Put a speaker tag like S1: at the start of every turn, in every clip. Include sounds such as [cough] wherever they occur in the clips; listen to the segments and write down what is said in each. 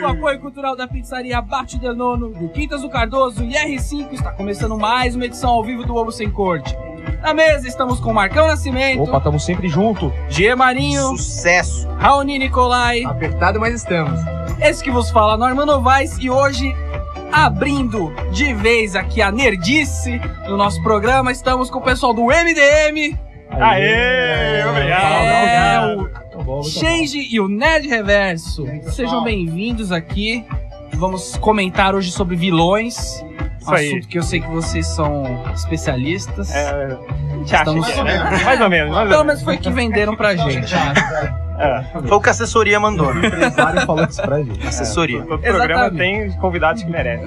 S1: Com apoio cultural da pizzaria Bate del Nono, do Quintas do Cardoso e R5, está começando mais uma edição ao vivo do Ovo Sem Corte. Na mesa estamos com Marcão Nascimento,
S2: Opa, tamo sempre junto.
S1: G. Marinho,
S3: Sucesso.
S1: Raoni Nicolai,
S3: Apertado, mas estamos.
S1: esse que vos fala Norman Novaes e hoje, abrindo de vez aqui a nerdice do nosso programa, estamos com o pessoal do MDM,
S2: Aê,
S1: É,
S2: obrigado.
S1: o
S4: Tá
S2: Muito bom, muito bom.
S1: Change e o Nerd Reverso. Sejam bem-vindos aqui. Vamos comentar hoje sobre vilões.
S2: Isso
S1: Um
S2: aí.
S1: assunto que eu sei que vocês são especialistas.
S2: É, né? a gente acha,
S1: Estamos-
S2: né? mais ou menos. Mais ou
S1: Pelo
S2: menos.
S1: menos foi o que venderam pra gente.
S2: É,
S3: Foi o que a assessoria mandou. né?
S5: empresário falou isso pra gente.
S3: Assessoria.
S2: todo programa
S1: Exatamente.
S2: tem os convidados que merecem.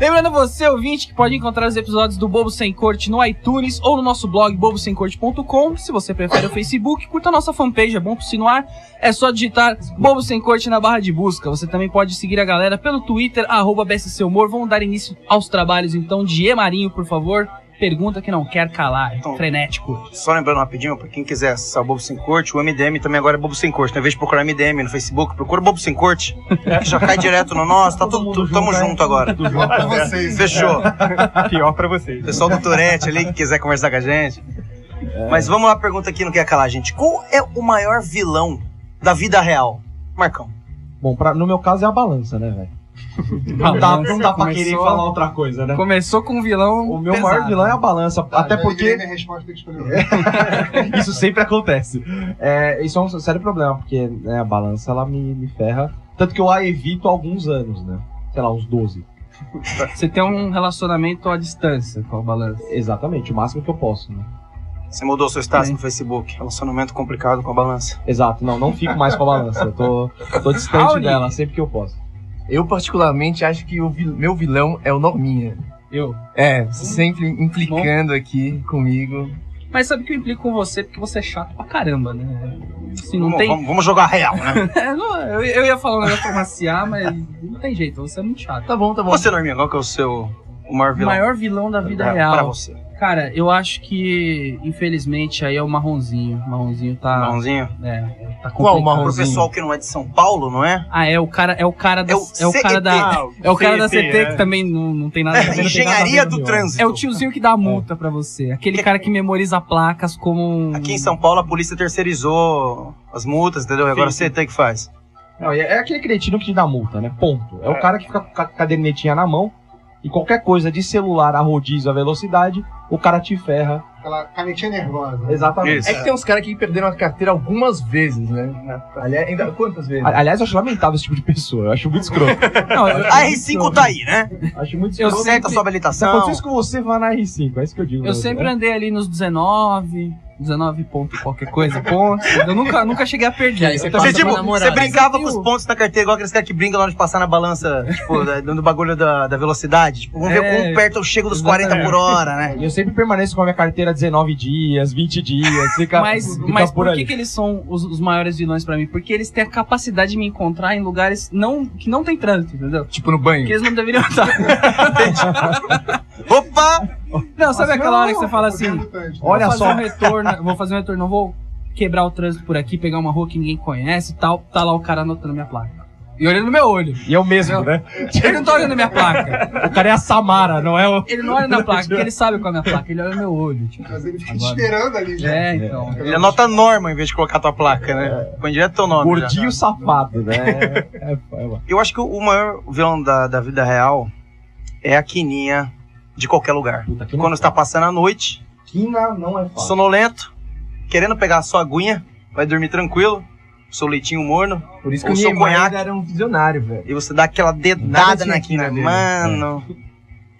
S1: Lembrando você, ouvinte, que pode encontrar os episódios do Bobo Sem Corte no iTunes ou no nosso blog bobosemcorte.com. Se você prefere o Facebook, curta a nossa fanpage, é bom pro sinuar. É só digitar Bobo Sem Corte na barra de busca. Você também pode seguir a galera pelo Twitter, arroba BSC Humor. Vamos dar início aos trabalhos, então, de E. Marinho, por favor. Pergunta que não quer calar.
S3: Então.
S1: Frenético.
S3: Só lembrando rapidinho, pra quem quiser acessar o Bobo Sem Corte, o MDM também agora é Bobo Sem Corte. Ao invés de procurar MDM no Facebook, procura Bobo Sem
S1: [laughs]
S3: Corte. que Já cai direto no nosso, tá
S5: Todo
S3: tudo,
S5: mundo
S3: tudo- tamo
S5: junto, né?
S3: junto agora.
S5: Do João pra
S1: É
S5: vocês.
S3: Fechou.
S2: Tá Pior pra vocês.
S3: Pessoal do Torete ali que quiser conversar com a gente.
S1: É.
S3: Mas vamos lá, a pergunta que não quer calar, gente. Qual é o maior vilão da vida real? Marcão.
S5: Bom, pra- no meu caso é a balança, né, velho? Não dá,
S1: Balança.
S5: não dá pra
S1: Começou-
S5: querer falar outra coisa, né?
S1: Começou com um vilão.
S5: O meu
S1: pesado.
S5: maior vilão é a balança, até porque
S6: Minha resposta tem que escolher.
S5: [laughs] isso sempre acontece. É, isso é um sério problema, porque né, a balança ela me, me ferra. Tanto que eu a evito há alguns anos, né? Sei lá, uns 12.
S1: Você tem um relacionamento à distância com a balança.
S5: Exatamente, o máximo que eu posso, né?
S3: Você mudou seu status
S1: Sim.
S3: no Facebook. Relacionamento complicado com a balança.
S5: Exato, não, não fico mais com a balança. Eu tô, tô distante
S1: Raoni.
S5: dela sempre que eu posso.
S4: Eu, particularmente, acho que o vil- meu vilão é o Norminha.
S1: Eu.
S4: É, sempre implicando aqui comigo.
S1: Mas sabe que eu implico com você porque você é chato pra caramba, né? Assim, não
S3: vamos,
S1: tem.
S3: vamos- vamos jogar real,
S1: [laughs]
S3: né?
S1: É, não, eu, eu ia falar um negócio pra maciar, mas não tem jeito, você é muito chato.
S4: Tá bom, tá bom.
S3: Você, Norminha, qual que é o seu o maior
S1: O
S3: vilão? É,
S1: maior vilão da vida
S3: pra, pra
S1: real.
S3: você.
S1: Cara, eu acho que, infelizmente, aí é o marronzinho. O marronzinho tá.
S3: Marronzinho.
S1: É, tá
S4: Qual o
S1: complicado.
S3: Pro
S4: Marronzinho?
S3: pessoal que não é de São Paulo, não é?
S1: Ah, é o cara, é o cara da.
S3: É o
S1: É o cara
S3: CET.
S1: da. É o cara da CT
S2: né?
S1: que também não, não tem nada a
S3: [laughs]
S1: ver.
S3: Engenharia do
S5: meu.
S3: Trânsito.
S1: É o tiozinho que dá a multa pra você. Aquele cara que memoriza placas como. um-
S3: Aqui em São Paulo a polícia terceirizou as multas, entendeu? E agora
S2: Sim,
S3: você tem que faz.
S5: Não, e é é aquele cretino que te dá multa, né? Ponto. É, o cara que fica com a cadernetinha na mão e qualquer coisa de celular a rodízio, a velocidade, o cara te ferra.
S6: Aquela canetinha nervosa.
S5: Exatamente.
S3: Isso.
S4: É que tem uns caras que perderam a carteira algumas vezes, né? Aliás, ainda quantas vezes?
S5: A- Aliás, eu acho lamentável esse tipo de pessoa. Eu acho muito escroto.
S1: Não, eu,
S3: A R5 tá aí, né?
S5: acho muito
S1: É Eu
S5: escroto.
S1: sempre-
S3: Senta a sua
S5: Se
S3: habilitação.
S5: acontecer isso com você, vai na R5. É isso que eu digo. pra
S1: Eu
S5: você.
S1: sempre andei ali nos 19, 19 ponto qualquer coisa, ponto. Eu nunca, nunca cheguei a perder.
S4: aí você
S1: Eu
S3: Você,
S4: Passa
S1: também-
S3: tipo,
S4: pra né? namorada.
S3: você brincava
S1: Mas
S3: com os
S1: eu-
S3: pontos na carteira, igual aqueles caras que brincam na hora de passar na balança, tipo, da- do bagulho da, da velocidade. Tipo, vamos ver
S1: É,
S3: quão perto eu chego dos
S1: exatamente.
S3: 40 por hora, né?
S5: E Eu sempre permaneço com a minha carteira 19 dias, 20 dias, fica,
S1: mas,
S5: fica
S1: mas por
S5: por,
S1: que,
S5: ali.
S1: que eles são os, os maiores vilões pra mim? Porque eles têm a capacidade de me encontrar em lugares não, que não tem trânsito, entendeu?
S4: Tipo no
S1: Que
S4: banho.
S1: eles não
S5: [laughs]
S1: deveriam
S5: Tá.
S1: estar.
S3: Opa!
S1: [laughs] Não, sabe aquela hora que você fala assim,
S5: Olha
S1: vou fazer
S5: só.
S1: um retorno, eu vou fazer um retorno, eu vou quebrar o trânsito por aqui, pegar uma rua que ninguém conhece e tal, tá lá o cara anotando minha placa. E olhando no meu olho.
S5: E eu mesmo, né?
S1: Ele não tá olhando minha placa.
S5: O cara é a Samara, não é o.
S1: Ele não olha na placa, porque ele sabe qual é a minha placa. Ele olha no meu olho. Tipo.
S6: Mas ele fica te
S1: Agora.
S6: esperando ali né? já.
S5: né?
S1: É, então.
S3: Ele anota a norma em vez de colocar a tua placa, né? Põe direto teu nome. já.
S5: Gordinho safado, né? É, é, é,
S3: Eu acho que o maior vilão da, da vida real é a quininha de qualquer lugar.
S5: puta, que
S3: Quando está passando a noite,
S5: Quina não é fácil.
S3: sonolento, querendo pegar a sua aguinha, vai dormir tranquilo, seu leitinho morno,
S4: Por isso
S3: Ou
S4: que o
S3: seu
S4: Niemeyer
S3: conhaque.
S4: era um visionário, velho.
S3: e você dá aquela
S4: Nada
S3: dedada
S4: tinha
S3: na quina.
S4: quina dele.
S3: Mano.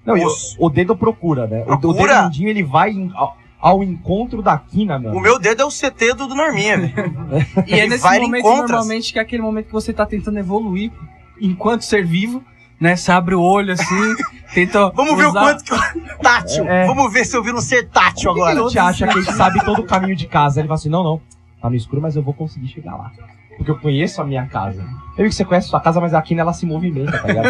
S5: Não, e o,
S3: Os-
S5: o dedo procura, né? O- O
S3: Procura?
S5: dedo mindinho, ele vai em- ao, ao encontro da quina, mano.
S3: O meu dedo é o CT do, do Norminha, velho.
S1: E é
S3: Ele
S1: nesse
S3: vai, ele
S1: momento,
S3: encontra.
S1: normalmente, que é aquele momento que você tá tentando evoluir enquanto ser vivo, né? Você abre o
S3: [laughs]
S1: olho assim, tenta.
S3: Vamos ver o [laughs]
S1: usar-
S3: quanto que eu. Tátil!
S5: É.
S3: Vamos ver se eu viro um ser tátil
S5: Por que que
S3: agora.
S5: a gente acha que ele sabe todo o caminho de casa. Ele fala assim, não, não, tá no escuro, mas eu vou conseguir chegar lá. Porque eu conheço a minha casa. Eu vi que você conhece a sua casa, mas a quina, ela se movimenta,
S3: [laughs]
S5: tá ligado?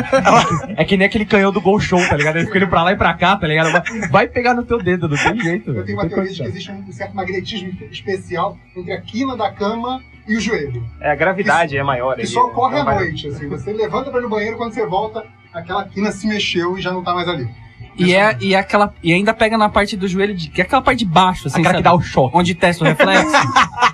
S5: é que nem aquele canhão do Gol Show, tá ligado? Ele fica indo pra lá e pra cá, tá ligado? Vai- Vai pegar no teu dedo, não tem jeito,
S6: Eu
S5: velho.
S6: tenho
S5: Não
S6: uma
S5: tem
S6: teoria de que
S5: condição.
S6: existe um certo magnetismo especial entre a quina da cama e o joelho.
S2: É, a gravidade é maior.
S6: Que
S2: ali,
S6: só
S2: né?
S6: ocorre à
S2: Então vai-
S6: noite, assim. Você levanta pra ir no banheiro, quando você volta, aquela quina se mexeu e já não tá mais ali.
S1: E, é, e, é aquela, e ainda pega na parte do joelho, de, que é aquela parte de baixo, assim,
S5: Aquela que
S1: sabe?
S5: dá o choque.
S1: Onde testa o reflexo.
S3: [laughs]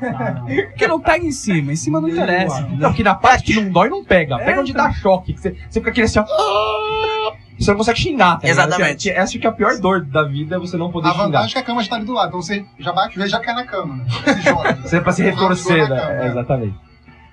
S1: Porque não pega em cima, em cima não interessa.
S5: Não, que na parte que não dói não pega.
S3: É,
S5: Pega onde
S3: tá.
S5: dá choque. que você, você fica aquele assim, ó. Você não consegue xingar, tá ligado?
S3: Exatamente.
S5: Que- que Essa que é a pior dor da vida é você não poder
S6: A
S5: xingar.
S6: vantagem é que a cama está ali do lado, então você já bate o joelho e já cai na cama, né?
S5: [laughs]
S6: Se joga.
S5: Você é pra se
S6: Joga
S5: retorcer,
S6: na
S5: né?
S6: cama,
S5: É,
S6: é.
S5: exatamente.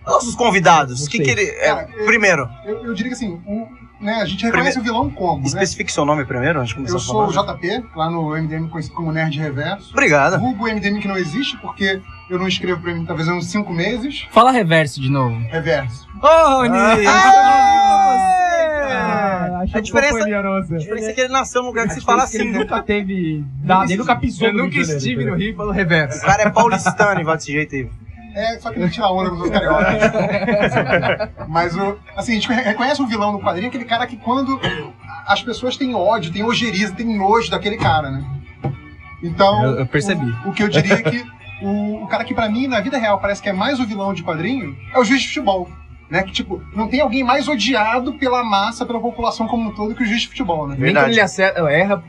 S3: Nossos convidados,
S5: Não
S3: o que,
S5: sei.
S3: que ele. é,
S6: Cara, eu-
S3: primeiro,
S6: Eu, eu diria que assim, o- né, a gente reconhece o vilão como, né?
S3: especifique seu nome primeiro, antes de começar
S6: Eu
S3: a
S6: sou
S3: falar.
S6: o JP, lá no MDM conhecido como Nerd Reverso.
S3: Obrigado.
S6: Vulgo MDM que não existe, porque eu não escrevo pra mim, talvez há uns 5 meses.
S1: Fala reverso de novo.
S6: Reverso.
S1: Ô, Rony!
S3: Ah,
S5: achei
S3: É! a diferença-
S5: companheirosa.
S3: A diferença é que ele nasceu num lugar que se fala
S5: Ele
S3: assim.
S5: nunca teve. nada, ele nunca pisou
S4: Eu
S5: no
S4: nunca
S5: Rio de Janeiro,
S4: estive
S5: entendeu?
S4: no Rio e falo reverso.
S3: O cara é paulistano e vai desse jeito aí.
S6: É, só que ele tira onda nos
S1: [laughs]
S6: cariocas. Mas, o, assim, a gente re- reconhece um vilão no quadrinho, aquele cara que quando as pessoas têm ódio, têm ojeriza, têm nojo daquele cara, né? Então...
S1: Eu, eu percebi.
S6: O que eu diria é que o, o cara que pra mim na vida real parece que é mais o vilão de quadrinho é o juiz de futebol. Né? Que, tipo, não tem alguém mais odiado pela massa, pela população como um todo que o juiz de futebol, né?
S4: Nem
S3: Verdade.
S4: quando ele acerta, erra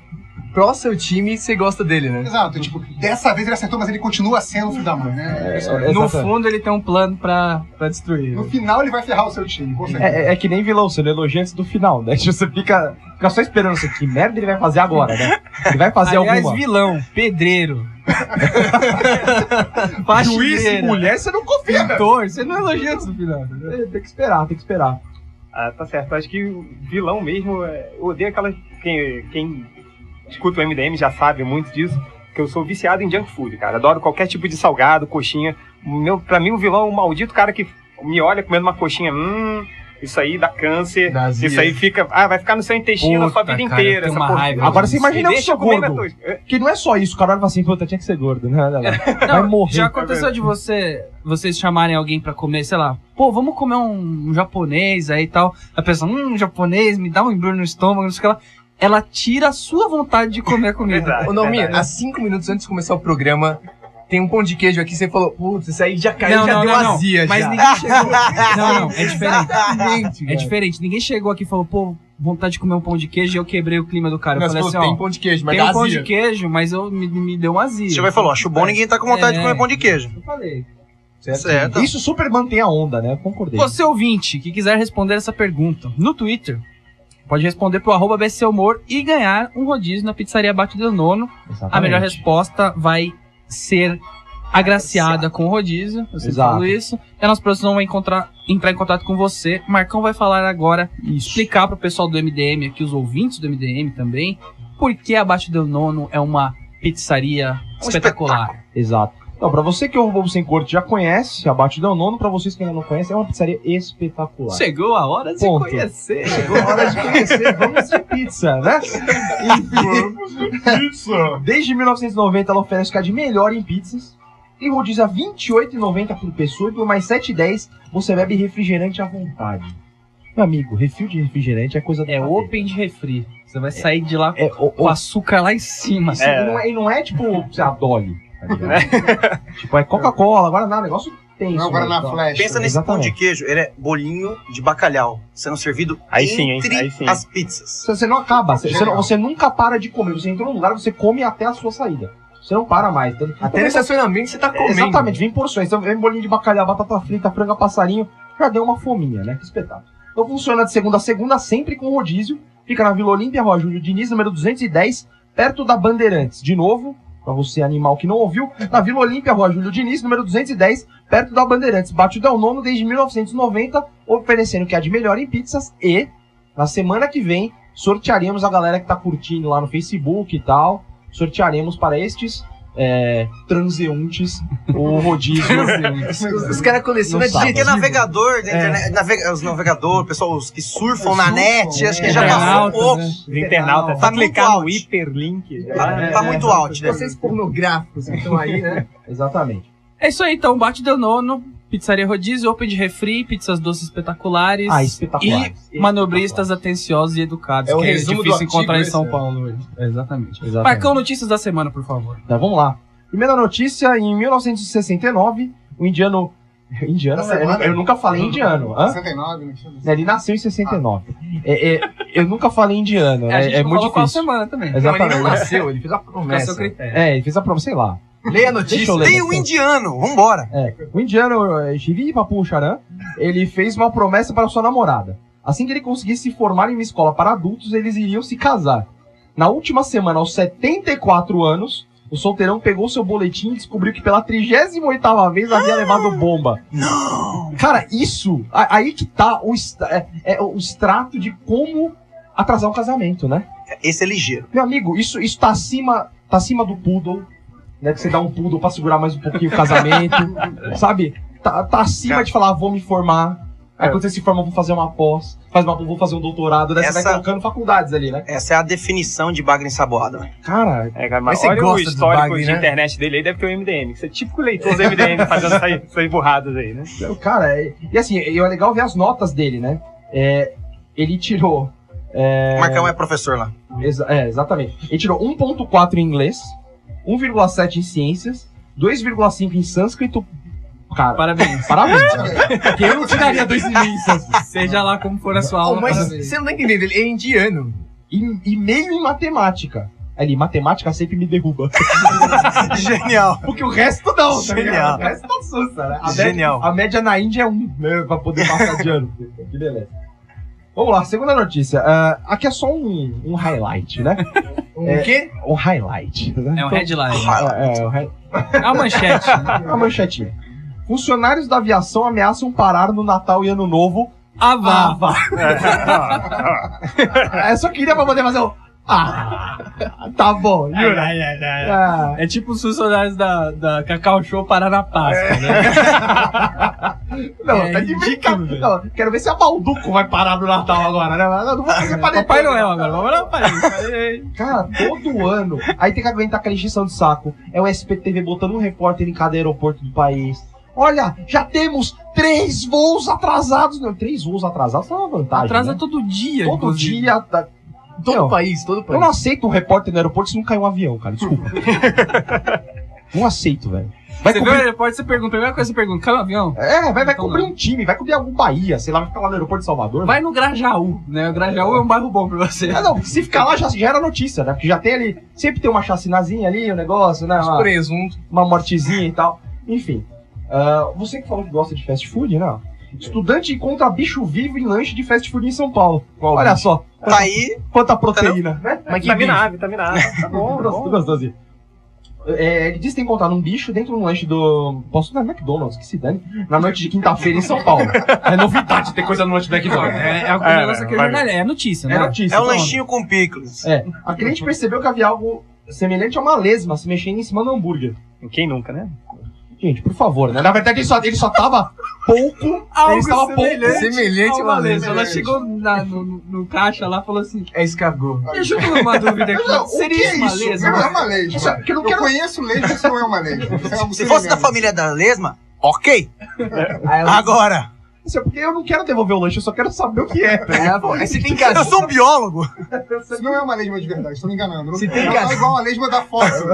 S4: pro seu time, você gosta dele, né?
S6: Exato, e, tipo, dessa vez ele acertou, mas ele continua sendo o filho da mãe, né?
S5: É,
S1: No
S5: exatamente.
S1: fundo, ele tem um plano pra.
S4: Pra destruir.
S6: No final ele vai ferrar o seu time, com certeza.
S5: É, é- é que nem vilão, você não elogia antes do final, né? [laughs] Você fica, fica só esperando assim, que merda ele vai fazer agora, né? Ele vai fazer
S1: Aliás,
S5: alguma.
S1: vilão,
S5: [laughs]
S1: pedreiro.
S5: Juiz,
S1: Faxineiro.
S5: mulher, você não confia, pintor, você não elogia antes do final. né? Tem que esperar, tem que esperar.
S2: Ah, tá certo. Acho que o vilão mesmo. é- Eu odeio aquelas. Quem, quem escuta o MDM já sabe muito disso. Que eu sou viciado em junk food, cara. Adoro qualquer tipo de salgado, coxinha. Meu, pra mim, o vilão é um maldito cara que me olha comendo uma coxinha. Hum, isso aí dá câncer.
S4: Dá azia.
S2: Isso aí fica. Ah, vai ficar no seu intestino a sua
S1: Puta,
S2: vida
S1: cara,
S2: inteira.
S1: eu tenho uma
S2: porra.
S1: raiva
S5: Agora
S1: disso.
S5: você imagina
S2: E
S5: que eu
S2: deixa
S5: sou
S2: eu comer minha
S5: gordo.
S2: coxa. Eu-
S5: Que não é só isso, o cara olha e fala assim, puta, tinha que ser gordo, né? Olha
S1: [laughs]
S5: lá, Vai
S1: Não,
S5: morrer.
S1: Já aconteceu de você, vocês chamarem alguém pra comer, sei lá, pô, vamos comer um japonês aí e tal. A pessoa, hum, japonês, me dá um embrulho no estômago, não sei o que lá. Ela tira a sua vontade de comer a comida.
S2: Verdade,
S4: Ô, Norminha,
S2: verdade.
S4: há cinco minutos antes de começar o programa, tem um pão de queijo aqui, você falou, putz, isso aí já caiu,
S1: Não,
S4: já
S1: não,
S4: deu
S1: não, não.
S4: azia,
S1: Mas
S4: já.
S1: ninguém chegou.
S5: [laughs]
S1: Não, não, é diferente.
S4: Exatamente,
S1: É
S4: cara.
S1: diferente. Ninguém chegou aqui e falou, pô, vontade de comer um pão de queijo e eu quebrei o clima do cara.
S4: Não,
S1: Eu
S4: você
S1: falei
S4: falou,
S1: assim,
S4: tem
S1: ó.
S4: pão de queijo, mas
S1: Tem
S4: dá
S1: um pão
S4: azia.
S1: de queijo, mas eu, me, me deu um azia.
S3: Você vai falar, acho
S1: é.
S3: bom ninguém tá com vontade de comer pão de queijo.
S1: Eu falei.
S3: Certo.
S5: é assim. Isso super mantém a onda, né? Eu concordei.
S1: Você ouvinte que quiser responder essa pergunta no Twitter, pode responder pro arroba BC Humor e ganhar um rodízio na pizzaria Bate do Nono.
S5: Exatamente.
S1: A melhor resposta vai ser agraciada com o rodízio. Eu sempre
S5: Exato.
S1: falo isso. E a nossa produção vai encontrar, entrar em contato com você. Marcão vai falar agora, explicar pro pessoal do MDM aqui, os ouvintes do MDM também, por que a Bate do Nono é uma pizzaria
S3: Um
S1: espetacular.
S5: Exato. Então, pra você que é o Bobo Sem Corte já conhece, abate o nono, pra vocês que ainda não conhecem, é uma pizzaria espetacular.
S1: Chegou a hora de se
S5: Ponto.
S1: conhecer.
S5: Chegou a hora de conhecer, vamos de pizza, né?
S6: Pizza!
S5: Desde 1990 ela oferece o que há de melhor em pizzas. E rodízio a R$ 28,90 por pessoa e por mais R$ 7,10 você bebe refrigerante à vontade. Meu amigo, refil de refrigerante é coisa
S1: É
S5: do-
S1: open de refri. Você vai sair de lá
S5: É, o,
S1: com
S5: o-
S1: açúcar lá em cima.
S5: assim,
S2: É.
S5: E, não é, e não é tipo, sei lá, Dolly. tá ligado? [laughs] tipo, é Coca-Cola, Guaraná, o negócio né, então. tem
S6: Não, agora na flash.
S3: Pensa nesse
S5: Exatamente.
S3: pão de queijo, ele é bolinho de bacalhau, sendo servido
S2: Aí sim, hein?
S3: entre
S2: Aí sim.
S3: as pizzas.
S5: Você, você não acaba, você, você não- você nunca para de comer. Você entrou num lugar, você come até a sua saída. Você não para mais. Então,
S4: Até no estacionamento você tá comendo.
S5: Exatamente, vem porções. Então vem bolinho de bacalhau, batata frita, franga, passarinho. Já deu uma fominha, né? Que espetáculo. Então funciona de segunda a segunda, sempre com rodízio. Fica na Vila Olímpia, Rua Júlio Diniz, número 210, perto da Bandeirantes. De novo, pra você animal que não ouviu, na Vila Olímpia, Rua Júlio Diniz, número 210, perto da Bandeirantes. Batido é o nono desde 1990, oferecendo o que há de melhor em pizzas e, na semana que vem, sortearemos a galera que tá curtindo lá no Facebook e tal. Sortearemos para estes é, transeuntes o
S1: [laughs]
S5: rodízio.
S6: [laughs]
S4: Os, os caras colecionam
S5: Não sabe.
S3: Porque
S4: adjetivo.
S3: navegador da internet, navega- os navegadores, pessoal, os que surfam na
S6: Surfam,
S3: net,
S6: é.
S3: acho que já passou um
S1: Internautas,
S3: pouco.
S2: Os
S3: Tá
S2: internautas, só
S3: muito
S2: clicar no
S3: out.
S2: hiperlink.
S3: Tá muito out, né?
S4: Vocês pornográficos que estão aí, né?
S5: Exatamente.
S1: É isso aí, então. Bate Del Nono, Pizzaria Rodízio, Open de Refri, pizzas doces espetaculares.
S5: Ah, espetacular.
S1: E manobristas atenciosos e educados,
S4: É o
S1: que é
S4: resumo do
S1: difícil
S4: artigo
S1: encontrar em
S4: esse,
S1: São
S4: né?
S1: Paulo hoje. Exatamente.
S5: Exatamente. Então,
S1: Marcão, notícias da semana, por favor.
S5: Tá, vamos lá. Primeira notícia, em 1969, o indiano [laughs] Indiano,
S6: Da
S5: eu,
S6: semana?
S5: eu nunca falei indiano. Hã?
S6: 69, né? Deixa eu ver.
S5: Ele nasceu em 69. É, é, eu nunca falei indiano.
S1: A gente
S5: É, é
S1: não
S5: muito
S1: falou qual
S5: difícil.
S1: semana então, também.
S4: Não, ele não
S5: Exatamente.
S4: nasceu, ele fez a
S1: Fica a seu
S4: promessa.
S1: critério.
S5: É, ele fez a prova, sei lá.
S4: Leia
S5: Deixa
S4: a
S5: eu
S4: notícia.
S5: ler.
S3: Tem o indiano, vambora.
S5: É, o indiano eh, Shivi Papu Charan, ele fez uma promessa para sua namorada. Assim que ele conseguisse se formar em uma escola para adultos, eles iriam se casar. Na última semana, aos 74 anos, o solteirão pegou seu boletim e descobriu que pela 38ª vez havia levado bomba. Não! Cara, isso, a- aí que tá o, est- é- é o extrato de como atrasar um casamento, né?
S3: Esse é ligeiro.
S5: Meu amigo, isso, isso tá acima, tá acima do poodle, né? Que você dá um poodle pra segurar mais um pouquinho o casamento, sabe? Tá, tá acima de falar, vou me formar. Aí quando você se forma, vou fazer uma pós, faz uma, vou fazer um doutorado, daí você vai
S3: Essa-
S5: colocando faculdades ali, né?
S3: Essa é a definição de bagre ensaboada. né?
S5: Cara,
S2: É, cara, mas
S4: Mas você
S2: olha o
S4: gosta do
S2: histórico
S4: Wagner,
S2: de
S4: né?
S2: internet dele aí, deve ter o MDM. Você é típico leitor do MDM tá fazendo essas- [laughs] essas burradas aí,
S4: [laughs]
S2: né?
S5: cara, é- e assim, e é legal ver as notas dele, né? É, ele tirou.
S3: O Marcão é professor lá.
S5: Exa- é, exatamente. Ele tirou 1.4 em inglês, 1,7 em ciências, 2,5 em sânscrito. Cara, [laughs]
S1: Parabéns.
S5: parabéns.
S1: Porque eu não tiraria dois inimigos. Seja lá como for a sua
S4: Oh,
S1: aula.
S4: mas
S1: parabéns.
S4: você não tá entendendo, ele é indiano.
S5: e, e meio em matemática. Ali, matemática sempre me derruba.
S3: Genial.
S5: [laughs] Porque o resto não, tá ligado?
S3: Genial.
S5: O resto tá sussa, né? A, média,
S3: Genial.
S5: a média na Índia é um, né, pra poder passar de ano. Que beleza. Vamos lá, segunda notícia. Ah, aqui é só um, um highlight, né?
S4: O quê?
S5: [laughs] Um highlight. [laughs] né?
S1: É um headline.
S5: É, é, um [laughs] hi-
S1: É uma manchete.
S5: uma manchetinha. Funcionários da aviação ameaçam parar no Natal e Ano [laughs] Novo.
S1: Ah, vá.
S5: vá. Eu É, só queria pra poder fazer o. Ah! Tá bom, jura? Ah,
S1: É tipo os funcionários da, da Cacau Show parar na Páscoa, né?
S5: Não,
S1: É
S5: tá de
S1: ridículo,
S5: brincadeira. Não, Quero ver se a Balduco vai parar no Natal agora, né? Mas eu Não vou fazer pra depois.
S1: Papai Noel agora. Vamos lá, Papai
S4: né?
S1: Noel.
S5: Cara, todo ano. Aí tem que aguentar aquela injeção de saco. É o SPTV botando um repórter em cada aeroporto do país. Olha, já temos três voos atrasados. Não, três voos atrasados é uma vantagem.
S1: Atrasa
S5: né?
S1: todo dia,
S5: todo
S1: inclusive.
S5: dia. tá-
S4: Todo
S5: Não.
S4: país, todo
S5: Eu não
S4: país.
S5: aceito um repórter no aeroporto se não caiu um avião, cara. [laughs] Desculpa. não aceito, velho. Vai
S1: Você vê o aeroporto, você pergunta, a primeira coisa que você pergunta, cai um avião?
S5: É, vai, vai
S1: Então
S5: cobrir
S1: não.
S5: um time, vai cobrir algum Bahia, sei lá, vai ficar lá no aeroporto de Salvador.
S1: Vai no Grajaú, né? O Grajaú é um bairro bom pra você.
S5: Ah, não, se ficar lá já gera notícia, né? Porque já tem ali, sempre tem uma chacinazinha ali, o negócio,
S1: Tá
S5: né?
S4: Os
S5: Uma,
S4: presuntos.
S5: uma mortezinha e tal. Enfim. Ah, você que falou que gosta de fast food, né? Estudante encontra bicho vivo em lanche de fast food em São Paulo. Olha só,
S3: Tá aí.
S5: quanta proteína.
S4: Mas que
S2: vitamina A, vitamina A. Tá bom, tá
S5: Gosto-
S2: bom.
S5: Gostosinho. É, ele diz ter encontrado um bicho dentro de um lanche do. Posso dar McDonald's, que se dane. Na noite de quinta-feira em São Paulo. É novidade ter coisa no lanche do McDonald's. né?
S1: É, é algum
S2: É,
S1: negócio que é
S2: vai
S1: jornal, é notícia, né?
S5: É notícia.
S3: É um
S5: tá bom.
S3: lanchinho com picles.
S5: É, a cliente percebeu que havia algo semelhante a uma lesma se mexendo em cima do hambúrguer.
S2: Quem nunca, né?
S5: Gente, por favor, né? Na verdade, ele só, ele só tava pouco. ele estava pouco.
S4: Semelhante a uma
S1: Beleza,
S4: lesma.
S1: ela chegou na- no, no- no caixa lá e falou assim:
S4: É escargot.
S1: Deixa eu tirar uma dúvida aqui.
S6: Não, o que
S1: Seria
S6: é
S1: isso uma
S6: isso?
S1: lesma?
S6: Não é uma lesma.
S5: Isso aqui eu não
S6: Eu
S5: quero-
S6: conheço lesma, isso não é uma lesma. Isso é algo
S3: Então, Se fosse da
S6: semelhante.
S3: família da lesma, ok.
S5: Aí ela-
S3: Agora,
S5: Isso é porque eu não quero devolver o lanche, eu só quero saber o que é.
S4: É, ela falou, "É, se tem
S3: eu
S4: casal.
S3: sou um biólogo.
S6: Isso não é uma lesma de verdade, estou me enganando. Não
S4: Se tem
S6: ela
S4: casal-
S6: é igual a lesma da fóssil.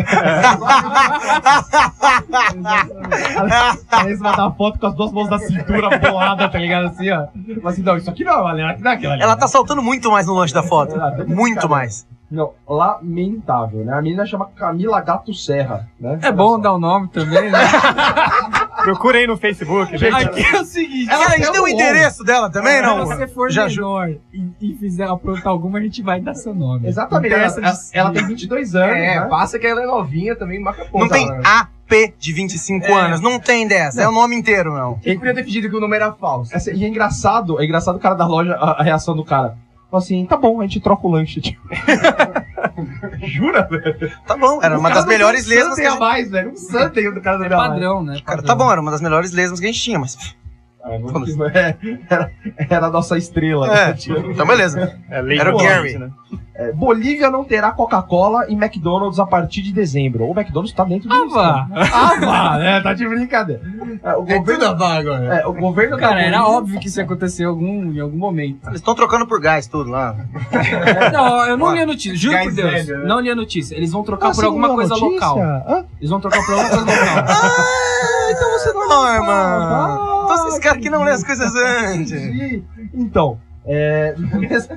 S5: Aí eles mandam a foto com as duas mãos da cintura bolada, tá ligado? Assim, ó. Mas assim, não, isso aqui não é uma lesma, aqui não é aquela.
S3: Ela tá saltando muito mais no lanche da foto. Muito mais.
S5: Não, lamentável, né? A menina chama Camila Gato Serra, né?
S1: É bom dar o nome também, né?
S4: Ah.
S2: Procura aí no Facebook. né?
S1: Aqui é o seguinte.
S3: Ela, um É, a gente
S5: até
S3: tem o
S5: o
S3: endereço dela também, não?
S1: Se você for
S3: Já
S1: menor e, e fizer aprontar alguma, a gente vai dar seu nome.
S5: Exatamente,
S1: Não tem
S5: ela,
S1: essa de-
S5: ela- ela tem 22 anos,
S4: É,
S5: né?
S4: passa que ela é novinha também, marca ponta.
S3: Não tem
S4: Ela-
S3: AP de 25 anos. Não tem dessa. É o nome inteiro, não.
S4: Quem podia ter fingido que o nome era falso?
S5: Essa- e é engraçado, é engraçado o cara da loja, a, a reação do cara. Falou assim, tá bom, a gente troca o lanche, tipo. [laughs] Jura, velho?
S3: Tá bom. Era uma das melhores lesmas que a
S5: a
S3: gente...
S5: mais, velho. Um santo aí do cara da
S1: É
S5: minha loja.
S1: padrão, né?
S3: Cara, tá bom, era uma das melhores lesmas que a gente tinha, mas...
S5: Ah, eu não quis- [laughs] é, era, era a nossa estrela.
S3: É.
S5: né, tipo.
S3: Então, beleza.
S2: É, lei
S3: Era o
S2: do
S3: Gary.
S2: Lawrence, né?
S5: É, Bolívia não terá Coca-Cola e McDonald's a partir de dezembro. O McDonald's tá dentro do
S1: Ah, vá.
S5: Ah, vá, né? Tá de brincadeira. É, o, governo,
S4: agora.
S5: é, o governo da
S1: Cara, era
S5: Bolívia-
S1: óbvio que isso ia acontecer em algum, em algum momento.
S3: Eles estão trocando por gás tudo lá. É.
S1: Não, eu não li a notícia, juro
S4: Gás
S1: por Deus.
S4: velho, né?
S1: Não li a notícia. Eles vão
S5: Ah,
S1: trocar
S5: você
S1: por
S5: não
S1: alguma
S5: leu a
S1: coisa
S5: notícia?
S1: local.
S5: Hã?
S3: [laughs]
S1: Eles vão trocar por alguma coisa local.
S3: é Ah, então você não... Não, irmão.
S5: Ah,
S3: Esse cara que não lê as coisas antes.
S5: Entendi. Então, é... [laughs]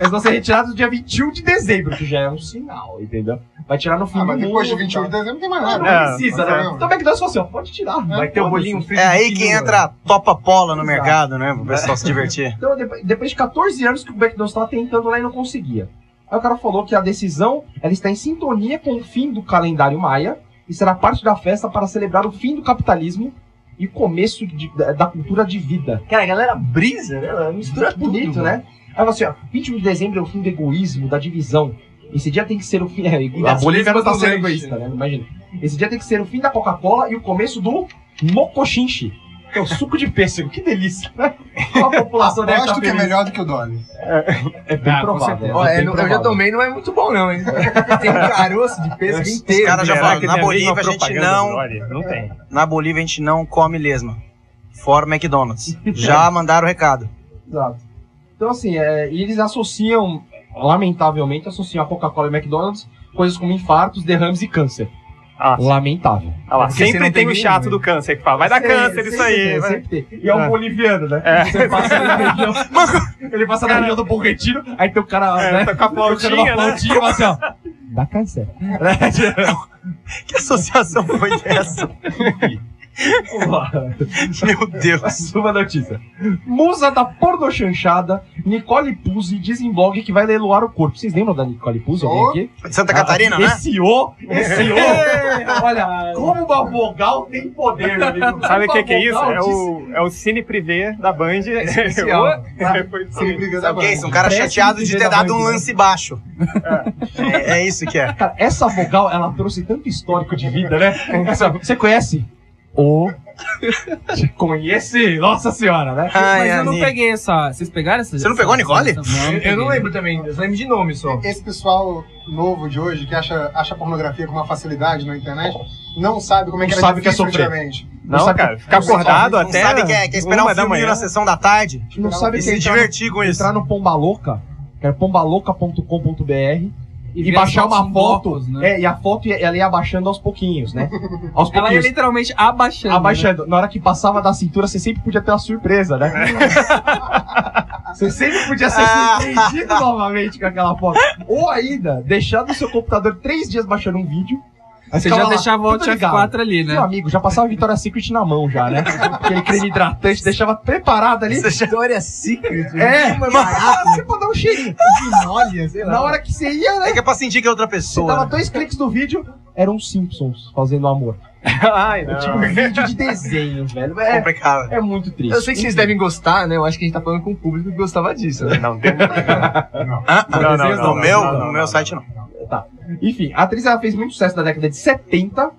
S5: mas vão ser retirados no dia 21 de dezembro, que já é um sinal, entendeu? Vai tirar no fim
S6: Ah,
S5: do
S6: mas depois de
S5: mundo,
S6: 21 de
S5: tá?
S6: dezembro não tem mais nada.
S5: Não
S2: É,
S5: precisa,
S6: não,
S5: né?
S6: não.
S5: Então o McDonald's falou assim, ó, pode tirar.
S2: Vai ter o
S5: Foda-se.
S2: bolinho frito.
S3: É aí
S2: de
S3: que
S2: quinoa.
S3: entra a topa pola no mercado, né? Pro pessoal se
S5: [laughs]
S3: divertir.
S5: Então, depois, depois de 14 anos que o McDonald's estava tentando lá e não conseguia. Aí o cara falou que a decisão ela está em sintonia com o fim do calendário maia e será parte da festa para celebrar o fim do capitalismo e o começo de- da, da cultura de vida.
S4: Cara, a galera brisa, né? Ela mistura tudo.
S5: Bonito, né? Aí falou assim, ó, 21 de dezembro é o fim do egoísmo, da divisão. Esse dia tem que ser o fim. [laughs] É,
S4: das
S5: a Bolívia não
S4: crispas
S5: tá
S4: do
S5: sendo
S4: leite.
S5: egoísta, né? Imagina. Esse dia tem que ser o fim da Coca-Cola e o começo do mocochinche. Que é o suco de pêssego, que delícia. [laughs] Qual a população deve estar
S6: Aposto que é
S5: feliz?
S6: melhor do que o Dolly.
S5: É bem
S2: Ah, com
S5: provável.
S2: certeza.
S5: é
S4: Ó,
S5: bem
S4: é, eu já
S5: provável.
S4: tomei, não é muito bom,
S1: [laughs]
S4: não, hein? Tem um caroço de pêssego
S3: Os
S4: inteiro.
S3: caras já
S2: Será
S3: falaram,
S2: que
S3: Tá na
S2: tem a É, né?
S3: Bolívia
S2: mesma
S3: a gente
S2: propaganda
S3: não.
S2: do Dori? Não tem.
S3: Na Bolívia a gente não come lesma. Fora o McDonald's. Já mandaram o recado. [laughs]
S5: Exato. Então, assim, é, e eles associam, lamentavelmente, associam a Coca-Cola e McDonald's coisas como infartos, derrames e câncer.
S2: Ah,
S5: Lamentável.
S2: ah lá,
S4: Porque você
S2: sempre
S4: não
S2: tem
S4: tem
S2: o chato
S4: mesmo.
S2: do câncer que fala, vai dar
S5: Sempre-
S2: câncer isso
S5: sempre
S2: aí.
S5: tem,
S2: vai.
S5: sempre tem. E é um
S2: Ah.
S5: boliviano, né? Você passa
S2: [laughs]
S5: na região, ele passa na região do Bom Retiro, aí tem o cara,
S2: É,
S5: né?
S2: tá com a
S5: tocando uma
S2: flautinha, né?
S5: flautinha e fala assim, ó. Dá câncer.
S3: Que associação foi dessa?
S5: [laughs]
S3: Meu Deus.
S5: Mais uma notícia. Musa da porno chanchada, Nicole Puzzi diz em blog que vai leiloar o corpo. Vocês lembram da Nicole Puzzi? Alguém
S6: Oh.
S5: aqui?
S3: De Santa Catarina, né?
S5: Esse O, esse
S3: [laughs]
S5: O. Olha, como uma vogal tem poder, amigo.
S2: Sabe o que,
S5: Como
S2: que é
S5: uma
S2: isso?
S5: vogal
S2: É
S5: disse- tá.
S2: o, é o Cine Privé da Band. [laughs]
S4: especial.
S2: Foi o
S6: Sem
S2: Cine
S6: briga tá da
S3: Sabe o que é
S6: banda.
S3: isso? Um cara
S5: Parece
S3: chateado
S5: que
S3: de
S5: vem
S3: ter
S5: da
S3: dado um
S5: Band, né?
S3: lance baixo. É, é isso que é.
S5: Cara, essa vogal, ela trouxe tanto histórico de vida, né? Essa- Você conhece? O. Te conhece? Nossa senhora, né?
S3: Ai,
S1: Mas eu não
S3: Ani.
S1: peguei essa. Vocês pegaram essa?
S3: Você não pegou a Nicole?
S1: Essa- Não,
S4: Eu- Eu não
S1: peguei.
S4: lembro também, eu lembro de nome só.
S6: Esse pessoal novo de hoje, que acha, acha pornografia com uma facilidade na internet, não sabe como é que
S5: Não
S6: era
S5: sabe o que é
S6: difícil
S5: sofrer.
S6: antigamente.
S5: Não
S2: Não,
S5: sabe-
S2: cara, ficar
S6: não
S2: acordado
S3: Não
S2: até.
S3: sabe que é, quer esperar
S2: uma
S3: um
S2: da
S3: filme
S2: manhã.
S3: na sessão da tarde
S5: Não sabe
S3: e
S5: o que é
S3: se
S5: entrar,
S3: divertir com isso.
S5: entrar no Pomba Louca, que é pombalouca.com.br, e,
S1: ver
S5: baixar
S1: as fotos
S5: uma
S1: em
S5: foto.
S1: blocos, né?
S5: É, e a foto ia- ela ia abaixando aos pouquinhos, né? Aos
S1: Ela ia
S5: pouquinhos.
S1: literalmente abaixando. né?
S5: abaixando. Na hora que passava da cintura, você sempre podia ter uma
S1: [laughs]
S5: surpresa, né? você sempre podia ser
S1: [laughs]
S5: surpreendido novamente com aquela foto. Ou ainda, deixar no seu computador três dias baixando um vídeo. Aí
S1: Você já
S5: ficava lá,
S1: deixava o
S5: tudo
S1: Alt
S5: ligado.
S1: F4 ali, né?
S5: Meu amigo, já passava a Vitória Secret na mão já, né? Aquele creme hidratante, deixava preparado ali.
S3: Você já-
S4: História Secret.
S5: É, mas você pode dar um cheirinho.
S4: Vinólia, sei lá.
S5: Na hora que você ia, né?
S3: É que é pra sentir que é outra
S5: Você tá
S3: pessoa.
S5: dava
S3: né?
S5: dois cliques do vídeo, eram os Simpsons fazendo amor.
S2: [laughs] Ai, não.
S5: Tipo,
S1: Ah.
S5: um vídeo de desenho, velho. É,
S3: Complicado.
S5: é muito triste.
S4: Eu sei que vocês devem gostar, né? Eu acho que a gente tá falando com o público que gostava disso, né?
S2: Não, tem-
S3: Hã?
S2: Não, não, não,
S3: no
S2: não,
S3: meu,
S2: não,
S3: no
S2: não,
S3: meu
S2: não.
S3: site não.
S5: Enfim, a atriz ela fez muito sucesso na década de 70.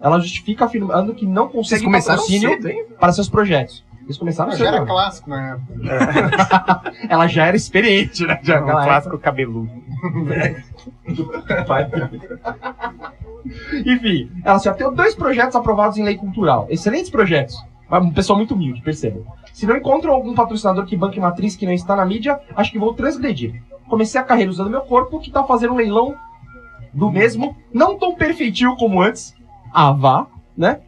S5: Ela justifica afirmando que um não
S4: Vocês
S5: consegue
S4: começaram
S5: patrocínio
S4: cedo, hein?
S5: para seus projetos. Eles começaram
S6: Já era
S5: cedo. né?
S6: clássico na época.
S5: Ela já era experiente, né? Já
S2: É um
S5: naquela
S2: clássico cabeludo.
S5: Vai. Enfim, ela só tem dois projetos aprovados em lei cultural. Excelentes projetos. Mas Um pessoal muito humilde, perceba. Se não encontram algum patrocinador que banque uma atriz que não está na mídia, acho que vou transgredir. Comecei a carreira usando meu corpo, que tal fazer um leilão do mesmo, não tão perfeitinho como antes. Ah, vá, né?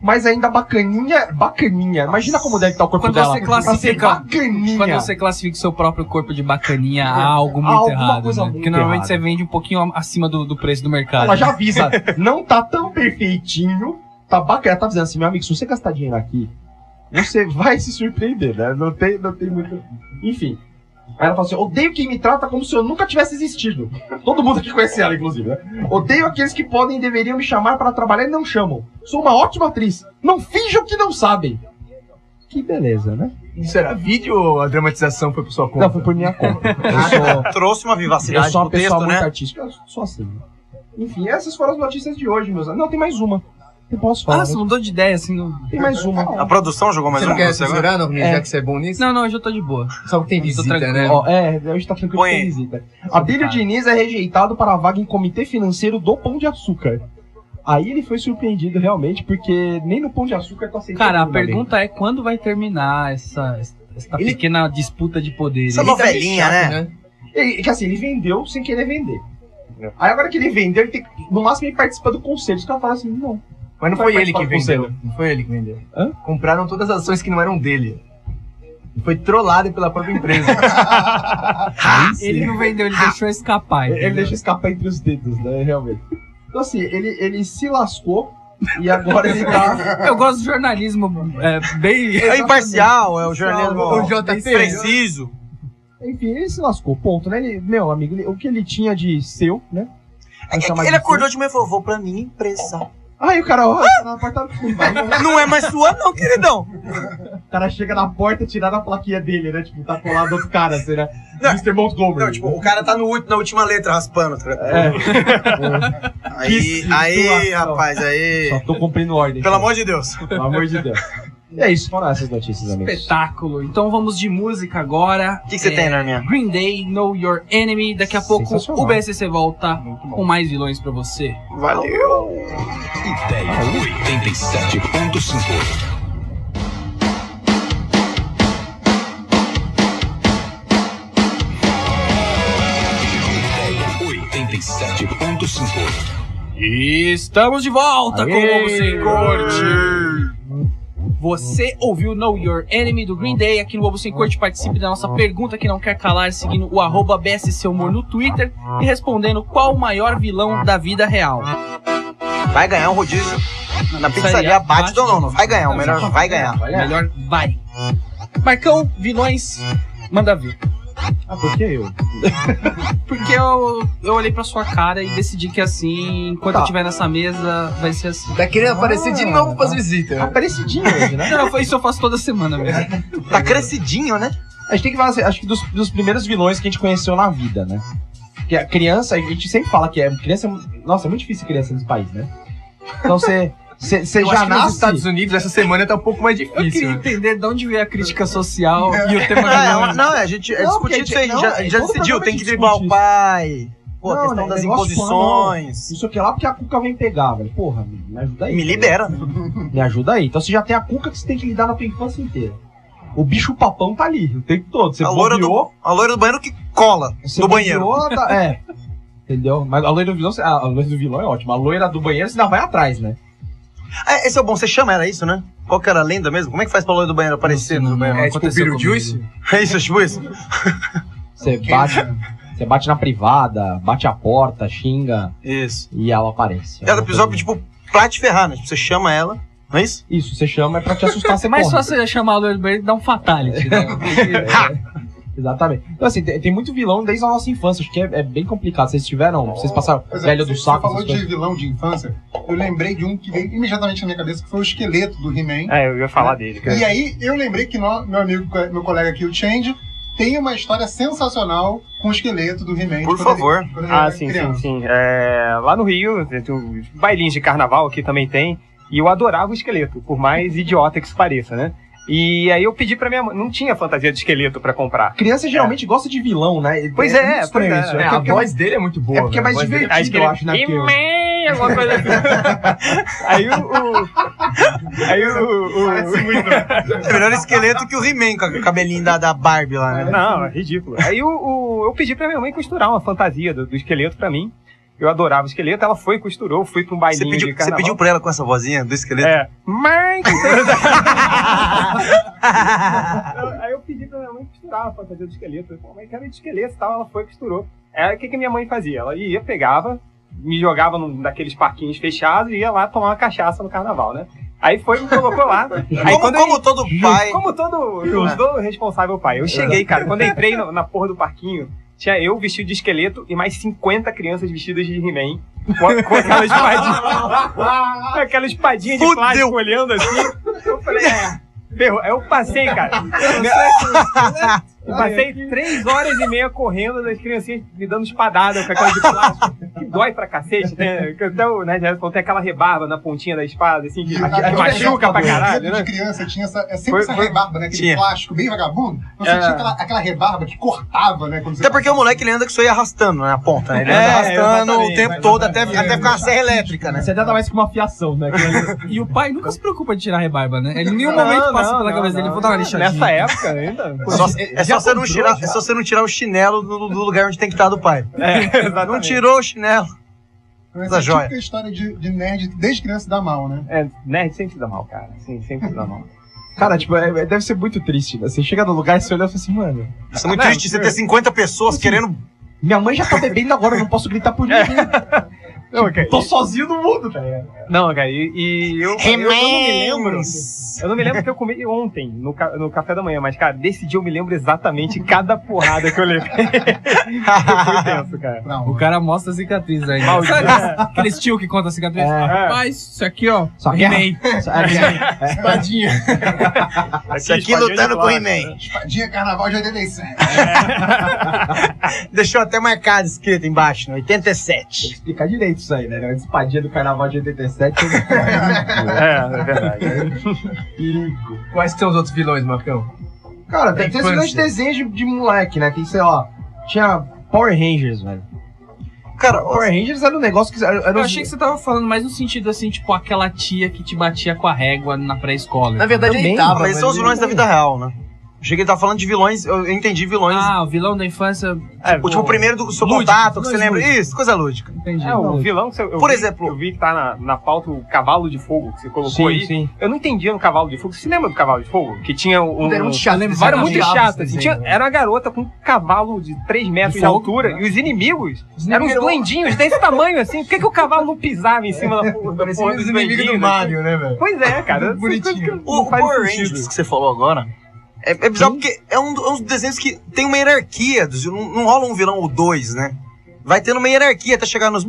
S5: Mas ainda bacaninha, bacaninha. Imagina como deve estar o corpo
S1: Quando
S5: dela.
S1: você
S5: Pra ser
S1: classifica-
S5: bacaninha.
S1: Quando você classifica o seu próprio corpo de bacaninha, há algo
S5: Há
S1: muito
S5: alguma
S1: errado.
S5: coisa
S1: né?
S5: muito
S1: Porque normalmente
S5: errada.
S1: você vende um pouquinho a- acima do, do preço do mercado.
S5: Ela já avisa, não tá tão perfeitinho, tá bacana. Ela tá dizendo assim, meu amigo, se você gastar dinheiro aqui, você vai se surpreender, né? Não tem, não tem muito. Enfim. Aí ela fala assim: odeio quem me trata como se eu nunca tivesse existido. Todo mundo aqui conhece ela, inclusive, né? Odeio aqueles que podem e deveriam me chamar para trabalhar e não chamam. Sou uma ótima atriz. Não finjam que não sabem. Que beleza, né?
S4: Isso era vídeo ou a dramatização foi por sua conta?
S5: Não, foi por minha conta. Eu sou.
S3: Trouxe uma
S5: Eu
S3: vivacidade
S5: sou uma
S3: pro
S5: pessoa
S3: texto,
S5: muito
S3: né?
S5: artística, eu sou assim. né? Enfim, essas foram as notícias de hoje, meus amigos. Não, tem mais uma. Eu posso falar.
S1: Nossa,
S5: né?
S1: Ah, mudou de ideia, assim. Não,
S5: Tem mais uma.
S3: A produção jogou mais
S4: Você
S3: um
S4: não quer
S3: você agora?
S4: censurar, Norminha,
S5: É.
S4: já que você é bom nisso?
S1: não, não, eu já tô de boa.
S4: Só que tem
S1: Eu tô
S4: visita,
S1: tranquilo.
S4: né?
S5: Ó, é, hoje tá tranquilo
S3: Põe
S5: que tem
S3: aí.
S5: visita. Abílio Diniz é rejeitado para a vaga em comitê financeiro do Pão de Açúcar. Aí ele foi surpreendido realmente, porque nem no Pão de Açúcar tá aceitando.
S1: Cara, a
S5: meu amigo.
S1: pergunta é quando vai terminar essa, essa
S4: Ele-
S1: pequena disputa de poderes.
S3: Essa
S4: Ele tá meio
S3: novelinha,
S4: chato,
S3: né?
S5: Ele, que assim, ele vendeu sem querer vender. Aí agora que ele vendeu, ele tem que, no máximo ele participa do conselho. Os caras falam assim: não,
S4: Mas não
S5: Mas
S4: foi
S5: faz
S4: ele que
S5: parte do
S4: vendeu. Não foi ele que vendeu.
S5: Hã?
S4: Compraram todas as ações que não eram dele. E Foi trollado pela própria empresa.
S1: Ele não vendeu, [laughs] ele deixou escapar.
S5: Ele, ele
S1: entendeu?
S5: deixa escapar entre os dedos, né? Realmente. Então, assim, ele, ele se lascou e agora ele tá.
S1: Eu gosto de jornalismo é,
S3: [laughs]
S1: bem.
S3: É imparcial, é o jornalismo É
S4: o JP.
S3: preciso.
S5: [laughs] Enfim, ele se lascou, ponto, né? Ele, meu amigo, ele- o que ele tinha de seu, né?
S3: É que Ele acordou de manhã e falou, vou pra minha empresa.
S5: Aí o cara, ó, tá na porta. [laughs]
S3: Não é mais sua não, queridão.
S5: O cara chega na porta tirar a plaquinha dele, né? Tipo, tá colado outro cara, assim, né?
S3: Não.
S5: Mr. Montgomery. né?
S3: Não, tipo, o cara tá no, ult- na última letra raspando. tá ligado?
S5: É,
S3: É. [laughs] Aí,
S5: Que
S3: aí,
S5: situação.
S3: rapaz, aí.
S5: só tô cumprindo ordem. tipo,
S3: Pelo amor de Deus.
S5: Pelo amor de Deus. E é isso, foram essas notícias, amigos.
S1: Espetáculo. Então vamos de música agora.
S3: O que, que você
S1: É,
S3: tem, né? Norminha?
S1: Green Day, Know Your Enemy. Daqui a pouco
S5: Sensacional.
S1: o BSC volta com mais vilões pra você.
S2: Valeu!
S7: Ideia 87.5. Ideia 87.5.
S1: E estamos de volta
S5: Aê!
S1: com o Bobo Sem Corte. Você ouviu Know Your Enemy do Green Day aqui no Bobo Sem Corte. Participe da nossa pergunta que não quer calar, é seguindo o arroba BSC Humor no Twitter e respondendo qual o maior vilão da vida real.
S3: Vai ganhar um rodízio na pizzaria Bate do Nono. então Vai ganhar, o melhor vai ganhar.
S5: Olha.
S1: Melhor vai. Marcão, vilões, manda ver.
S5: Ah, por que eu?
S1: Porque eu, eu olhei pra sua cara e decidi que assim, enquanto
S5: Tá.
S1: eu estiver nessa mesa, vai ser assim.
S4: [laughs] Tá querendo aparecer de novo pras
S5: Ah,
S4: visitas.
S5: parecidinho hoje, né?
S1: Não, foi isso eu faço toda semana mesmo.
S3: Tá crescidinho, né?
S5: A gente tem que falar, assim, acho que dos, dos primeiros vilões que a gente conheceu na vida, né? Porque a criança, a gente sempre fala que é. Criança é mu- Nossa, é muito difícil criança nesse país, né?
S3: [laughs]
S5: Então você. Você você
S4: Eu acho
S5: já
S4: que nos
S5: nasce.
S4: Estados Unidos essa semana tá um pouco mais
S1: Eu queria
S4: difícil. né?
S1: entender de onde veio a crítica social e o tema
S3: Não, [laughs] é,
S1: vilões.
S3: uma- não, é, a gente é
S5: Não,
S3: discutido
S5: porque
S3: isso aí. a gente
S5: não,
S3: já,
S5: é,
S3: já
S5: todo
S3: decidiu,
S5: programa
S3: tem
S5: a
S3: que
S5: gente
S3: driblar o
S5: discute
S3: pai. Pô,
S5: Não,
S3: a questão
S5: né,
S3: das
S5: negócio de plano,
S3: imposições.
S5: Isso aqui lá porque a Cuca vem pegar, velho. Porra, me me ajuda aí.
S3: Me
S5: cara.
S3: libera, né?
S5: Me ajuda aí. Então você já tem a Cuca que você tem que lidar na tua infância inteira. O bicho papão tá ali o tempo todo. Você
S3: A loira do-
S5: bobeou,
S3: A loira do banheiro que cola
S5: Você
S3: do banheiro.
S5: bobeou, tá-
S3: [laughs]
S5: É. Entendeu? Mas a loira do vilão, você- a a loira do vilão é ótima. A loira do banheiro você ainda vai atrás, né?
S3: É, esse é o bom, você chama era isso, né? Qual que era a lenda mesmo? Como é que faz pra loira do banheiro aparecer no banheiro?
S4: É tipo o Beetlejuice?
S3: É isso, é tipo isso?
S5: Você bate. Você bate na privada, bate a porta, xinga
S3: Isso.
S5: e ela aparece.
S3: Cada
S5: Alguma
S3: episódio,
S5: coisa.
S3: tipo, pra te ferrar, né? Tipo, você chama ela, não é isso?
S5: Isso, você chama é pra te assustar, você
S1: É [laughs] mais
S5: corre.
S1: fácil eu chamar a loira do banheiro e dar um fatality, né?
S5: Exatamente. Então, assim, tem, tem muito vilão desde a nossa infância. Acho que é, é bem complicado. Vocês tiveram. Vocês passaram
S6: Pois é,
S5: velho
S6: você-
S5: do saco.
S6: Você falou
S5: essas
S6: de
S5: coisas.
S6: vilão de infância. Eu lembrei de um que veio imediatamente na minha cabeça, que foi o esqueleto do He-Man.
S2: É, eu ia falar dele, cara.
S6: E aí eu lembrei que nó- meu amigo, co- meu colega aqui, o Change, tem uma história sensacional com o esqueleto do He-Man. de
S3: Por
S6: quando ele-
S3: favor.
S6: quando ele
S2: Ah,
S6: era
S2: sim, sim,
S6: criança.
S2: sim. É, lá no Rio, tem tem bailinhos de carnaval aqui também tem. E eu adorava o esqueleto, por mais idiota que isso pareça, né? E aí eu pedi pra minha mãe. Não tinha fantasia de esqueleto pra comprar.
S6: É.
S5: Criança geralmente gosta de vilão, né?
S2: Pois é,
S5: muito estranho
S2: pois é.
S5: isso. né?
S4: É,
S5: porque
S4: a voz dele é muito boa.
S5: É porque é
S4: velho.
S5: mais
S4: A voz dele-
S5: divertido,
S2: Aí
S5: eu acho, né?
S2: E
S5: Porque eu-
S2: meia, alguma coisa assim.
S5: [laughs]
S2: aí o. o- aí o. o-
S6: Parece [laughs] muito, né?
S3: É melhor esqueleto que o He-Man com o cabelinho da, da Barbie lá, né?
S2: Não, é ridículo. Aí o, o- eu pedi pra minha mãe costurar uma fantasia do, do esqueleto pra mim. Eu adorava o esqueleto, ela foi e costurou, fui pra um
S3: Você
S2: bailinho
S3: pediu,
S2: de
S3: você
S2: carnaval.
S3: pediu pra ela com essa vozinha do esqueleto?
S2: É. Mãe! [laughs]
S3: [laughs]
S2: É. Aí eu pedi pra minha mãe costurar a fantasia do esqueleto. Eu falei, mãe, quero ir de esqueleto e tal. Ela foi e costurou. Aí o que, que minha mãe fazia? Ela ia, pegava, me jogava num daqueles parquinhos fechados e ia lá tomar uma cachaça no carnaval, né? Aí foi, me
S3: [laughs]
S2: colocou lá. Aí
S3: como,
S2: eu-
S3: como todo pai.
S2: como todo, todo responsável pai. Eu cheguei, cara. Quando eu entrei no- na porra do parquinho, tinha eu vestido de esqueleto e mais 50 crianças vestidas de He-Man. Com, com aquela espadinha. com aquela espadinha de
S3: Fudeu.
S2: plástico olhando assim. Eu falei, é. Ferrou. Aí eu passei, cara. Eu passei três horas e meia correndo das criancinhas me dando espadada com aquela de plástico. Que dói pra cacete, né? Que Até o Nerd Harrison tem aquela rebarba na pontinha da espada, assim, que, que
S6: é
S2: machuca pra caralho,
S6: de
S2: né?
S6: criança tinha essa, é sempre
S2: Foi-
S6: essa
S2: foi-
S6: rebarba, né? Aquele
S3: tinha.
S6: plástico bem vagabundo. Então Você
S2: É.
S6: tinha aquela, aquela rebarba que cortava, né? Quando você
S3: Até porque é o moleque ele anda com isso aí arrastando né, na ponta, né? Ele anda
S2: É,
S3: arrastando o
S2: exatamente,
S3: tempo todo até, até ficar uma serra elétrica, né?
S5: Você até dá mais que uma fiação, né? Que-
S1: E o pai nunca se preocupa de tirar a rebarba, né? Ele em nenhum
S2: Não,
S1: momento passa
S2: não,
S1: pela
S2: não,
S1: cabeça dele,
S2: não.
S1: vou dar uma lixadinha.
S2: Nessa época ainda.
S3: É só, é só você não tirar, é só você não tirar o chinelo do, do lugar onde tem que estar do pai.
S2: É,
S3: Não tirou o chinelo.
S6: Então, Essa
S3: Tá joia.
S6: típica história de, de nerd desde criança se dá mal, né?
S2: É, nerd sempre se dá mal, cara. Sim, sempre se dá mal.
S5: Cara, tipo, é- é- deve ser muito triste. né? Você chega no lugar e você olha e fala assim, mano,
S3: Isso é muito triste você ter 50 pessoas querendo.
S5: minha mãe já tá bebendo agora, eu não posso gritar por ninguém. Tipo,
S2: Não, cara,
S5: Tô sozinho no mundo, tá ligado?
S2: não, cara e, e eu, eu, eu
S3: [laughs]
S2: não me lembro.
S3: Remens.
S2: Eu não me lembro que eu comi ontem, no, ca- no café da manhã, mas, cara, desse dia eu me lembro exatamente cada porrada que eu levei. [laughs] Foi tenso, cara.
S6: Não.
S1: O
S2: [laughs]
S1: cara mostra a cicatriz
S5: [laughs]
S1: aí.
S2: Maldito.
S1: Sabe aqueles- aqueles tio que conta a cicatriz?
S5: É.
S1: Rapaz, isso aqui, ó.
S5: Só
S2: é
S5: que-
S1: He-Man.
S6: Espadinha.
S2: é
S3: Isso aqui lutando com o He-Man.
S2: né?
S6: Espadinha Carnaval de 87.
S3: Deixou até marcado escrito embaixo, né? no 87.
S5: Explicar direito isso aí, né? A espadinha do carnaval de 87.
S2: [laughs] É, é verdade.
S4: Quais são os outros vilões, Marcão?
S5: Cara,
S4: Da
S5: tem, tem esse grande
S4: infância.
S5: desenho de moleque, né? Tem, sei lá, tinha Power Rangers, velho.
S3: Cara,
S5: Power Rangers era um negócio que... Era, era
S1: Eu
S5: um-
S1: achei que você tava falando mais no sentido assim, tipo, aquela tia que te batia com a régua na pré-escola.
S4: Na verdade, é
S5: Também,
S4: ele tava.
S3: mas são os
S4: ele-
S3: vilões da vida real, né? Achei que ele tava falando de vilões, eu eu entendi vilões.
S1: Ah, o vilão da infância.
S2: É,
S3: o, tipo, o primeiro do seu
S1: lúdico,
S3: contato, que você
S1: vilões
S3: lembra. Isso, coisa lúdica.
S1: Entendi.
S2: É, o vilão que você, eu
S3: Por
S2: vi-
S3: exemplo-
S2: Eu vi que tá na, na pauta o cavalo de fogo que você colocou aí.
S5: sim.
S2: Eu não entendia no cavalo de fogo. Você lembra do cavalo de fogo? Que tinha um.
S4: Era muito chato.
S1: Eu lembro,
S4: esse
S2: Era
S4: cara.
S2: muito
S4: Odiava
S2: chato.
S4: esse
S2: assim,
S4: desenho,
S2: tinha-
S4: né?
S2: era uma garota com um cavalo de 3 metros de,
S1: fogo,
S2: altura e os inimigos eram uns
S1: inimigos-
S2: duendinhos desse tamanho, assim. Por que, que o cavalo não pisava em cima da porra, da
S4: Parecia
S2: porra
S4: os
S2: dos
S4: inimigos um do
S2: duendinhos, assim?
S4: Mario, né, velho?
S2: Pois é, cara. essas
S4: Bonitinho.
S2: coisas que não
S3: O, o
S2: fazem
S3: Power
S2: sentido.
S3: Rangers que você falou agora é, é bizarro porque é um, do- é um dos desenhos que tem uma hierarquia. Dos, não, não rola um vilão ou dois, né? Vai tendo uma hierarquia até chegar nos.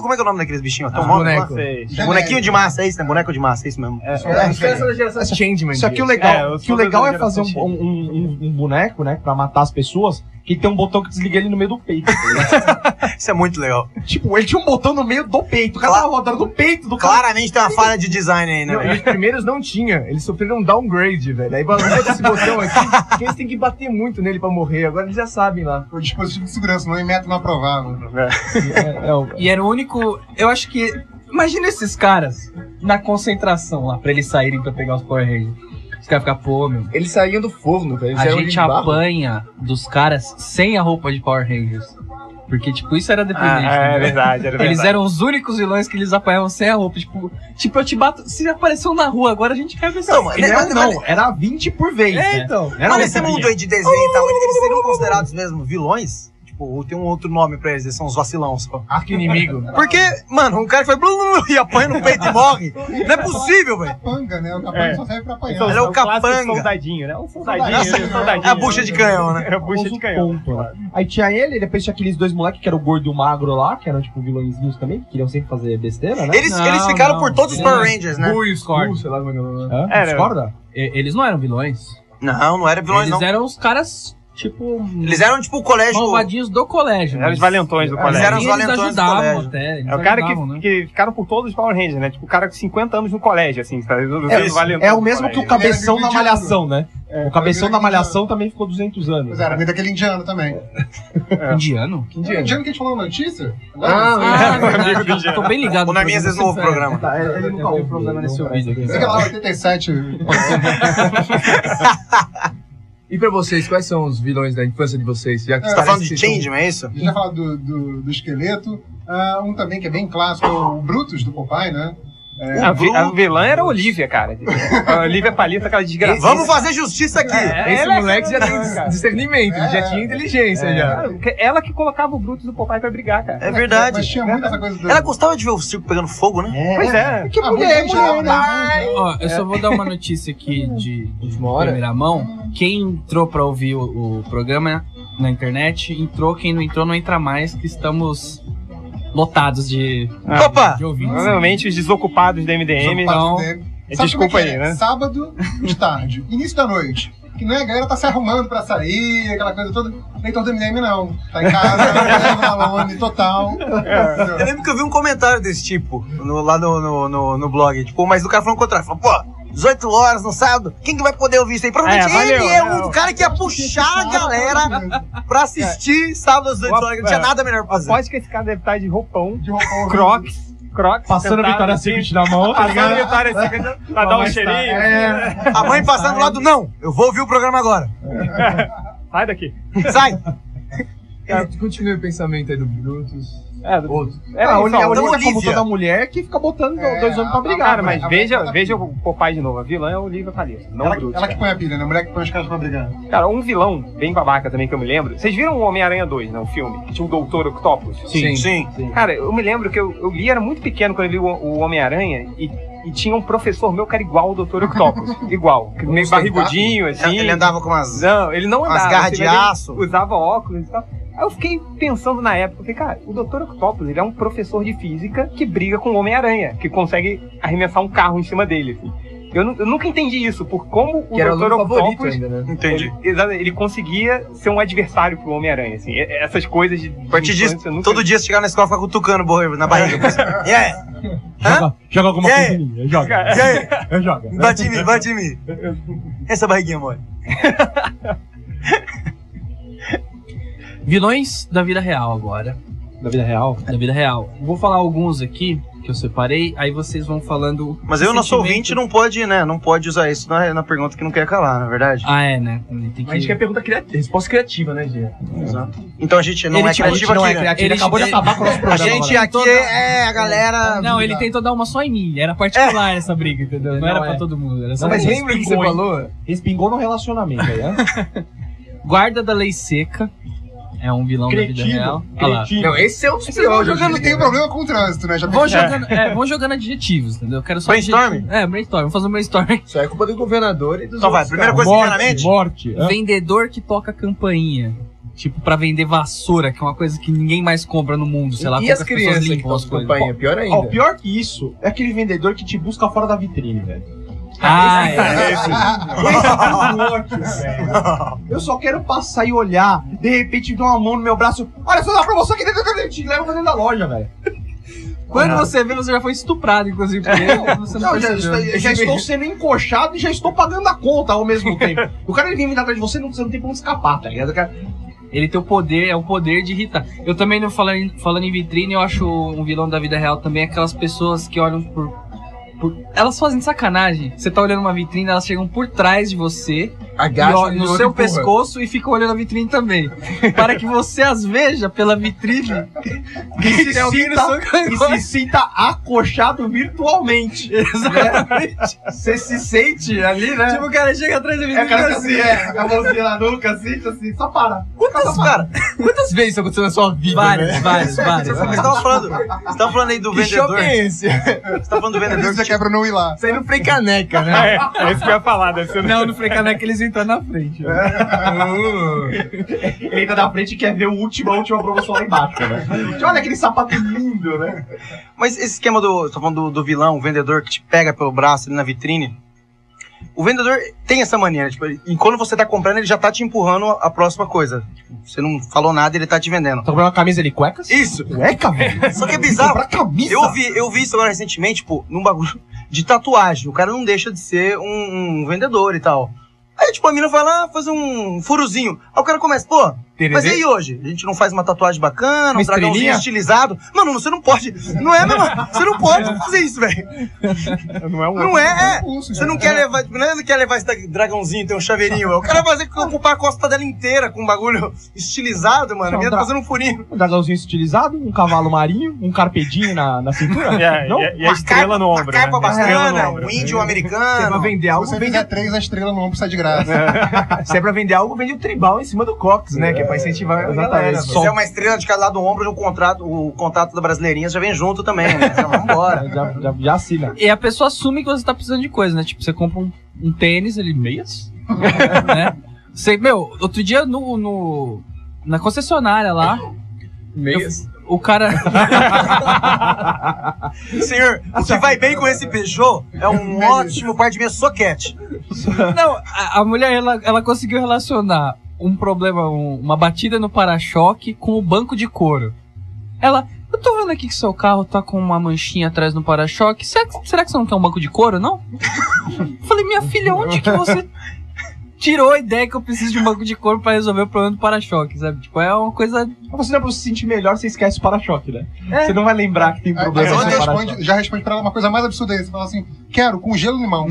S3: Como é que é o nome daqueles bichinhos? Tem um
S4: Ah,
S3: nome,
S4: boneco.
S3: né?
S2: Sei.
S3: Bonequinho de massa, é isso, né? Boneco de massa, é isso mesmo.
S2: É,
S4: É, a diferença da geração Changeman.
S5: Só que o
S2: É,
S5: legal
S2: eu
S5: é,
S2: sou
S5: que o legal é
S2: da geração
S5: fazer um, um- um- um- um boneco, né? Pra matar as pessoas, que tem um botão que desliga ele no meio do peito. tá ligado? [laughs]
S3: Isso é muito legal.
S5: tipo, ele tinha um botão no meio do peito. O cara tava rodando no peito do cara.
S3: Claramente tem uma falha de design aí, né?
S4: Não, e os primeiros não tinha, eles sofreram um downgrade, velho. Aí balança esse botão aqui, porque eles têm que bater muito nele pra morrer. Agora eles já sabem lá.
S6: O um dispositivo de segurança, não em método não aprovado.
S5: É, é o-
S1: E era o único. Eu acho que. Imagina esses caras na concentração lá, pra eles saírem pra pegar os Power Rangers. Os caras ficam, pô, meu.
S4: Eles saíam do forno, velho. Eles
S1: A
S4: eram
S1: gente
S4: de é um barro.
S1: apanha dos caras sem a roupa de Power Rangers. Porque, tipo, isso era
S2: Ah,
S1: dependente.
S2: é
S1: né?
S2: verdade, era verdade.
S1: Eles eram os únicos vilões que eles apanhavam sem a roupa. Tipo, tipo, eu te bato. Se apareceu na rua, agora a gente quer ver se
S3: Não, mas- né,
S5: Ele era- um
S3: mas-
S5: não, era 20 por vez,
S1: É,
S5: né?
S1: então.
S5: Era
S3: Mas nesse
S5: um-
S3: mundo aí de desenho e tal, eles eles seriam considerados mesmo vilões? Tipo, ou tem um outro nome pra eles, eles são os vacilão só.
S4: Arco inimigo.
S3: Porque, mano, um cara que foi blu, blu, blu, [laughs] e apanha no peito e morre. Não é possível, velho.
S6: Capanga, né? O capanga
S2: É.
S6: só serve pra apanhar.
S2: Então,
S3: Era o
S2: são clássicos
S3: capanga.
S2: soldadinho, né? O soldadinho,
S6: Nossa,
S2: o soldadinho.
S3: É a bucha de canhão, né?
S2: É a bucha de canhão.
S5: Ponto, né? Aí tinha ele, depois tinha aqueles dois moleques que era o gordo e o magro lá, que eram tipo vilõezinhos também, que queriam sempre fazer besteira, né? Uh,
S3: Eles,
S1: Não,
S3: eles ficaram
S1: não.
S3: por todos os
S1: Eles-
S3: Power Rangers, né?
S4: Buio,
S1: Discord.
S4: sei lá como é que é o nome.
S5: Hã?
S2: Era.
S5: Discorda?
S1: E- Eles não eram vilões.
S3: Não, não era vilões,
S1: eles
S3: não.
S1: eram os caras, tipo,
S3: Eles eram tipo o colégio.
S1: malvadinhos do colégio.
S2: Eram
S1: mas-
S2: os valentões do
S1: Eles
S2: colégio.
S3: eram os
S1: eles
S3: valentões do
S1: ajudavam
S3: colégio.
S1: até, eles
S2: É o cara que,
S1: ajudavam,
S2: [laughs]
S1: né?
S2: que ficaram por todos os Power Rangers, né? Tipo, o cara com 50 anos no colégio, assim, tá? sendo
S5: É,
S2: valentão
S5: é o
S2: do
S5: mesmo que
S2: colégio.
S5: o cabeção na
S6: Ele era
S5: malhação, né? o cabeção
S6: ele
S5: na
S6: era
S5: malhação também ficou 200 anos.
S6: Pois é, era meio daquele indiano também.
S1: Indiano?
S6: É o indiano que a gente falou na notícia?
S4: Ah,
S1: Ah, verdade. Tô bem ligado.
S3: O Norminha às vezes não é ouve o programa.
S5: Tá, é, ele
S1: Nunca houve problema nesse ouvido aqui.
S6: Sei lá, 87.
S4: E pra vocês, quais são os vilões da infância de vocês? Já que
S6: É,
S3: Você tá falando de
S4: parece que vocês
S3: Changeman, é isso?
S6: A gente já falou do, do, do esqueleto. Ah, um também que é bem clássico, é o Brutus do Popeye, né?
S2: É, A, vi- a vilã era a Olivia, cara. A Olivia Palito, aquela desgraçada.
S3: Vamos fazer justiça aqui.
S4: são- Esse
S2: Ela é
S4: moleque já tem
S2: cara.
S4: dis- discernimento, ele já
S6: É.
S4: tinha inteligência já.
S2: Cara, que- Ela que colocava o Brutus do Popeye pra brigar, cara.
S3: É
S6: Mas
S3: verdade.
S6: tinha muito essa coisa do.
S3: Ela gostava de ver o circo pegando fogo, né?
S5: É,
S2: Pois é.
S5: Que
S6: Ah,
S5: mulher,
S6: muito geral,
S5: mulher,
S6: né?
S5: né?
S1: Ó, eu só vou dar uma notícia aqui de, de
S4: Uma hora.
S1: primeira mão. Quem entrou pra ouvir o, o programa na internet, entrou. Quem não entrou, não entra mais, que estamos lotados de,
S2: Ah,
S3: Opa!
S1: de ouvintes.
S2: Provavelmente os desocupados do MDM.
S1: Desocupado. então-
S2: É,
S6: Sabe
S2: Desculpa
S6: como é que
S2: aí,
S6: é?
S2: né?
S6: Sábado de tarde, início da noite. Que não é, a galera tá se arrumando pra sair, aquela coisa toda. Leitor do MDM não. Tá em casa, [laughs] tá na lone,
S2: É.
S6: total.
S3: Eu lembro que eu vi um comentário desse tipo no- lá no, no, no, no blog. Tipo, mas o cara falou o contrário. Falou, pô, 18 horas no sábado, quem que vai poder ouvir isso aí? Provavelmente
S2: É, valeu,
S3: ele é
S2: né?
S3: um cara que ia puxar a galera pra assistir sábado às 18
S2: Uma-
S3: horas, que não tinha
S2: é.
S3: nada melhor pra fazer.
S2: Aposto que esse cara deve estar de roupão,
S6: De roupão.
S2: crocs, crocs.
S5: Passando a
S2: sentado
S5: vitória
S2: assim,
S5: secret na mão, tá
S2: Passando a
S5: ligado?
S2: vitória
S5: [laughs]
S2: secret pra dar um
S5: Mas tá-
S2: cheirinho.
S5: É,
S3: A mãe passando do lado, não, eu vou ouvir o programa agora.
S2: Sai daqui.
S3: Sai!
S6: É.
S4: Cara, Continue o pensamento aí do Brutus.
S5: É,
S4: Outro.
S5: é
S3: Ah,
S5: a única, a
S3: então,
S5: única
S3: Olivia.
S5: como toda mulher que fica botando
S6: É,
S5: dois homens pra
S6: a-
S5: brigar. né?
S2: Cara,
S6: Ah,
S2: mas
S6: mas-
S2: veja, veja o Popeye de novo. A vilã é o Olivia Palito, não
S6: ela,
S2: o Groot.
S6: ela que
S2: cara.
S6: põe a pilha, né? A mulher que põe os caras pra brigar.
S2: Cara, um vilão bem babaca também que eu me lembro. Vocês viram o Homem-Aranha 2, né? O filme? Que Tinha o Doutor Octopus.
S3: Sim.
S2: Cara, eu me lembro que eu, eu li, era muito pequeno quando eu li o, o Homem-Aranha e, e tinha um professor meu que era igual o Dr. Octopus. igual. que Meio barrigudinho, assim.
S3: Ele andava com umas,
S2: Não, ele não andava.
S3: umas garras
S2: assim,
S3: de
S2: mas ele
S3: aço.
S2: Usava óculos e tal. Aí eu fiquei pensando na época, eu falei, cara, o Dr. Octopus, ele é um professor de física que briga com o Homem-Aranha, que consegue arremessar um carro em cima dele, assim. Eu, nu- eu nunca entendi isso, por como o
S4: Que era o
S2: Dr.
S4: aluno favorito
S2: Octopus
S4: ainda, né?
S3: Entendi.
S2: ele, exato, ele conseguia ser um adversário pro Homem-Aranha, assim. E- Essas coisas de.
S3: A partir disso,
S2: infância, eu nunca-
S3: todo dia você chegar na escola e ficar cutucando o boi na barriga.
S1: É.
S3: E aí?
S5: Joga, joga alguma
S3: E
S5: coisa
S3: aí?
S5: em mim. Joga.
S3: E aí?
S5: Eu joga.
S3: Bate em mim, bate em mim. Essa barriguinha, é mole.
S1: Vilões da vida real agora.
S5: Na vida real.
S1: Da vida real. Vou falar alguns aqui que eu separei, aí vocês vão falando. o
S3: Mas aí o nosso
S1: sentimento-
S3: ouvinte não pode, né? Não pode usar isso na, na pergunta que não quer calar, na verdade.
S1: Ah, é, né? Ele tem que.
S4: A gente quer pergunta criativa, resposta criativa, né, Gê?
S3: Então a gente não
S1: Ele
S3: é
S1: te- a gente
S3: criativo
S1: não
S3: aqui,
S1: é
S3: né?
S1: criativo.
S5: Ele
S1: Ele-
S5: acabou de
S1: ele-
S5: acabar com o nosso
S3: A
S5: programa.
S3: gente
S5: né?
S3: aqui é a galera.
S1: Não, ele tentou dar uma só em mim. Era particular essa briga, entendeu? Não,
S5: Não,
S1: era
S5: é.
S1: pra todo mundo. Era só
S4: É. Não, mas
S1: pra-
S4: lembra o que você falou?
S5: Respingou no relacionamento aí, né?
S1: Guarda da Lei Seca. É um vilão da vida
S5: Cretino,
S1: real. Olha lá.
S4: Não, esse é um dos
S6: Vocês vão
S4: piores.
S6: jogando,
S4: Gê.
S6: tem problema com o trânsito, né? Já
S1: Vão
S6: pensei.
S1: jogando, é, vão jogando adjetivos, entendeu? Eu quero só
S3: Brainstorm?
S1: adjetivo. É, brainstorm. Vamos fazer um brainstorm.
S4: Isso é culpa do governador e dos
S3: Então vai,
S4: outros,
S3: primeira
S4: cara.
S3: coisa que vem na
S5: morte,
S3: mente.
S5: é, morte.
S4: É.
S5: Hã?
S1: Vendedor que toca campainha. Tipo, pra vender vassoura, que é uma coisa que ninguém mais compra no mundo, sei lá.
S4: E
S1: poucas
S4: as crianças
S1: pessoas
S4: que
S1: limpam as
S4: estão
S1: coisas.
S4: companhia, pior
S5: Ó,
S4: ainda.
S5: pior que isso é aquele vendedor que te busca fora da vitrine, velho. é
S1: Ah, é.
S5: Eu só quero passar e olhar, de repente dá uma mão no meu braço. Olha só, dá uma promoção aqui dentro da te leva pra dentro da loja, velho.
S1: Quando
S4: Ah.
S1: você vê, você já foi estuprado, inclusive,
S4: [laughs]
S1: por ele. Você não,
S5: Não, já,
S1: percebeu.
S5: já- já estou sendo encoxado e já estou pagando a conta ao mesmo tempo. O cara ele vem vir atrás de você, não, você não tem como escapar, tá ligado? O cara-
S1: Ele tem o poder, é o poder de irritar. Eu também, não falando, falando em vitrine, eu acho um vilão da vida real também aquelas pessoas que olham por. por- elas fazem sacanagem. Você tá olhando uma vitrine, elas chegam por trás de você, e
S4: Agacha
S1: olham
S4: e
S1: no
S4: outro
S1: seu
S4: empurra.
S1: pescoço e ficam olhando a vitrine
S5: [laughs]
S1: também. para que você as veja pela vitrine.
S5: E se
S1: Tem alguém tá no seu
S5: sinta, e
S1: cangote.
S5: se sinta acochado virtualmente. Exatamente. Você se sente ali, né?
S1: Tipo, o cara chega atrás da
S5: É
S1: vitrine.
S5: o cara que assim, é, a mãozinha na nuca, assim, tipo assim, só para.
S3: Quantas, cara?
S4: Quantas vezes isso aconteceu na sua vida? né?
S1: Várias, várias, várias.
S3: Você
S5: [laughs]
S1: várias.
S3: tava falando, você tava falando aí do
S4: Que
S3: vendedor.
S4: choque é esse?
S3: Você tava falando do
S6: Por
S3: vendedor.
S6: isso já
S3: que-
S6: quebra não ir lá.
S4: Isso aí não foi caneca, né?
S2: É, [laughs] é isso que eu ia falar, deve ser.
S1: Não, no Frecaneca eles entram na frente. ó.
S5: Ele entra na frente e quer ver o último, a última promoção lá embaixo, né? Tipo, Olha aquele sapato lindo, né?
S3: Mas esse esquema do. Tô falando do, do vilão, o vendedor que te pega pelo braço ali na vitrine. O vendedor tem essa mania, né? Tipo, ele- e quando você tá comprando, ele já tá te empurrando a, a próxima coisa. Tipo, Você não falou nada, ele tá te vendendo.
S5: Tá comprando uma camisa de cuecas?
S3: Isso! [laughs]
S5: Cueca, velho?
S3: Só que é bizarro.
S5: Comprar camisa?
S3: Eu vi, eu vi isso agora recentemente, tipo, num bagulho de tatuagem. O cara não deixa de ser um, um vendedor e tal. Aí, tipo, a mina vai lá fazer um furozinho. Aí o cara começa, pô, mas e aí hoje? A gente não faz uma tatuagem bacana, um
S5: Uma
S3: dragãozinho
S5: estrelinha?
S3: estilizado? Mano, você não pode. Não é, meu irmão? Você não pode fazer isso, velho.
S2: Não é um.
S3: Não é, é.
S6: Pulso,
S3: Você não quer levar, tipo, não é que quer levar esse dragãozinho, tem um chaveirinho. O cara vai fazer ocupar a costa dela inteira com um bagulho estilizado, mano.
S5: Não,
S3: A mina tá
S5: dra-
S3: fazendo um furinho.
S5: Um dragãozinho estilizado, um cavalo marinho, um carpedinho na, na cintura?
S2: [laughs] E a,
S5: Não?
S2: e a- e a estrela no ombro.
S3: Uma capa
S2: né? A estrela no
S3: bacana,
S2: ombro.
S3: um índio
S5: Se é pra
S3: americano.
S5: vender
S6: Se
S5: algo,
S6: você
S5: vende,
S6: fizer três na estrela no ombro, sai de graça.
S4: Se é pra vender algo, vende o tribal em cima do Cox, né? Que é pra incentivar a
S5: Exatamente.
S4: galera.
S3: Se é uma estrela de cada lado do ombro, o contrato, o contrato da brasileirinha já vem junto também, né? Então, vambora.
S5: [laughs] É, já, já, já assina.
S1: E a pessoa assume que você tá precisando de coisa, né? Tipo, você compra um, um tênis, ele meias, [laughs] né? Você, meu, outro dia no, no- na concessionária lá,
S4: Meias.
S1: o cara,
S3: Senhor, o que vai bem com esse Peugeot é um ótimo par de meias soquete.
S1: não, a, a mulher ela, ela conseguiu relacionar um problema, um- uma batida no para-choque com o banco de couro. Ela, eu tô vendo aqui que seu carro tá com uma manchinha atrás no para-choque. Será, que- será que você não quer um banco de couro, não? Eu Falei, minha filha, onde que você tirou a ideia que eu preciso de um banco de couro pra resolver o problema do para-choque, sabe? Tipo, é uma coisa.
S5: Pra você, né, pra você se sentir melhor, você esquece o para-choque, né? Você não vai lembrar que tem
S6: Aí
S5: problema
S6: É,
S5: é
S6: você
S5: no
S6: responde,
S5: para-choque.
S6: já responde pra ela uma coisa mais absurda aí. Você fala assim, quero, com gelo e limão.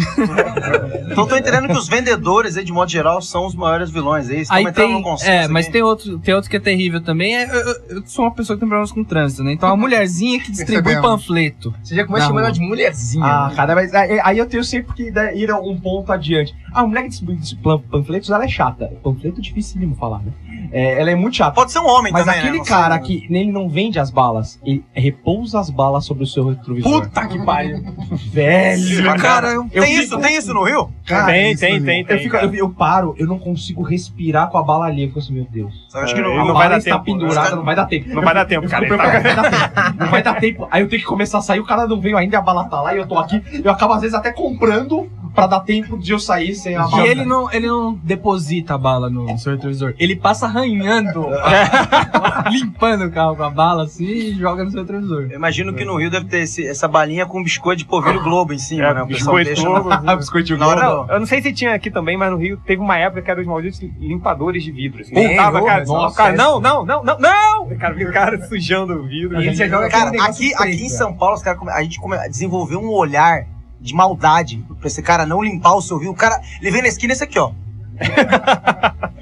S3: Então tô entendendo que os vendedores aí, de modo geral, são os maiores vilões aí.
S1: Aí tem. É, mas tem outro, tem outro que é terrível também. É, eu, eu- eu sou uma pessoa que tem problemas com trânsito, né? Então a mulherzinha que distribui
S6: Percebemos.
S1: panfleto.
S4: Você já começa
S1: Na
S4: chamando ela
S1: rua.
S4: de mulherzinha.
S5: Ah, cara, mas aí, aí eu tenho sempre que né, ir um ponto adiante. Ah, o moleque de panfletos, ela é chata. Panfleto é dificílimo falar, né? É, ela é muito chata.
S3: Pode ser um homem
S5: Mas
S3: também,
S5: aquele
S3: né? Não sei,
S5: cara
S3: né?
S5: que ele não vende as balas, ele repousa as balas sobre o seu retrovisor.
S4: Puta que pariu.
S5: Velho!
S3: Cara,
S5: eu
S3: tem
S5: fico-
S3: isso, tem isso no Rio?
S6: Cara,
S2: tem,
S6: isso,
S2: tem,
S6: né?
S2: tem, tem.
S5: Eu, fico- eu- eu paro, eu não consigo respirar com a bala ali. Eu fico assim, meu Deus.
S3: Eu acho que
S2: É,
S3: no
S2: eu
S5: a
S2: não
S5: bala
S2: vai dar
S5: está
S2: tempo, né?
S5: pendurada, não vai dar tempo.
S2: Não vai dar tempo, cara. Ele tá-
S5: Não vai dar tempo. Aí eu tenho que começar a sair, o cara não veio ainda, e a bala tá lá e eu tô aqui. Eu acabo às vezes até comprando pra dar tempo de eu sair sem a
S1: E
S5: bala.
S1: ele não, ele não deposita a bala no seu retrovisor. Ele passa arranhando, [laughs] limpando o carro com a bala assim e joga no seu retrovisor.
S3: Eu imagino que no Rio deve ter esse- essa balinha com biscoito de polvilho globo em cima,
S2: É,
S3: né? O pessoal
S2: biscoito
S3: deixa na-
S2: Globo.
S3: [laughs]
S5: Ah, biscoitinho
S3: na hora.
S2: Não, eu não sei se tinha aqui também, mas no Rio teve uma época que eram os malditos limpadores de vidro. Assim.
S5: Tem,
S2: Voltava,
S5: ô,
S2: cara,
S5: nossa,
S2: cara,
S5: é
S2: não, não, não, não, não! O cara, o cara sujando o vidro.
S4: E você joga
S3: Cara,
S4: aquele negócio
S3: aqui,
S4: preto,
S3: aqui em
S4: né?
S3: São Paulo, os cara, come- a gente come- desenvolveu um olhar de maldade pra esse cara não limpar o seu rio. O cara, ele vem na esquina esse
S5: [laughs]
S3: aqui, ó.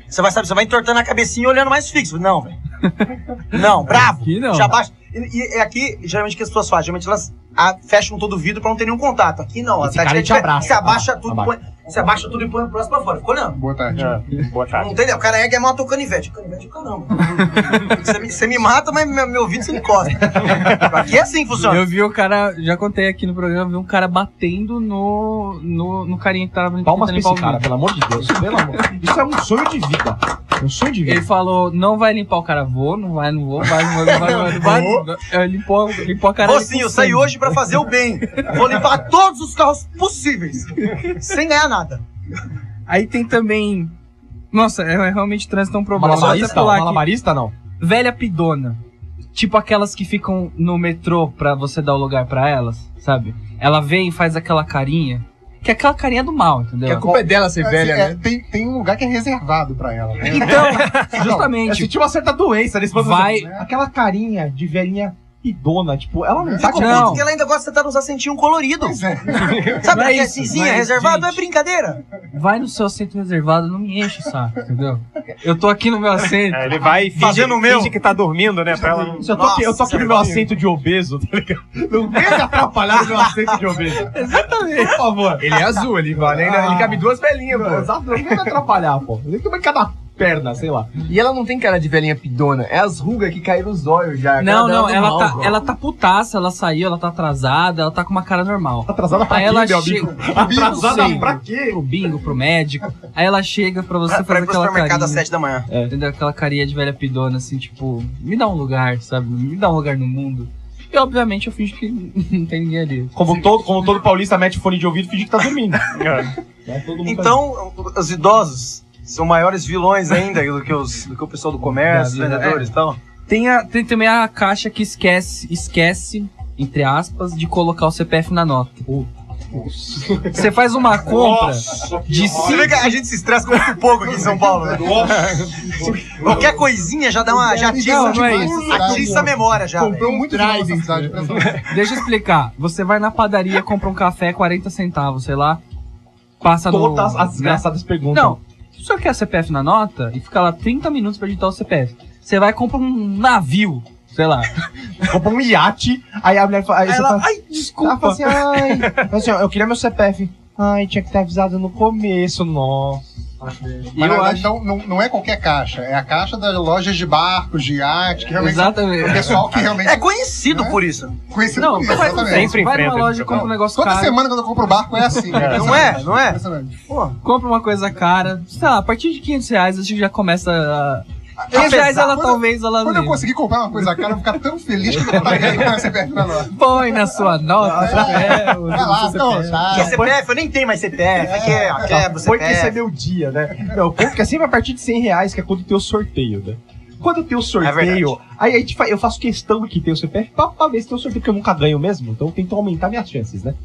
S3: você vai, sabe, você vai entortando a cabecinha e olhando mais fixo. Não, velho. Não, bravo.
S1: Aqui não.
S3: Já baixa. E, e- e aqui, geralmente, o que as pessoas fazem? Geralmente elas a- fecham todo o vidro pra não ter nenhum contato. Aqui não.
S5: Esse
S3: a
S5: cara,
S3: tática
S5: ele te
S3: é-
S5: abraça.
S3: Se abaixa tudo,
S5: Abaixa.
S3: põe- se abaixa tudo e põe o próximo pra fora. Ficou olhando.
S6: Boa tarde.
S2: É, boa tarde.
S3: Não tem, o cara ergue a mão, o canivete. Canivete, é caramba. Você me, você me mata, mas meu, meu ouvido você me costa. Aqui é assim que funciona.
S1: Eu vi o cara, já contei aqui no programa, vi um cara batendo no, no, no carinha que tava
S5: Palmas pra
S1: tentando limpar
S5: esse
S1: o
S5: cara,
S1: vidro.
S5: pelo amor de Deus. Pelo amor. Isso é um sonho de vida. É um sonho de vida.
S1: Ele falou, não vai limpar o cara, vou, não vai, não vou, vai, não vou, não vai, não vai, não vai. É, Limpou, limpou a cara
S3: Vou
S1: dele
S3: sim,
S1: com
S3: eu saí
S1: sangue.
S3: hoje pra fazer o bem. Vou limpar todos os carros possíveis. Sem ganhar nada.
S1: Aí tem também. Nossa, é é realmente trânsito é um problema. Vou até
S5: Malabarista?
S1: pular aqui.
S5: Malabarista não.
S1: Velha pidona. Tipo aquelas que ficam no metrô pra você dar o lugar pra elas, sabe? Ela vem e faz aquela carinha. Que é aquela carinha do mal,
S4: Que a
S1: entendeu?
S4: culpa é dela ser
S6: É,
S4: velha,
S6: assim, é,
S4: né?
S6: tem, tem um lugar que é reservado pra ela. né?
S1: Então,
S5: Eu
S1: justamente.
S5: senti uma certa doença nesse momento.
S1: Vai-
S5: Aquela carinha de velhinha idona, tipo, ela não tá
S1: Ficou
S5: te-
S1: Não.
S3: Porque ela ainda gosta de sentar nos assentinhos coloridos.
S6: Pois é.
S3: Sabe
S1: Não é
S3: aquele
S1: isso,
S3: assentinho
S1: não é isso,
S3: reservado? É
S1: gente.
S3: brincadeira.
S5: assim.
S1: Vai no seu assento reservado, não me enche o saco, entendeu? Eu tô aqui no meu assento.
S2: É, ele vai e finge,
S3: Fazendo o meu.
S2: finge que tá dormindo, né? Pra ela
S5: [laughs]
S2: não.
S5: Se eu tô aqui, eu tô aqui
S3: Nossa,
S5: no meu assento de obeso, tá ligado? Não venha me atrapalhar no meu assento de obeso. [laughs] Exatamente. Por favor.
S4: Ele é azul, ele vale. ainda-
S5: Ah.
S4: Ele cabe duas velhinhas,
S5: Não,
S4: pô.
S5: Exato, não venha me atrapalhar, pô. Tem que cada perna, sei lá.
S4: E ela não tem cara de velhinha pidona, é as rugas que caíram os olhos já. a cara
S1: Não,
S4: dela
S1: não,
S4: do
S1: ela
S4: mal,
S1: tá,
S4: pô.
S1: ela tá putaça, ela saiu, ela tá atrasada, ela tá com uma cara normal.
S5: Atrasada pra
S1: Aí
S5: quê,
S1: ela
S5: meu
S1: chega.
S5: amigo? Atrasada
S1: Sim.
S5: pra quê?
S1: pro bingo, pro médico. Aí ela chega pra você
S3: Pra, pra
S1: fazer
S3: ir pro
S1: aquela
S3: supermercado
S1: carinha.
S3: às sete da manhã.
S1: Entendeu? Aquela carinha de velha pidona, assim, tipo, me dá um lugar, sabe? Me dá um lugar no mundo. E obviamente eu fingi que [laughs] não tem ninguém ali.
S5: Como todo, como todo paulista mete fone de ouvido e finge que tá [laughs] dormindo.
S2: É.
S5: Né? Todo mundo
S3: Então, os idosos são maiores vilões ainda do que, os, do que o pessoal do comércio, os
S1: Da vida, é.
S3: vendedores e tal.
S1: Tem, a- tem também a caixa que esquece, esquece, entre aspas, de colocar o CPF na nota. Você faz uma compra de
S3: Você vê que a gente se estressa com muito pouco aqui em São Paulo. né? Qualquer coisinha já dá uma. Já
S1: Não,
S3: atiça, tipo,
S1: não é
S6: demais
S1: isso.
S6: essa cidade,
S3: atiça a
S6: mano.
S3: memória já. velho.
S6: Comprou muito drive, cidade.
S1: Deixa eu explicar. Você vai na padaria, compra um café, 40 centavos, sei lá. Passa
S5: Todas
S1: no.
S5: as
S1: né?
S5: desgraçadas perguntam.
S1: Não, se o senhor quer CPF na nota e fica lá 30 minutos pra digitar o CPF, você vai e compra um navio, sei lá.
S5: compra um iate, aí a mulher fala. Aí você
S1: ela,
S5: fala,
S1: ai,
S5: ela fala
S1: desculpa.
S5: assim, ai, assim, ó, eu queria meu CPF. Ai, tinha que ter avisado no começo, nossa.
S1: E
S6: Mas, na
S1: eu
S6: verdade,
S1: acho.
S6: não, não, não é qualquer caixa. É a caixa das lojas de barcos, de iate, que realmente... O
S1: Exatamente.
S6: pessoal que realmente
S3: É conhecido por isso.
S6: conhece
S1: Não,
S6: tudo isso,
S1: vai,
S6: exatamente.
S1: vai
S2: Sempre
S1: numa
S2: enfrenta né?
S1: loja
S2: esse
S1: e compra um negócio
S6: Toda
S1: caro.
S6: semana quando eu compro barco é assim.
S3: Não é? Não é?
S6: Impressionante.
S1: Compra uma coisa cara. Sei lá, a partir de 500 reais acho que já começa a. 500 reais ela
S6: Quando-
S1: talvez ela
S6: Quando eu
S1: não.
S6: conseguir comprar uma coisa cara, eu vou ficar tão feliz que eu vou estar ganhando com a CPF menor.
S1: Põe na sua nota. CPF,
S4: é.
S1: o
S6: Vai lá,
S1: seu
S6: então,
S1: CPF.
S6: tá.
S4: Ah,
S3: Que é CPF, eu nem tenho mais CPF. Aqui é, aqui é
S5: Foi que esse é
S3: CPF.
S5: meu dia, né? Não, porque é sempre a partir de 100 reais, que é quando tem o sorteio, né? Quando tem o sorteio, aí a gente fa- eu faço questão do que tem o CPF pra, pra ver se tem o sorteio, porque eu nunca ganho mesmo, então eu tento aumentar minhas chances, [laughs] né?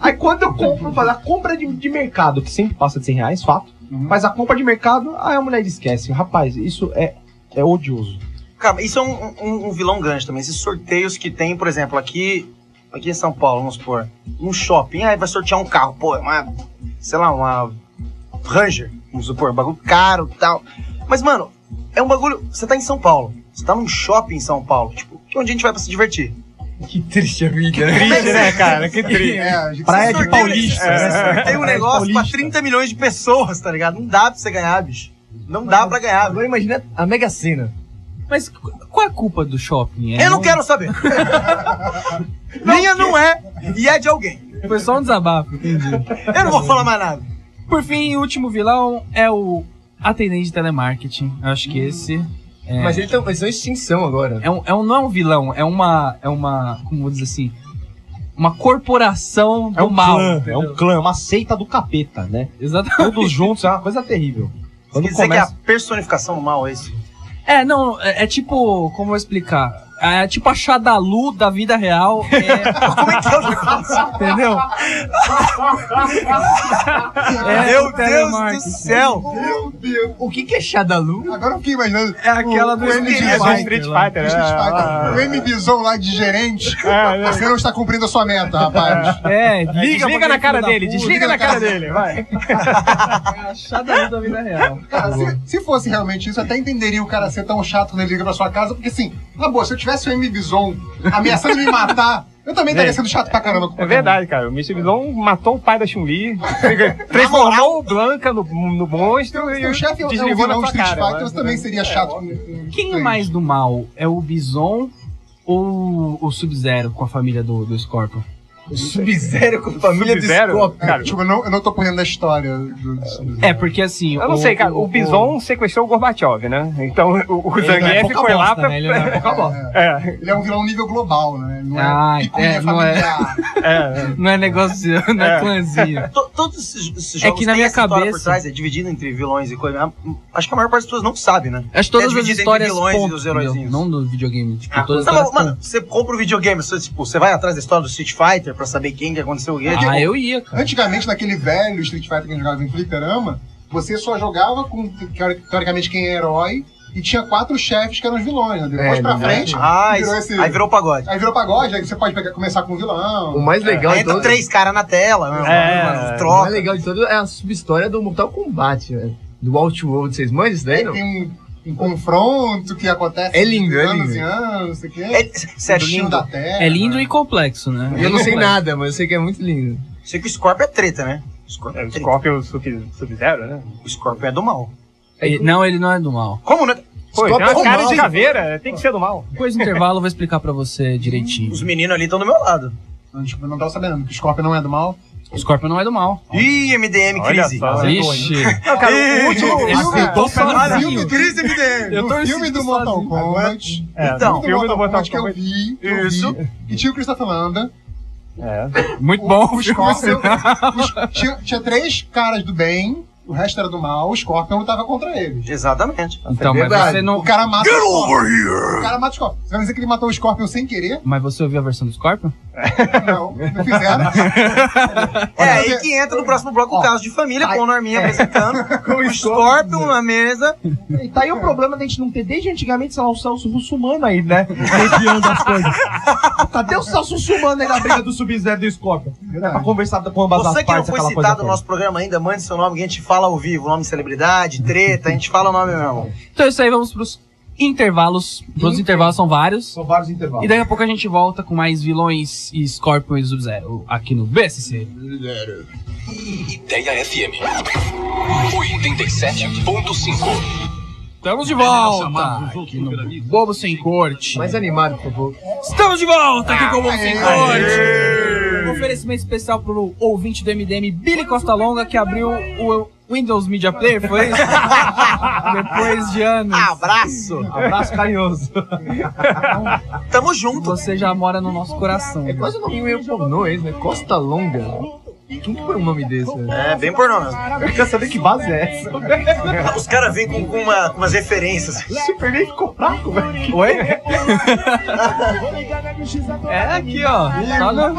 S5: aí quando eu compro, faz a compra de, de mercado, que sempre passa de 100 reais, fato, mas a compra de mercado, aí a mulher esquece. Rapaz, isso é, é odioso.
S3: Cara, isso é um, um- um vilão grande também. Esses sorteios que tem, por exemplo, aqui, aqui em São Paulo, vamos supor, num shopping, aí vai sortear um carro, pô, é uma, sei lá, uma Ranger, vamos supor, um bagulho caro e tal. Mas, mano, é um bagulho. Você tá em São Paulo, você tá num shopping em São Paulo, tipo, onde a gente vai pra se divertir?
S4: Que triste a vida.
S2: Triste, né, cara? Que triste.
S6: É, a gente
S5: Praia
S6: se
S5: de
S6: sorteia-
S5: Paulista,
S3: Você
S5: né?
S3: sorteia um
S5: Praia de
S3: negócio pra
S5: Paulista.
S3: 30 milhões de pessoas, tá ligado? Não dá pra você ganhar, bicho. Não dá pra ganhar.
S4: Agora imagina a Mega Sena.
S1: [laughs] Mas qual é a culpa do shopping? É
S3: Eu não
S1: um-
S3: quero
S5: [laughs]
S3: saber. Minha não é, e é de alguém.
S1: Foi só um desabafo, entendi.
S3: Eu não vou falar mais nada.
S1: Por fim, o último vilão é o atendente de telemarketing. Eu acho que esse. É,
S4: Mas eles estão em extinção agora.
S1: é um, é um- não é um vilão, é uma. É uma. Como vou dizer assim? Uma corporação do
S5: É um
S1: mal.
S5: clã, é um clã, é uma seita do capeta, né?
S1: Exatamente.
S5: Todos juntos, é uma coisa terrível. Quando
S3: Quer dizer
S5: começa...
S3: que é a personificação do mal, é isso?
S1: É, não, é, é tipo. Como eu vou explicar? É tipo a Shadalu da vida real.
S2: [laughs]
S1: É,
S3: Como é que é o negócio?
S1: entendeu?
S3: Meu
S1: É o
S3: Deus do
S1: telemarketing.
S3: céu!
S6: Meu Deus.
S4: O que, que é Shadalu?
S6: Agora eu fiquei imaginando.
S1: É aquela do
S6: o MD
S1: Street
S2: É do
S6: Bison.
S2: Street Fighter, né?
S6: Street Fighter. O M. Bison lá de gerente.
S2: É,
S6: Você não está cumprindo a sua meta, rapaz.
S1: É, liga, pra
S2: Desliga
S1: aquele
S2: na cara
S1: filho da
S2: dele,
S1: puta.
S2: desliga na cara dele, vai.
S1: É a Shadalu da vida real.
S6: Cara, se, se fosse realmente isso, eu até entenderia o cara ser tão chato quando ele liga pra sua casa, porque assim, na boa, se eu tivesse o M. Bison ameaçando me matar, eu também estaria sendo chato pra caramba. com
S2: É
S6: qualquer um.
S2: verdade, cara. O Mr. Bison matou o pai da Chun-Li, transformou o Blanca no, no monstro e
S6: Seu chefe é o é o
S2: desligou na
S6: vilão de
S2: sua
S6: Street
S2: cara. né?
S6: Fighter,
S2: mas-
S6: você também seria chato. com- com- com
S1: Quem
S6: ele.
S1: mais do mal é o Bison ou o Sub-Zero com a família do, do Scorpion?
S4: Sub-Zero com a família do
S2: Sub-Zero,
S4: Scorpion.
S2: cara,
S6: Tipo, eu não, eu não tô correndo da história. do- do-
S1: É, porque assim.
S2: Eu não sei, cara. O Bison sequestrou o Gorbachev, né? Então [laughs] o, o
S5: Ele não é
S2: Zangief
S5: pouca
S2: foi lá
S5: bosta,
S2: pra.
S5: né? Ele não é pouca bosta.
S2: [laughs] É,
S6: Ele é um vilão nível global, né? Ele Não é
S1: Ah,
S6: picuinha
S1: é, não é.
S6: familiar.
S2: é.
S1: Não é negócio, não é,
S2: É.
S1: clãzinho.
S3: To- Todos esses, esses
S1: É
S3: jogos
S1: que na
S3: têm
S1: minha
S3: essa história por
S1: cabeça-
S3: trás, é dividido entre vilões e coisa. Acho que a maior parte das pessoas não sabe, né?
S1: Acho que todas
S3: É
S1: as
S3: dividido entre
S1: histórias.
S3: vilões e
S1: ponto,
S3: os
S1: entendeu?
S3: heróizinhos.
S1: não do videogame. Tipo, todas as
S3: Não, mas,
S1: histórias.
S3: Tá mano, você compra o videogame, você, tipo, você vai atrás da história do Street Fighter pra saber quem que aconteceu o quê.
S1: ponto.
S3: tipo,
S1: Ah, eu ia, cara.
S6: Antigamente, naquele velho Street Fighter que a gente jogava em fliperama, você só jogava com, teori- teoricamente, quem é herói e tinha quatro chefes que eram os vilões, né? Depois
S4: É,
S6: pra
S4: né?
S6: frente,
S3: ah,
S6: virou
S3: isso-
S6: esse-
S3: aí virou pagode.
S6: aí virou pagode, aí você pode pegar- começar com o vilão.
S4: O mais legal
S3: Aí
S4: de
S3: entra
S4: todo...
S3: três caras na tela, né, mano,
S2: É.
S3: mano, um
S4: O mais
S3: troca.
S4: legal de todo é a subhistória do Mortal Kombat, velho. Do Outworld. Vocês manjam isso daí, não?
S6: Tem um, um confronto que acontece
S4: É lindo, é
S6: anos
S4: lindo.
S6: e anos, não sei o quê.
S3: É, sério,
S6: Destino
S3: lindo.
S6: da Terra.
S1: É lindo e complexo, né?
S4: Eu não sei
S1: Complexo.
S4: nada, mas eu sei que é muito lindo.
S3: Sei que o Scorpion é treta, né? O Scorpion
S2: É,
S3: é,
S2: o
S3: treta.
S2: Scorpion Sub- Sub-Zero, né?
S3: O Scorpion é do mal.
S1: Ele- não, ele não é do mal.
S3: Como, né?
S2: Pô, tem
S4: Scorpion é
S2: uma cara
S4: mal.
S2: de caveira, tem que ser do mal.
S1: Depois do intervalo eu vou explicar pra você direitinho.
S3: Os meninos ali estão do meu lado.
S6: Não, tipo, eu não tava sabendo que o Scorpion não é do mal.
S1: O Scorpion não é do mal.
S3: Ih, MDM,
S2: Olha
S3: crise.
S2: só.
S1: Ixi.
S2: Não, cara, o último.
S1: Ele
S2: o filme-
S1: sentou sozinho.
S6: filme
S3: Crise MDM.
S1: Eu tô
S6: No filme do Mortal
S1: sozinho.
S6: Kombat.
S2: É,
S3: Então,
S2: o filme do Mortal
S6: que eu
S2: Kombat.
S6: vi. que eu vi,
S3: Isso.
S6: Que tinha o Christopher Lambert.
S2: É.
S1: Muito
S6: O-
S1: bom.
S6: O
S1: [laughs]
S6: Scorpion. os- tinha, tinha três caras do bem, o resto era do mal, o Scorpion lutava contra eles.
S3: Exatamente.
S1: Então, mas
S4: verdade.
S1: você
S6: O
S1: não.
S6: cara mata o Scorpion. O cara mata o Scorpion. Você vai dizer que ele matou o Scorpion sem querer?
S1: Mas você ouviu a versão do Scorpion?
S6: Não, não fizeram.
S3: É aí que entra no próximo bloco o
S6: Ó,
S3: caso de família, com o Norminha apresentando.
S4: Com
S3: O Scorpion na mesa.
S5: E tá aí o problema da gente não ter desde antigamente, sei lá, o Celso Russumano aí, né? Mediando as coisas. Cadê o Celso Russumano aí na briga do Sub-Zero e do Scorpion? É pra conversar com ambas
S3: Você
S5: as
S3: que não
S5: partes,
S3: foi
S5: aquela coisa
S3: citado no
S5: toda.
S3: nosso programa ainda, mande seu nome que a gente fala ao vivo. Nome de celebridade, treta, a gente fala o nome mesmo.
S1: Então é isso aí, vamos pros intervalos. Os intervalos são vários.
S5: São vários intervalos.
S1: E daqui a pouco a gente volta com mais vilões e Scorpion e Sub-Zero aqui no BSC.
S7: Ideia FM 87.5.
S1: Estamos de volta aqui no Bobo Sem Corte.
S4: Mais animado, por favor. Ah, é.
S1: Estamos de volta aqui com o Bobo Sem Corte. Um oferecimento especial pro ouvinte do MDM, Billy Costa Longa, que abriu o Windows Media Player, foi isso? Depois de anos.
S3: Ah, Abraço.
S5: Abraço carinhoso.
S3: [laughs] Tamo junto.
S1: Você já mora no nosso coração.
S4: É quase um nome meio pornô esse, né? Costa Longa. Quem que põe um nome desse? né?
S3: É, bem pornô mesmo.
S4: Eu quero saber que base é essa.
S3: Os caras vêm com, com, uma- com umas referências.
S4: Superman ficou fraco, velho. Oi?
S1: É aqui, ó. Só na-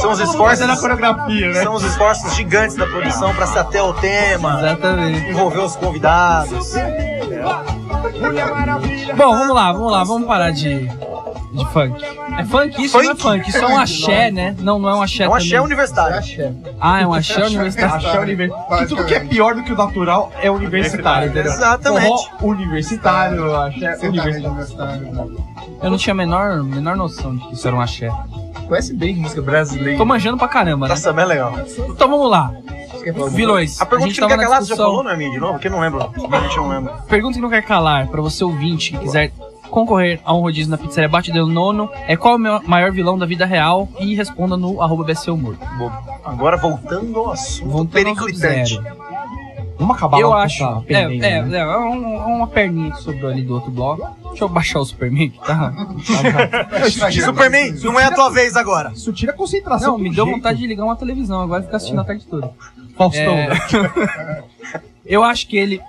S3: São os esforços,
S4: coreografia,
S3: são os esforços gigantes da produção pra se até o tema,
S1: Exatamente.
S3: envolver os convidados.
S1: Bom, vamos lá, vamos lá, vamos parar de. De funk. É funk, isso não é
S3: Funk?
S1: funk, isso é um axé, né? Não, não é um axé
S3: É um axé
S1: também.
S3: universitário.
S1: Ah, é um axé universitário.
S5: Axé universitário. Tudo que é pior do que o natural é universitário, entendeu?
S3: Exatamente.
S5: Forró universitário, axé é
S6: tá né?
S5: universitário.
S1: Eu não tinha a menor, menor noção de que isso era um axé.
S4: Conhece bem música brasileira.
S1: Tô manjando pra caramba, né?
S3: Nossa, bem legal.
S1: Então vamos lá. Vilões.
S3: A pergunta
S1: gente
S3: que não
S1: tava
S3: quer
S1: na
S3: calar, você já
S1: discussão-
S3: falou, Norminha, de novo? Que eu não lembro. Realmente eu não lembro.
S1: Pergunta que não quer calar, pra você ouvinte que quiser concorrer a um rodízio na pizzaria Bate Del Nono, é qual o meu maior vilão da vida real? E responda no arroba BC Humor.
S3: Agora voltando ao assunto
S1: Voltando ao
S3: periclitante.
S1: zero.
S5: Vamos acabar
S1: Eu
S5: logo com
S1: acho.
S5: essa
S1: É,
S5: perninha,
S1: é,
S5: né?
S1: é, é um- é uma perninha que sobrou ali do outro bloco. Deixa eu baixar o Superman, que tá?
S5: [laughs]
S6: né?
S3: Superman, não é a tua vez agora.
S5: Isso tira a concentração.
S1: Não,
S5: do
S1: me deu
S5: um jeito.
S1: vontade de ligar uma televisão, agora fica assistindo a tarde toda.
S5: Faustão.
S1: É. [laughs]
S5: né?
S1: Eu acho que ele,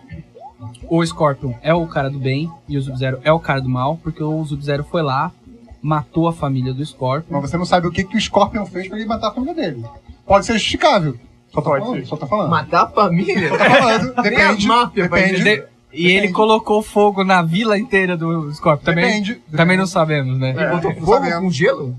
S1: o Scorpion, é o cara do bem e o Sub-Zero é o cara do mal, porque o Sub-Zero foi lá, matou a família do Scorpion.
S6: Mas você não sabe o que, que o Scorpion fez pra ele matar a família dele. Pode ser justificável. Só tô
S2: Pode
S6: falando.
S2: ser.
S6: Só tô falando.
S4: Matar a família?
S6: Tô falando.
S4: Nem é a
S6: Depende.
S4: máfia vai
S6: Depende.
S4: entender.
S6: Depende.
S1: De- E ele colocou fogo na vila inteira do Scorpion. Também,
S6: Depende.
S1: também não sabemos, né?
S2: É.
S4: Botou
S6: não
S4: fogo
S6: sabemos.
S4: com gelo?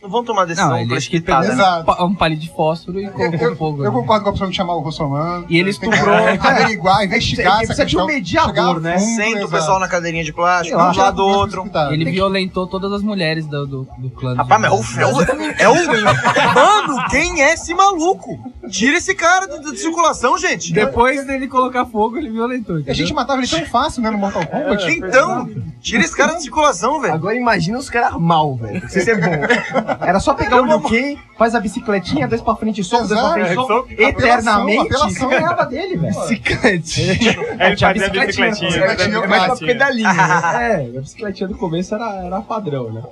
S3: Não vão tomar
S1: Não,
S3: decisão
S1: ele
S3: precipitada,
S1: pegou
S6: né?
S1: um
S6: Exato.
S1: pa- um palito de fósforo e
S6: Eu,
S1: colocou fogo.
S6: eu
S1: né?
S6: concordo com a opção de chamar o Rossoman.
S1: E ele
S6: Tem que [laughs]
S1: estuprou. é.
S6: Averiguar, investigar
S4: Ele
S6: essa
S4: precisa de
S5: então,
S6: questão.
S4: um mediador,
S6: chegar
S4: né?
S6: a fundo,
S3: Senta o
S6: exato.
S3: pessoal na cadeirinha de plástico,
S6: Sei lá,
S3: um do lado do
S1: é
S6: chegar a
S3: outro.
S6: fundo
S1: Ele
S6: do
S1: violentou todas as mulheres do, do, do clã. do-
S3: Rapaz, mas é o, é o, é o- Mano, quem é esse maluco? Tira esse cara de, de circulação, gente.
S1: Depois dele colocar fogo, ele violentou.
S6: A
S1: entendeu?
S6: gente matava
S1: [laughs]
S6: ele tão fácil, né, no Mortal Kombat.
S3: Então, tira esse cara de circulação, velho.
S4: Agora imagina os caras mal, velho. Não sei se é bom. Era só
S5: um
S4: pegar o Liu Kang, faz a bicicletinha, dois pra frente e soco, dois pra frente e
S2: Exato.
S4: soco, eternamente.
S6: Apelação, apelação.
S4: ganhava dele, velho. Bicicletinha.
S2: Ele fazia
S5: tinha
S2: a bicicletinha.
S6: né? Bicicletinha,
S4: É mais pra
S2: bicicletinha.
S4: pedalinho, né?
S5: É, a bicicletinha do começo era, era padrão, né?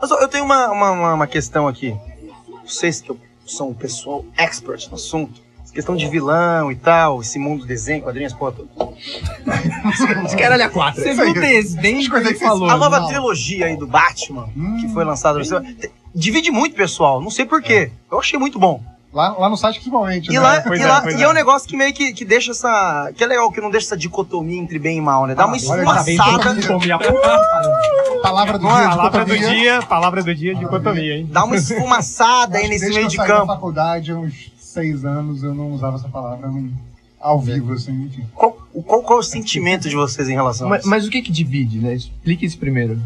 S3: Mas ó, eu tenho uma, uma, uma- uma questão aqui. Vocês que eu- são o pessoal expert no assunto. Essa questão de vilão e tal, esse mundo desenho, quadrinhos, pô. tudo.
S4: Os caras a quatro.
S1: Você viu o desdém que ele falou?
S3: A nova
S6: não.
S3: trilogia aí do Batman,
S2: Hum,
S3: que foi lançada no cinema, te- divide muito, pessoal. Não sei porquê. Eu achei muito bom.
S6: Lá, lá no site, principalmente.
S3: E
S6: né?
S3: lá,
S2: É. Pois
S3: e
S2: é,
S3: lá-
S2: pois
S3: e é,
S2: é.
S3: um negócio que meio que, que deixa essa. Que é legal, que não deixa essa dicotomia entre bem e mal, né? Dá
S2: Ah,
S3: uma
S6: olha, parabéns,
S3: esfumaçada.
S6: parabéns.
S5: Comia pra caralho.
S6: Palavra do
S3: Não é,
S6: dia,
S2: Palavra do
S6: dicotomia.
S2: dia, palavra do dia, dicotomia, hein? [laughs]
S3: Dá uma esfumaçada aí nesse
S6: Desde
S3: meio de
S6: que eu saí da
S3: campo.
S6: faculdade, há uns seis anos, eu não usava essa palavra não- ao vivo, assim, enfim.
S3: Qual, qual, qual é o sentimento de vocês em relação a
S4: Mas,
S3: isso?
S4: mas o que que divide, né? Explique isso primeiro.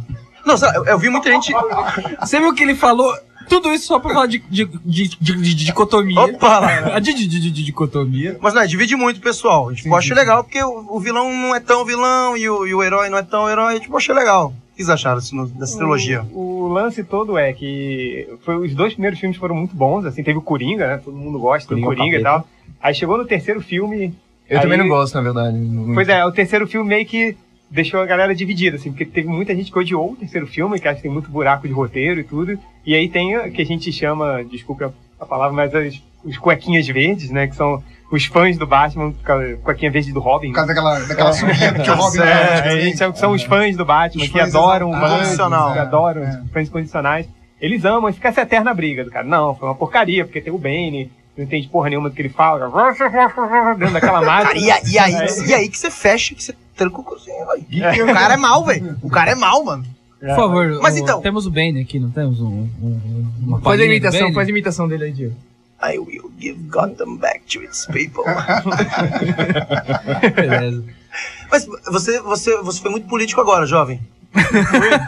S3: Não, sabe, eu, eu vi muita gente. assim.
S1: Você viu que ele falou? Tudo isso só pra falar de, de, de, de- de- de dicotomia.
S3: Opa! lá.
S1: A de, de, de, de- de dicotomia.
S3: Mas não, é, divide muito, pessoal. Tipo, eu achei legal, porque o, o vilão não é tão vilão e o, e o herói não é tão herói. Tipo, eu achei legal. O que vocês acharam assim, no- dessa trilogia?
S2: O, o lance todo é que foi- os dois primeiros filmes foram muito bons, assim, teve o Coringa, né? Todo mundo gosta
S5: Coringa
S2: do Coringa e
S5: capeta.
S2: tal. Aí chegou no terceiro filme.
S4: é Eu
S2: aí-
S4: também não gosto, na verdade.
S2: Pois é, o terceiro filme meio que deixou a galera dividida, assim, porque teve muita gente que odiou o terceiro filme, que acha que tem muito buraco de roteiro e tudo. E aí tem o que a gente chama, desculpa a- a palavra, mas as, os cuequinhas verdes, né? Que são os fãs do Batman, com a cuequinha verde do Robin.
S6: Por causa daquela, daquela subida que o assim. Robin
S2: É,
S6: dá,
S2: a gente sabe que são os fãs do Batman,
S6: Os
S2: que
S6: fãs
S2: adoram o
S6: exaltados,
S2: Batman,
S3: Incondicional.
S2: que adoram
S6: É.
S2: os fãs condicionais. Eles amam, e fica essa eterna briga do cara. Não, foi uma porcaria, porque tem o Bane, não entende porra nenhuma do que ele fala, [laughs] dentro daquela
S3: Cara, e,
S2: máquina.
S3: a- e aí, e aí que você fecha, que você tranca o cozinho.
S4: [laughs]
S3: aí. O cara é mal, velho. O cara é mal, mano.
S1: Por favor,
S3: Mas
S1: o-
S3: então-
S1: temos o Bane aqui, não temos um, um- uma
S4: Faz a
S1: palhinha do
S4: imitação,
S1: Bane?
S4: faz a imitação dele aí, Diego.
S3: I will give Gotham back to its people.
S1: Beleza.
S3: Mas você, você, você foi muito político agora, jovem.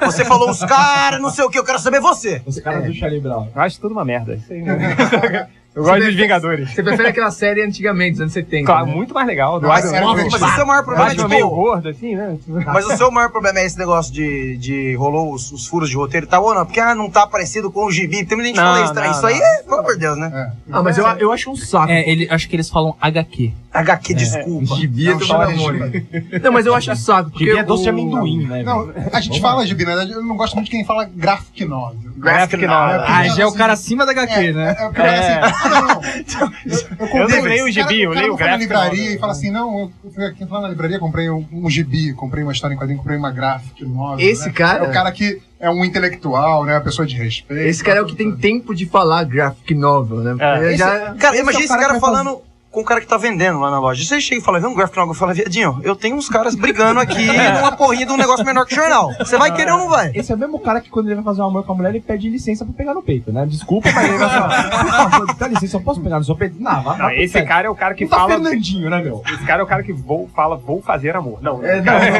S3: Você falou os caras, não sei o que, eu quero saber você.
S5: É. Os caras do Charlie Brown.
S2: [laughs] Eu acho tudo uma merda. Isso aí, né? Eu gosto
S4: Você
S2: dos Vingadores.
S4: Você prefere aquela série antigamente, dos anos 70.
S2: Claro,
S4: né?
S2: muito mais legal. Do
S6: Nossa,
S2: Batman,
S6: era uma
S2: né?
S6: vez
S3: Mas esse é o maior problema,
S2: Batman meio
S3: tipo,
S2: gordo, assim, né?
S3: mas o seu maior problema é esse negócio de, de rolou os, os furos de roteiro e tal, ou não? Porque, ah, não tá parecido com o gibi. Tem muita gente que
S2: Não,
S3: fala isso, tá?
S2: não,
S3: Isso aí
S2: não.
S3: é, pelo amor de Deus, né?
S4: Ah, mas eu, eu acho um saco.
S1: É, ele, acho que eles falam HQ.
S3: HQ, desculpa.
S4: Gibi é
S6: Não,
S4: do
S6: chama de
S4: Malamônio. Não, mas eu acho um saco. Porque
S5: Gibi é doce de
S4: o-
S5: amendoim, né?
S6: Não,
S5: velho?
S6: a gente fala gibi, na verdade, eu não gosto muito de quem fala graphic novel.
S2: Graphic
S6: novel.
S2: novel.
S1: Ah, já é o cara acima da HQ, né?
S6: É, o cara assim, ah, não, eu,
S2: Eu
S6: comprei
S2: não leio o
S6: esse cara-
S2: gibi, eu
S6: cara
S2: leio
S6: não
S2: o
S6: foi na
S2: gráfico,
S6: livraria
S2: não.
S6: e fala assim, não, eu fui aqui lá na livraria, comprei um, um gibi, comprei uma história em quadrinho, comprei uma graphic novel.
S4: Esse
S6: né?
S4: cara-
S6: É o cara que é um intelectual, né? Uma pessoa de respeito.
S4: Esse cara é o que tem tempo de falar graphic novel, né?
S2: É.
S4: Ele
S3: Esse-
S4: já-
S3: cara,
S4: esse
S3: imagina
S4: é o
S3: esse cara,
S4: que vai
S3: falando com o cara que tá vendendo lá na loja. Você chega e fala, vê um gráfico novel e fala, viadinho, eu tenho uns caras brigando aqui numa porrinha de um negócio menor que jornal. Você vai querer ou não vai?
S5: Esse é o mesmo cara que quando ele vai fazer um amor com a mulher, ele pede licença pra pegar no peito, né? Desculpa, mas ele vai falar, por favor, dá licença, eu posso pegar no seu peito? Não, vai,
S2: Não,
S5: vai pro
S2: esse
S5: pé.
S2: cara é o cara que
S5: Não tá
S2: fala.
S5: Fernandinho, né, meu?
S2: Esse cara é o cara que vou, fala, vou fazer amor. Não,
S4: É,
S2: cara,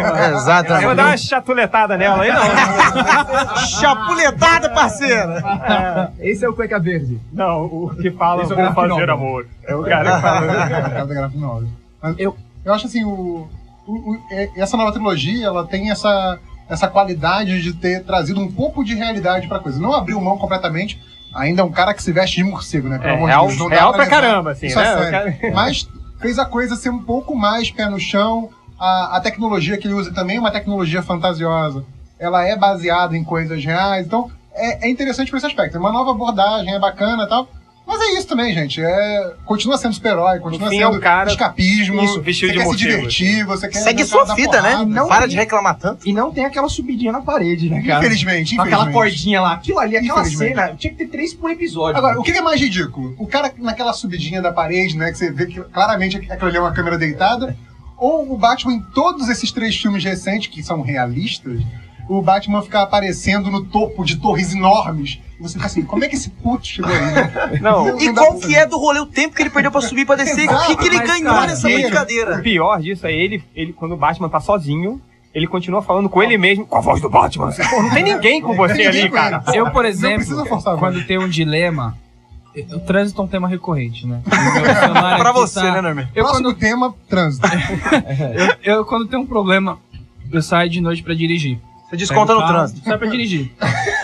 S6: [laughs]
S4: não, não,
S2: eu vou dar uma chatuletada nela aí, não.
S3: Chapuletada, parceira!
S4: Esse é o cueca verde.
S2: Não, o que fala,
S5: Esse é o
S2: vou
S5: graphic
S2: fazer
S5: novel.
S2: amor. É o cara que fala.
S6: É o cara da graphic novel. Mas
S5: Eu-
S6: eu... acho assim, o, o- o- é- essa nova trilogia, ela tem essa, essa qualidade de ter trazido um pouco de realidade pra coisa. Não abriu mão completamente. Ainda é um cara que se veste de morcego, né? Pelo
S2: É
S6: amor de
S2: real,
S6: Deus, não dá
S2: real pra
S6: levar
S2: caramba, assim,
S6: isso a
S2: né? O
S6: sério.
S2: cara-
S6: Mas fez a coisa ser um pouco mais pé no chão. A, a tecnologia que ele usa também é uma tecnologia fantasiosa. Ela é baseada em coisas reais. Então, é, é interessante por esse aspecto. É uma nova abordagem, é bacana e tal. Mas é isso também, gente. É, continua sendo super-herói, continua
S2: fim, é
S6: sendo
S2: um cara-
S6: escapismo.
S2: Isso, vestido
S6: você
S2: de assim.
S6: quer se
S2: morcego.
S6: divertir, você quer.
S3: Segue
S6: dar-
S3: sua
S6: dar
S3: vida, né?
S6: porrada.
S5: Não
S3: Para
S5: tem-
S3: de reclamar tanto.
S5: E não tem aquela subidinha na
S2: [laughs]
S5: parede, né, cara?
S6: Infelizmente, infelizmente.
S5: Com aquela cordinha lá, aquilo ali, aquela
S6: Infelizmente.
S5: cena, tinha que ter três por episódio.
S6: Agora, o que é mais ridículo? O cara naquela subidinha da parede, né? Que você vê que claramente aquilo ali é uma câmera deitada. Ou o Batman em todos esses três filmes recentes, que são realistas, o Batman ficar aparecendo no topo de torres enormes. E você fica assim, como é que esse puto chegou aí? né?
S2: Não,
S6: Não
S3: E
S6: dá
S3: qual
S6: pra
S3: que é do rolê o tempo que ele perdeu pra subir pra descer? O que, que ele
S5: Mas,
S3: ganhou
S5: cara,
S3: nessa
S6: dinheiro.
S2: o
S3: brincadeira?
S2: pior disso é ele, ele, quando o Batman tá sozinho, ele continua falando com ele mesmo, com a voz do Batman. Assim, [laughs] Pô, não tem ninguém com você
S6: Tem ninguém
S2: ali,
S6: com ele.
S2: cara.
S1: Eu, por exemplo,
S6: precisa forçar a
S1: quando tem um dilema, o trânsito é um tema recorrente, né?
S3: [laughs]
S1: O meu celular
S3: Pra
S1: aqui
S3: você,
S1: tá-
S3: né, Norman?
S1: Eu
S6: Próximo
S1: quando,
S6: tema, trânsito.
S1: eu, eu quando tenho um problema, eu saio de noite pra dirigir.
S3: Você desconta
S1: Pego
S3: no
S1: o carro,
S3: trânsito.
S1: Saio pra dirigir.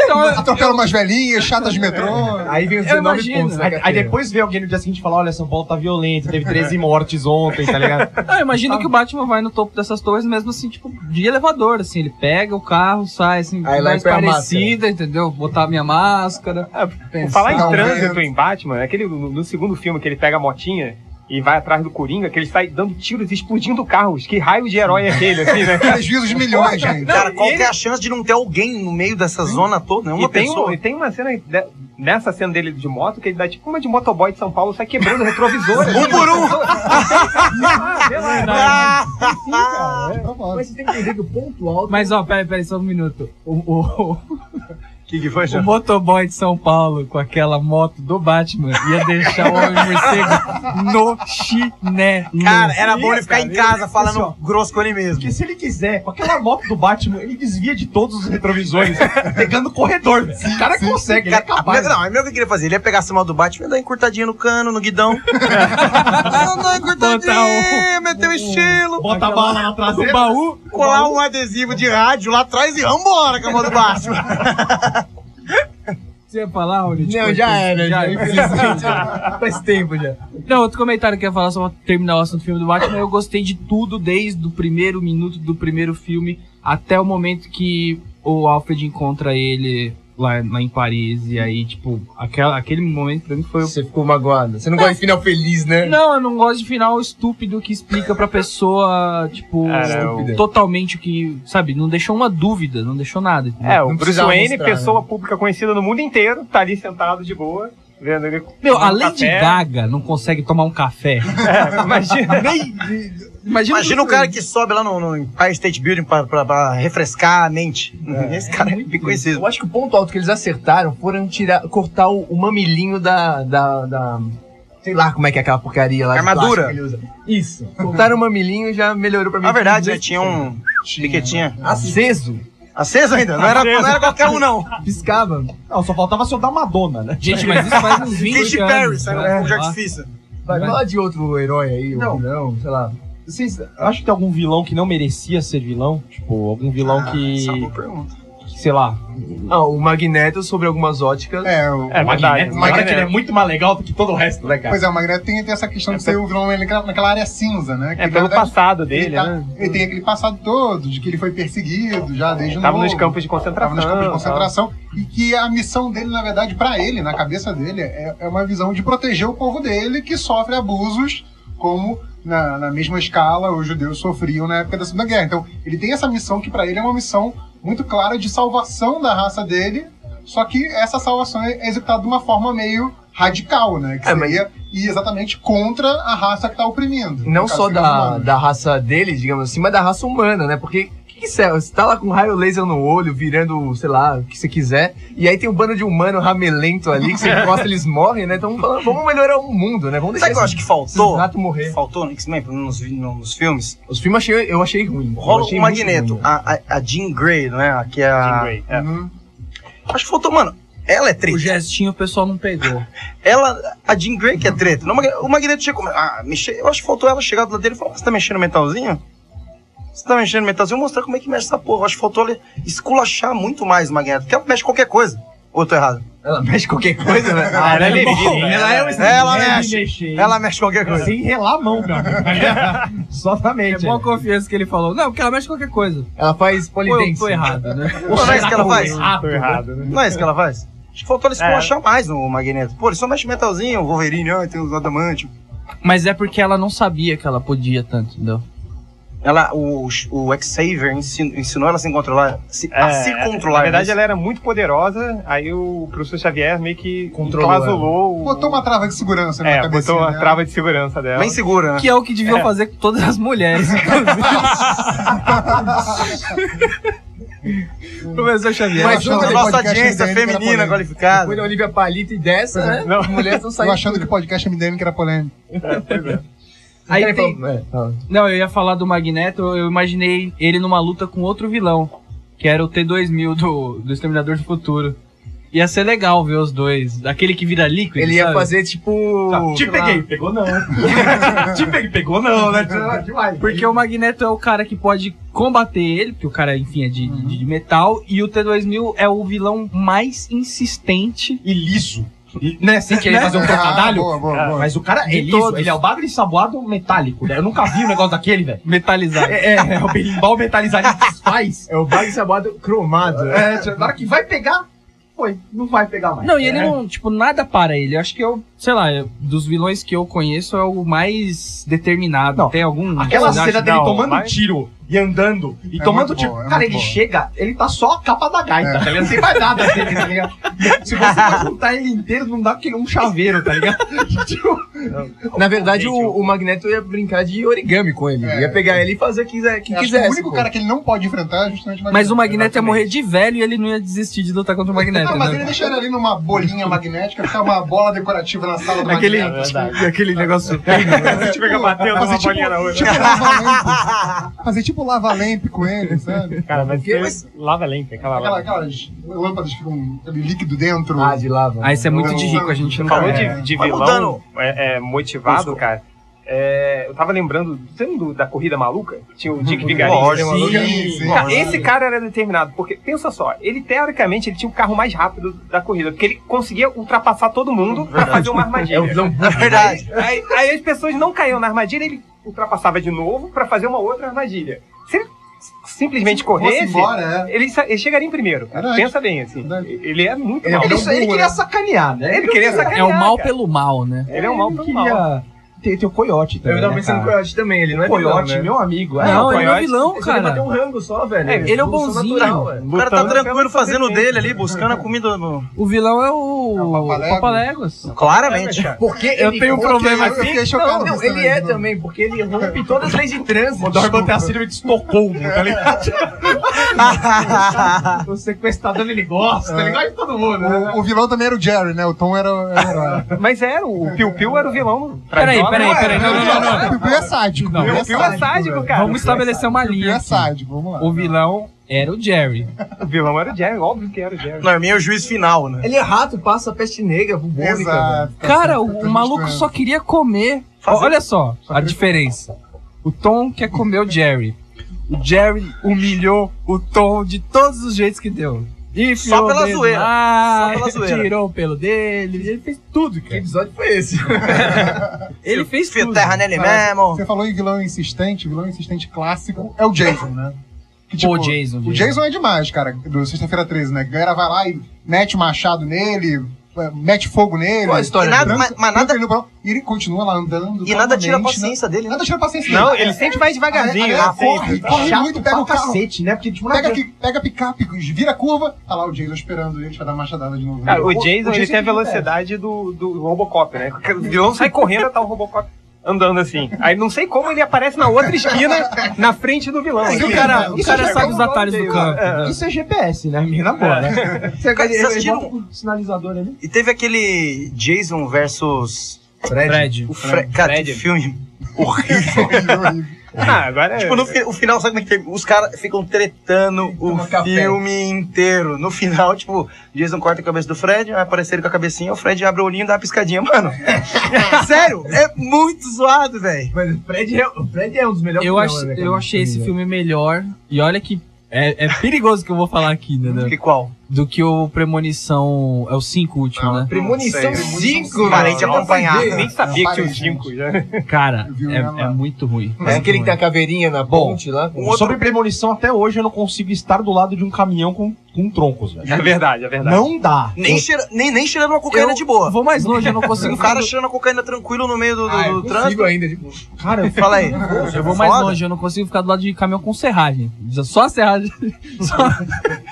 S1: Então, [laughs]
S6: [laughs]
S1: eu-
S6: Atropela umas velhinhas, chatas
S1: [laughs]
S6: de metrô.
S4: Aí vem os
S1: Eu
S4: 19
S1: imagino.
S4: pontos. né,
S5: Aí, aí
S4: carteira?
S5: depois vê alguém no dia seguinte e fala: Olha, São Paulo tá violento, teve
S6: [laughs]
S5: 13 mortes ontem, tá ligado?
S1: Não, eu imagino que o Batman vai no topo dessas torres mesmo assim, tipo, de elevador, assim, ele pega o carro, sai assim,
S4: Aí lá
S1: mais
S4: põe a
S1: parecida, entendeu? Botar a minha máscara.
S2: Por falar em
S6: Não,
S2: trânsito
S6: é.
S2: em Batman, aquele no, no segundo filme que ele pega a motinha e vai atrás do Coringa, que ele sai dando tiros e explodindo carros. Que raio de herói é aquele, assim,
S5: [laughs]
S2: né?
S6: Desvios de milhões, gente.
S3: Cara, qual
S2: e
S3: que é a chance de não ter alguém no meio dessa zona
S5: É
S3: toda? né? Uma
S2: e, tem um-
S3: pessoa.
S2: e tem uma cena de- nessa cena dele de moto que ele dá tipo uma de motoboy de São Paulo, sai quebrando
S5: [laughs]
S2: retrovisor. Assim, né?
S3: Um por um! Ah,
S6: De propósito.
S4: Mas você tem que entender que o ponto alto.
S1: Mas ó, peraí, peraí, só um minuto. O, o,
S2: que, que foi,
S1: o motoboy de São Paulo com aquela moto do Batman ia deixar o homem morcego no chinelo.
S3: Cara, era bom ele ficar em casa falando grosso com ele mesmo.
S5: Porque se ele quiser, com aquela moto do Batman, ele desvia de todos os [laughs] retrovisores, pegando o corredor. velho. O cara consegue, ele é capaz.
S3: Não, é o que eu queria fazer. Ele ia pegar essa mal do Batman, ia dar encurtadinha no cano, no
S1: [laughs]
S3: guidão. Ia dar encurtadinha,
S1: um-
S3: meter o estilo.
S5: Bota a bala na
S1: no
S5: traseira.
S1: baú.
S3: Colar um adesivo de rádio lá atrás e vambora com a mão do
S1: [laughs]
S3: Batman.
S1: Você ia falar, Raul?
S4: Não, já era, já, infelizmente. [laughs] Faz tempo já.
S1: Não, outro comentário que eu ia falar só pra terminar o assunto do filme do Batman. Eu gostei de tudo, desde o primeiro minuto do primeiro filme até o momento que o Alfred encontra ele lá, lá em Paris. E aí, tipo, aquela, aquele momento pra mim foi. o.
S4: Você ficou magoado. Você não gosta de final feliz, né?
S1: Não, eu não gosto de final estúpido que explica pra pessoa, tipo,
S2: Cara, é
S4: o-
S1: totalmente o que. Sabe, não deixou uma dúvida, não deixou nada. entendeu?
S2: É, o
S4: Não
S2: Bruce
S4: precisava
S2: Wayne,
S4: mostrar, né?
S2: pessoa pública conhecida no mundo inteiro, tá ali sentado de boa, vendo ele.
S1: Meu,
S2: tomando
S1: a Lady
S2: um café.
S1: Gaga não consegue tomar um café.
S2: É,
S6: [laughs]
S2: imagina.
S1: Imagina,
S3: Imagina o cara que sobe lá no, no Empire State Building pra, pra- pra refrescar a mente. Esse cara é bem conhecido.
S4: Eu acho que o ponto alto que eles acertaram foram tirar, cortar o, o mamilinho da, da, da- Sei lá como é que é aquela porcaria lá. de
S3: Armadura.
S4: plástico que ele usa. Isso. Cortaram o mamilinho e já melhorou pra mim.
S1: é.
S3: Na verdade, né, tinha um
S6: Tinha.
S3: piquetinha
S4: Aceso.
S3: Acesa ainda? Não era,
S2: Acesa.
S3: não era qualquer um, não.
S4: Piscava.
S5: Não, só faltava se eu dar Madonna, né?
S1: Gente, mas isso faz uns 20 anos.
S3: Katy Perry, saiu um
S1: né?
S3: fogo de
S1: Sei lá.
S3: artifício.
S4: Vai, fala de outro herói aí,
S6: Não.
S4: não, não sei lá.
S5: Vocês acham que tem algum vilão que não merecia ser vilão? Tipo, algum vilão que,
S6: Essa é uma boa pergunta.
S5: que, sei lá.
S4: Ah, o Magneto, sobre algumas óticas,
S6: É, o...
S2: É verdade.
S6: O Magneto,
S2: Magneto.
S5: muito mais legal do que todo o resto, né, cara?
S6: Pois é, o Magneto tem, tem essa questão de
S2: É,
S6: ser o vilão naquela, naquela área cinza, né? Que,
S2: É
S6: na
S2: pelo
S6: verdade,
S2: passado
S6: ele,
S2: dele,
S6: tá-
S2: né?
S6: ele tem aquele passado todo, de que ele foi perseguido já desde
S2: Tava
S6: novo.
S2: nos campos de
S6: Tava
S2: concentração.
S6: nos campos de
S2: tal.
S6: concentração. E que a missão dele, na verdade, pra ele, na cabeça dele, é, é uma visão de proteger o povo dele que sofre abusos, como na, na mesma escala os judeus sofriam na época da Segunda Guerra. Então, ele tem essa missão que pra ele é uma missão muito clara de salvação da raça dele, só que essa salvação é executada de uma forma meio radical, né? Que
S4: É, mas-
S6: seria ir exatamente contra a raça que tá oprimindo.
S4: não
S6: No caso, é
S4: só
S6: seria os
S4: da,
S6: humanos.
S4: da raça dele, digamos assim, mas da raça humana, né? Porque o que, que isso é? Você tá lá com um raio laser no olho, virando, sei lá, o que você quiser, e aí tem um bando de humano ramelento ali,
S3: [laughs]
S4: que você encosta eles morrem, né? Então falando, vamos melhorar o mundo, né? Vamos deixar
S3: Sabe o que eu acho que faltou?
S4: gato morrer.
S3: Faltou no X-Men, pelo menos nos, nos filmes?
S4: Os filmes achei- eu achei ruim. Eu
S3: Rola
S4: achei
S3: o
S4: muito
S3: Magneto,
S4: ruim.
S3: a, a, a Jean Grey, não é? A Que é
S2: Jean
S6: Ah,
S3: a...
S2: Grey, é.
S3: Acho que faltou, mano. Ela é
S1: O
S3: treta.
S1: gestinho o pessoal não
S4: [laughs]
S1: pegou.
S3: Ela, a Jean Grey que é treta. Não, o Mag- o Magneto chegou. Ah, mexe, eu acho que faltou ela chegar do lado dele e falar: Você tá mexendo no metalzinho? Você tá mexendo no metalzinho? Vou mostrar como é que mexe essa porra. Eu acho que faltou ela esculachar muito mais o Magneto. Porque ela mexe qualquer coisa. Ou eu tô errado?
S4: Ela mexe qualquer coisa, né?
S2: Ah, ela é
S5: Bom,
S2: leviana.
S5: ela é um
S3: Ela mexe.
S5: mexe. É.
S3: Ela mexe qualquer coisa.
S5: Sem relar a mão, meu amigo. [laughs]
S1: É
S5: Exatamente.
S1: boa confiança que ele falou. Não, porque ela mexe qualquer coisa.
S4: Ela faz
S1: Ou eu
S4: polidense.
S1: tô errado, né?
S3: Não é isso que ela faz?
S2: Tô errado, né?
S3: Não é isso que ela faz? Acho que faltou ela esculachar mais no Magneto. Pô, ele só mexe no metalzinho, o Wolverine, ah, tem os adamantium.
S1: Mas é porque ela não sabia que ela podia tanto, entendeu?
S3: Ela, o, o X-Saver ensinou, ensinou ela a se controlar, se, a
S2: É,
S3: se controlar.
S2: Na verdade,
S3: né?
S2: ela era muito poderosa, aí o professor Xavier meio que
S4: Controlou ela.
S2: clausulou. o-
S6: Botou uma trava de segurança na
S2: É,
S6: cabecinha
S2: botou uma
S6: dela.
S2: trava de segurança dela.
S3: bem segura, né?
S1: Que é o que deviam fazer com todas as mulheres. inclusive. Professor Xavier. é
S6: Mas
S3: Mas
S6: achando
S3: é a
S6: que
S3: nossa
S6: podcast
S3: audiência
S6: MDM era
S3: feminina
S6: polêmico.
S4: Depois da
S3: qualificada.
S4: Olivia Palito e dessa, né?
S2: Não.
S4: As mulheres estão
S6: Eu
S4: saindo.
S6: achando que o podcast MDM que era polêmico.
S1: Aí tem,
S4: É, fala.
S1: Não, eu ia falar do Magneto, eu imaginei ele numa luta com outro vilão, que era o T2000 do, do Exterminador do Futuro. Ia ser legal ver os dois, aquele que vira líquido,
S4: Ele ia
S1: sabe?
S4: fazer tipo. sei lá,
S5: Pegou
S4: [laughs]
S5: não. Te peguei. Pegou não, né? Demais.
S1: Porque o Magneto é o cara que pode combater ele, porque o cara, enfim, é de, de- de metal, e o T2000 é o vilão mais insistente.
S5: E liso. E, né? Sem querer fazer um
S6: Ah,
S5: trocadalho.
S6: boa, boa, boa.
S5: Mas o cara é
S1: De
S5: liso,
S1: todos.
S5: ele é o bagre saboado metálico, né? Eu nunca vi um negócio daquele, velho.
S1: Metalizado.
S5: É, é, é o berimbau metalizado que desfaz.
S4: É o Bag Sabado cromado.
S5: É, tipo, na hora que vai pegar, foi. Não vai pegar mais.
S1: Não, e ele
S4: É.
S1: não, tipo, nada para ele. Eu acho que eu, sei lá, eu- dos vilões que eu conheço, é o mais determinado.
S5: Não.
S1: Tem algum.
S5: Aquela
S1: Vocês
S5: cena
S1: acham?
S5: dele
S2: não,
S5: tomando um
S2: mas-
S5: tiro e andando e
S6: É
S5: tomando
S6: muito
S5: tiro.
S6: boa, é
S5: cara,
S6: muito
S5: ele
S6: boa.
S5: chega, ele tá só a capa da gaita, tá ligado? Não tem mais nada dele, tá ligado? Se você for juntar ele inteiro, não dá aquele um chaveiro, tá ligado? Tipo,
S4: Na verdade, o, o Magneto ia brincar de origami com ele.
S6: É.
S4: ia pegar ele e fazer o que quiser. Que
S6: Acho que é
S4: quisesse,
S6: o único
S4: pô.
S6: cara que ele não pode enfrentar é justamente o Magneto.
S1: Mas o Magneto ia morrer de velho e ele não ia desistir de lutar contra o Magneto.
S6: Não, mas ele
S4: é
S1: né?
S6: deixa ele ali numa bolinha magnética, ficar uma bola decorativa na sala do
S1: [laughs]
S2: Aquele-
S6: Magneto.
S4: tipo, Aquele negócio.
S2: A gente pega batendo
S6: fazer
S2: uma
S6: tipo-
S2: bolinha na outra.
S6: Tipo lava-lamp. Fazer tipo lava-lamp com ele, sabe?
S2: Cara, mas
S4: Porque-
S2: você lava limpa, aquela
S6: Aquela,
S2: lava.
S6: aquelas lâmpadas que ficam aquele líquido dentro.
S4: Ah, de lava.
S1: Ah, isso é muito de rico, a gente não
S2: Falou
S1: É.
S2: de, de
S3: Vai
S2: vilão
S3: mudando.
S2: é, é, motivado, cara. É, eu tava lembrando, você lembra do- da corrida maluca? Tinha
S6: Uhum.
S2: o Dick Vigarista.
S3: Lógico.
S6: Sim, sim.
S2: Cara, esse cara era determinado, porque pensa só, ele teoricamente ele tinha o carro mais rápido da corrida, porque ele conseguia ultrapassar todo mundo pra fazer uma armadilha.
S4: É o vilão.
S3: Na verdade.
S2: aí, aí as pessoas não caíam na armadilha, ele ultrapassava de novo pra fazer uma outra armadilha. Se ele s- simplesmente
S6: Fosse
S2: corresse,
S6: embora, é.
S2: ele, sa- ele chegaria em primeiro.
S6: Verdade.
S2: Pensa bem, assim.
S6: Verdade.
S2: Ele é muito
S4: Ele é
S2: mal.
S4: um
S2: Ele,
S4: vilão burro, né?
S5: sacanear, né?
S2: ele queria sacanear.
S1: É o mal
S2: cara.
S1: pelo mal, né?
S2: Ele é um mal
S5: Ele
S2: pelo mal.
S5: queria ter, ter o coiote também.
S4: Eu tava
S5: né,
S4: pensando no
S5: cara?
S4: Coyote também, ele não é
S5: Coyote,
S4: vilão, né?
S5: meu amigo. é,
S1: Não,
S5: o
S1: ele não é
S5: coiote.
S1: vilão,
S4: Ele só quer bater
S1: cara.
S4: um rango só, velho.
S2: um É,
S1: ele é o
S4: Evolução
S1: bonzinho.
S4: natural, velho.
S3: O cara tá
S2: Lutando
S3: tranquilo
S2: pelo
S3: fazendo o
S2: perfeito.
S3: dele ali, buscando a comida no.
S1: O vilão é o
S6: É o
S1: Papaléguas.
S3: Claramente, cara.
S4: Porque
S1: Eu
S4: ele
S1: tenho um
S4: porque-
S1: problema
S6: eu fiquei chocado
S4: Não,
S6: com
S4: não,
S6: isso
S4: ele
S6: também,
S4: é
S6: não.
S4: também, porque ele rompe todas as leis de trânsito.
S5: O Dorban tem a síndrome de Estocolmo, tá ligado? O sequestrador ele gosta, ele gosta de todo mundo. né?
S6: O, o vilão também era o Jerry, né? O Tom era. era...
S2: Mas era, o Piu Piu era o vilão.
S1: Peraí,
S2: traidor,
S1: peraí,
S2: né?
S1: peraí. Não, não, não, não.
S6: O Piu é sádico.
S5: Não,
S6: Piu
S2: Piu Piu é sádico, cara.
S1: Vamos estabelecer uma
S6: Piu
S1: linha.
S6: é
S1: aqui.
S6: sádico, vamos lá.
S1: O vilão era o Jerry.
S2: O vilão era o Jerry, óbvio que era o Jerry.
S3: [laughs] Norminha é o juiz final, né?
S4: Ele é rato, passa peste negra, bubônica. velho.
S6: Exato.
S1: Cara,
S6: Tá
S1: o, o
S6: tudo
S1: maluco
S6: estranho.
S1: só queria comer.
S3: Fazer-
S1: Olha só a diferença. O Tom quer comer o Jerry. O Jerry humilhou o Tom de todos os jeitos que deu. E enfiou o
S3: pela
S1: dedo
S3: zoeira.
S1: lá,
S3: Só pela zoeira.
S1: Tirou o pelo dele. Ele fez tudo,
S4: Que
S1: cara.
S4: episódio foi esse?
S1: [laughs] Ele fez
S3: Fio
S1: É tudo.
S3: terra né? nele mesmo.
S6: Você falou em vilão insistente, vilão insistente clássico é o Jason, né? Que,
S1: Pô, Jason, Jason.
S6: O Jason é demais, cara, do Sexta-feira 13, né? A galera vai lá e mete machado nele, eh, mete fogo nele.
S4: Qual a história?
S3: E nada,
S6: Tranca-
S3: mas, mas
S6: tranca
S3: nada,
S6: ele no pau, E ele continua lá andando.
S3: e nada tira a
S6: calmamente,
S3: paciência dele,
S6: né?
S3: né?
S6: Nada tira a paciência
S2: Não,
S6: dele.
S2: ele sempre vai devagarzinho.
S6: Ah,
S2: ele
S6: ah, corre,
S2: aceita.
S6: corre muito, pega
S5: pra
S6: o carro.
S5: cacete, né? Porque tipo, não
S6: É, Pega,
S5: adianta-
S6: aqui, pega a picape, vira a curva, tá lá o Jason esperando ele pra dar uma machadada de novo. [laughs]
S2: Cara, o
S6: Pô,
S2: Jason, ele tem a
S6: é demais.
S2: velocidade do, do Robocop, né? O vilão sai correndo, tá o Robocop andando assim. Aí não sei como ele aparece na outra esquina, na frente do vilão.
S1: E o
S2: Assim.
S1: cara, o
S6: Isso
S1: cara
S6: já
S1: sabe
S6: é
S1: os atalhos do campo.
S5: Isso é GPS, né? Menina
S2: É.
S5: boa, né? Você
S3: Cara, vocês assistiram-
S5: bota o sinalizador ali.
S3: E teve aquele Jason versus
S1: Fred.
S3: o Fred. Cara,
S1: Fred.
S3: que filme
S6: é
S3: horrível.
S2: Ah, agora é...
S3: tipo, no fi- o final, sabe como é que tem? Os caras ficam tretando o
S4: Toma café.
S3: filme inteiro. No final, tipo, Jason corta a cabeça do Fred, vai aparecer ele com a cabecinha, o Fred abre o olhinho e dá uma piscadinha. Mano, sério, é muito zoado, velho.
S4: Mas o Fred é, o Fred é um dos melhores
S1: Eu,
S4: vilões,
S1: ach,
S4: né, cara?
S1: eu achei esse filme melhor. E olha que. É, é perigoso que eu vou falar aqui,
S3: [laughs]
S1: né?
S3: Que qual?
S1: Do que o Premonição. É o 5 último, né?
S3: é
S4: Premonição
S6: é
S2: Não
S3: um
S2: sei.
S4: 5,
S3: Parei de acompanhar.
S2: Eu nem sabia que tinha os cinco
S6: Aparece,
S2: já.
S1: Cara,
S6: Viu,
S1: é,
S6: né, mano?
S1: é muito ruim.
S4: É aquele que tem a caveirinha na
S5: Bom,
S4: ponte lá. com-
S3: Um outro-
S5: Sobre premonição, até hoje eu não consigo estar do lado de um caminhão com, com troncos, velho.
S2: É verdade, é verdade.
S5: Não dá.
S3: Nem, cheira- nem, nem cheirando uma cocaína
S1: Eu-
S3: de boa.
S1: Vou mais longe, eu [laughs] não consigo
S3: O cara cheirando a cocaína tranquilo no meio do, do-
S4: Ah, eu
S3: do
S4: consigo
S3: trânsito.
S4: ainda. Tipo,
S5: Cara, eu
S3: Fala aí.
S1: Eu vou mais longe, eu não consigo ficar do lado de caminhão com serragem. Só a serragem. [laughs] Só...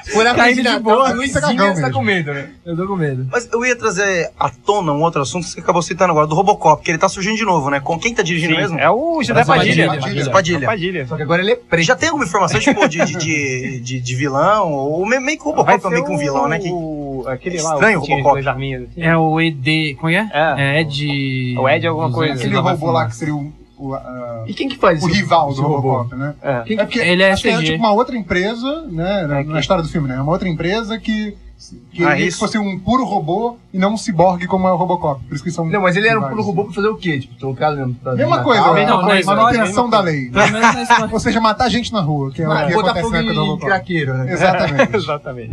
S4: tipo,
S6: Olhar pra
S1: Caindo de
S6: ele,
S1: boa,
S6: tá-
S4: Luizinho,
S6: tá cagão
S4: você tá
S6: mesmo.
S4: com medo, né?
S1: Eu tô com medo.
S3: Mas eu ia trazer à tona um outro assunto que você acabou citando agora, do Robocop, que ele tá surgindo de novo, né? Com quem tá dirigindo
S2: Sim,
S3: mesmo?
S2: é o José
S1: Brasil
S2: Padilha.
S1: Padilha.
S2: José
S3: Padilha.
S2: Padilha.
S4: Só que agora ele é
S3: Ele
S4: preto.
S3: Já tem alguma informação, tipo, de, de, de, de- de vilão? Ou me- meio que o Robocop é meio que um vilão, né? Que...
S2: O... Aquele
S3: É
S2: lá,
S3: estranho
S2: o que tinha
S3: o Robocop.
S2: duas arminhas assim.
S1: É o ED. Como é?
S2: É.
S1: É Ed.
S2: O Ed alguma
S1: dos
S2: coisa.
S1: anos que
S6: Aquele
S1: lá vai
S6: robô lá
S1: filmar.
S6: que seria o, o, ah,
S4: E quem que faz
S6: o
S4: isso?
S6: rival do
S4: Esse robô?
S6: Robocop, né?
S2: É.
S6: É porque
S1: Ele é
S6: acho que era
S1: CG.
S6: tipo uma outra empresa, né? Na,
S2: É que-
S6: na história do filme, né? Uma outra empresa que, que
S3: Ah,
S6: ele
S3: isso.
S6: fosse um puro robô e não um ciborgue como é o Robocop. Por isso que são.
S4: Não, mas ele era um
S6: vários.
S4: puro robô pra fazer o quê? Tipo, trocar dentro da-
S6: Mesma
S4: na-
S6: coisa,
S2: Ah,
S6: né?
S2: não,
S1: na história-
S6: manutenção da lei. né?
S1: Pelo menos na história.
S6: Ou seja, matar gente na rua, que é
S4: Ah,
S6: o que
S4: botar
S6: acontece
S4: fogo
S6: na época do
S4: em
S6: Robocop.
S4: craqueiro,
S2: [laughs]
S4: né?
S2: [laughs]
S6: Exatamente.
S2: Exatamente.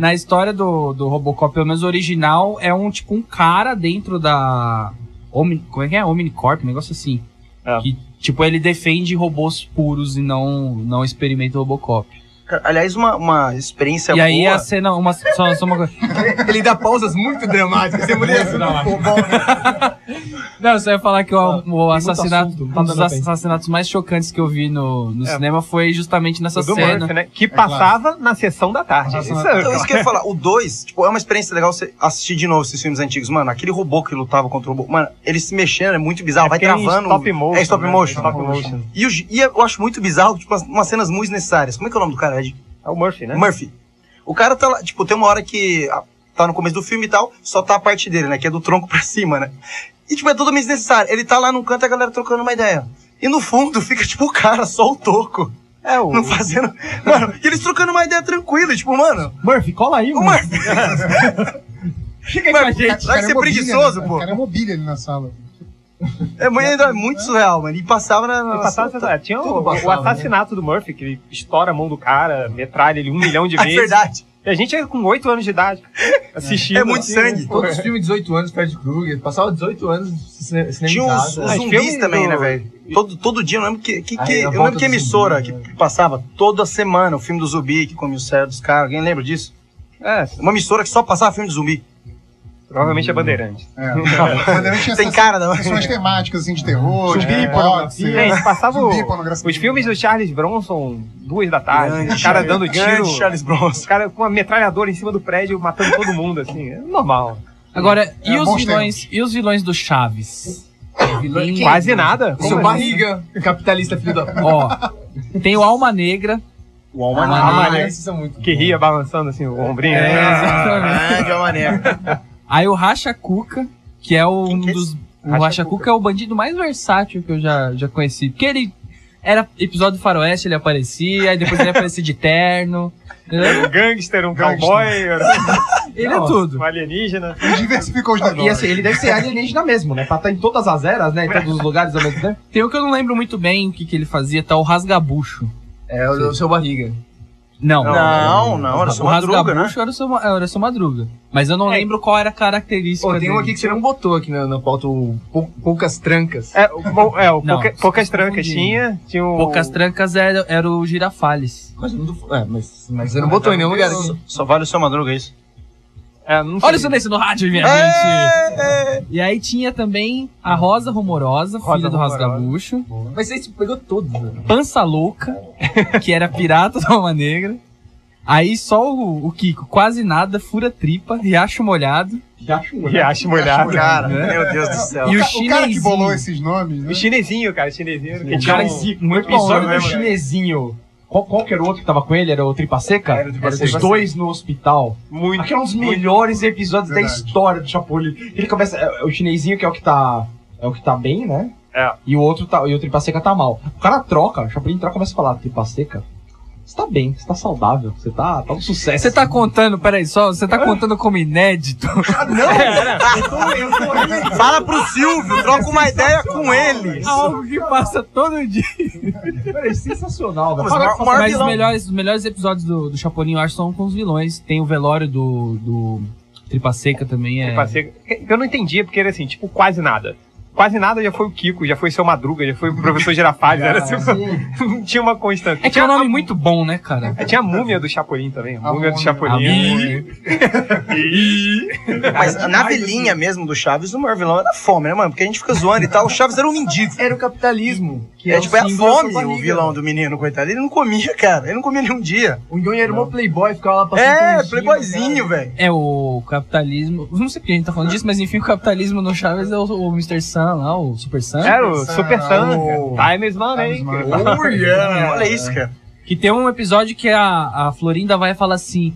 S1: [laughs] Na história do, do Robocop, pelo menos original, é um tipo um cara dentro da. Omni, como é que é? Omnicorp, um negócio assim.
S2: É.
S1: Que, tipo, ele defende robôs puros e não, não experimenta o Robocop.
S3: Cara, Aliás, uma, uma experiência
S1: e
S3: é boa.
S1: aí a cena. Uma, só, só uma coisa.
S4: Ele dá pausas muito dramáticas. Você mulher assim, pô, bom, né?
S1: Não, eu só ia falar que o, o assassinato.
S5: assunto, não tá
S1: um dos
S5: dando bem.
S1: assassinatos mais chocantes que eu vi no, no
S2: É.
S1: cinema foi justamente nessa
S2: O do
S1: cena.
S2: Murphy, né? Que passava na sessão da tarde.
S6: Nossa,
S2: Isso é-
S3: Então, isso que eu ia falar, o 2, tipo, é uma experiência legal você assistir de novo esses filmes antigos. Mano, aquele robô que lutava contra o robô, mano, ele se mexendo, é muito bizarro, vai
S2: porque é em
S3: travando.
S2: Stop motion.
S3: É stop
S2: né?
S3: motion.
S2: Stop motion.
S3: E, o- e eu acho muito bizarro, tipo, umas- umas cenas muito necessárias. Como é que é o nome do cara? É de-
S2: É o Murphy, né?
S3: Murphy. O cara tá lá, tipo, tem uma hora que ah, tá no começo do filme e tal, só tá a parte dele, né? Que é do tronco pra cima, né? E, tipo, é totalmente desnecessário. Ele tá lá num canto e a galera trocando uma ideia. E no fundo [laughs] fica, tipo, o cara só o toco.
S2: É o.
S3: Não
S6: [laughs]
S3: fazendo. Mano, e eles trocando uma ideia tranquila, e, tipo, mano.
S5: Murphy, cola aí,
S3: Ô,
S5: mano.
S3: Murphy,
S2: [laughs]
S1: Fica
S3: Murphy,
S1: aí com a gente.
S3: Vai
S6: O cara
S3: ser
S6: é mobília,
S3: preguiçoso,
S6: né?
S3: pô.
S6: O cara né? é mobília ali na sala.
S3: É muito, é muito surreal, mano. E passava na.
S2: Ele passava- tinha o,
S4: tudo passava,
S2: o assassinato do Murphy, que ele estoura a mão do cara, metralha ele um [laughs] milhão de
S3: [laughs] É
S2: vezes.
S3: verdade.
S2: E a gente é com 8 anos de [laughs] idade assistindo.
S3: É muito
S2: assim,
S3: sangue.
S4: Todos os filmes 18 anos, Fred Krueger. Passava 18 anos no cine- cinema
S3: Tinha
S4: em
S3: uns,
S4: casa.
S3: uns
S2: Ah,
S3: zumbis
S2: filme
S3: também,
S2: do-
S3: né, velho? Todo, todo dia, eu lembro que, que, que-
S4: Aí, a
S3: eu
S4: volta
S3: lembro que
S4: do
S3: emissora
S4: zumbi,
S6: né?
S3: que passava toda semana o filme do zumbi que comia o cérebro dos caras. Alguém lembra disso?
S2: É,
S3: Uma emissora que só passava filme de zumbi.
S2: provavelmente é bandeirante. [laughs]
S6: É. Quando ele tinha
S3: Tem
S6: essas
S3: cara, não? [laughs]
S6: Sessões temáticas assim de terror, de
S2: Zumbi,
S6: hipótese.
S2: É, a
S6: [laughs]
S2: gente passava o-
S6: Zumbi, pornografia.
S2: os filmes do Charles Bronson, duas da tarde, o Ah, cara dando tiro,
S3: Grande Charles Bronson.
S2: os caras com uma metralhadora em cima do prédio matando todo mundo, assim. É normal.
S1: Agora, e,
S6: É,
S1: os
S6: bons
S1: vilões, e os vilões do Chaves? Vilões-
S2: Quase nada.
S4: Seu
S2: Como é?
S4: barriga, capitalista filho da...
S1: Ó, tem o Alma Negra,
S2: O Almané.
S4: Almané. Esses são muito
S2: Que
S4: bons.
S2: ria balançando assim o ombrinho.
S3: É,
S2: né?
S1: exatamente.
S3: exatamente. Ah, maneira.
S1: Aí o Racha Cuca, que é o-
S3: Quem
S1: um
S3: que é
S1: dos. o
S2: Racha
S1: Racha Cuca é o bandido mais versátil que eu já, já conheci. Porque ele era episódio do Faroeste, ele aparecia, aí depois ele aparecia de terno. entendeu?
S2: Um gangster, um cowboy,
S1: Ele é tudo.
S2: um alienígena.
S6: Ele diversificou os negócios.
S5: E assim, ele deve ser alienígena mesmo, né? Pra estar em todas as eras, né? Em todos os lugares ao mesmo tempo.
S1: Tem um que eu não lembro muito bem o que, que ele fazia, tá? O Rasgabucho.
S4: É o, o seu barriga.
S1: Não.
S3: Não, não, era só
S1: o
S3: madruga, né?
S1: Rasgabucho era o seu, Ma- é, era o seu Madruga. Mas eu não
S2: É.
S1: lembro qual era a característica
S4: Pô, tem um
S1: dele.
S4: aqui que você não botou aqui na, na pauta, o pou- poucas trancas.
S2: É, o, mo- é, o
S1: Não,
S2: pouca,
S1: vocês
S2: poucas
S1: confundem.
S2: trancas tinha. tinha o...
S1: Poucas trancas era, era o Girafales.
S4: Mas, eu não, tô- é, mas, mas você não botou em nenhum lugar aqui.
S3: Só vale o seu madruga, isso.
S2: É, não sei.
S1: Olha o silêncio no rádio, minha gente! E aí tinha também a Rosa Rumorosa,
S2: Rosa
S1: filha do
S2: Rumorosa.
S1: Rasgabucho.
S4: Mas você pegou todos, velho.
S1: Pança Louca, que era pirata da Alma Negra. Aí só o, o Kiko, quase nada, fura tripa, riacho molhado.
S2: [laughs]
S5: né?
S2: Riacho molhado.
S3: Tipo, Cara,
S4: né?
S3: meu Deus do céu.
S1: E o
S6: o cara que
S1: é chinesinho.
S6: bolou esses nomes, né?
S2: O chinesinho, cara, o chinesinho. Que
S5: O
S2: tinha
S5: cara,
S2: um-
S5: esse, um
S2: bom,
S5: episódio
S2: né, mano?
S5: do chinesinho. Qual, qual que era o outro que tava com ele? Era o Tripa Seca?
S4: Era o Tripa
S5: Os
S4: Seca.
S5: dois no hospital.
S2: muito.
S5: Aquele é um dos melhores episódios da
S6: Verdade.
S5: história do Chapolin. Ele começa. É, é o chinesinho que é o que tá. É o que tá bem, né?
S2: É.
S5: E o outro tá. E o Tripa Seca tá mal. O cara troca, o Chapolin troca e começa a falar, Tripa Seca. Você tá bem, você tá saudável, você tá, tá um
S1: [laughs]
S5: sucesso.
S1: Você tá contando, peraí só, você tá contando como inédito?
S3: Fala pro Silvio, troca uma ideia com ele.
S1: Algo que passa todo dia.
S5: Peraí, sensacional, velho.
S3: Mas o maior- o maior
S1: Mas os
S3: vilão-
S1: melhores, os melhores episódios do, do Chapolin, eu acho, são com os vilões. Tem o velório do, do Tripa Seca também. É...
S2: Tripa Seca. Eu não entendia, porque era assim, tipo, quase nada. Quase nada já foi o Kiko, já foi o seu Madruga, já foi o professor Girafales, era assim, [laughs] não tinha uma constante.
S1: É que é um nome muito bom, né, cara?
S2: É, Tinha a múmia do Chapolin também, a múmia,
S6: A
S2: do
S6: múmia.
S2: Chapolin.
S1: A
S2: Ih.
S3: Mas na vilinha mesmo do Chaves, o maior vilão era a fome, né, mano? Porque a gente fica zoando e tal. O Chaves era um mendigo.
S4: Era o capitalismo. Que
S3: É,
S4: é, o
S3: tipo, é a
S4: símbolo da sua
S3: fome o
S4: barriga.
S3: vilão do menino, coitado. Ele não comia, cara. Ele não comia nenhum dia.
S4: O Nhonho era um playboy, ficava lá passando.
S3: é, [laughs]
S4: pãozinho,
S3: playboyzinho, velho.
S1: É o capitalismo. Não sei porque a gente tá falando disso, mas enfim, o capitalismo no Chaves é o, o Mr. Sun lá, o Super Sun.
S3: É.
S2: Era É, o Super Sun,
S4: o-
S2: cara. Time is money.
S6: Times Money.
S4: Oh, yeah.
S3: Olha isso, cara.
S1: Que tem um episódio que a, a Florinda vai falar assim.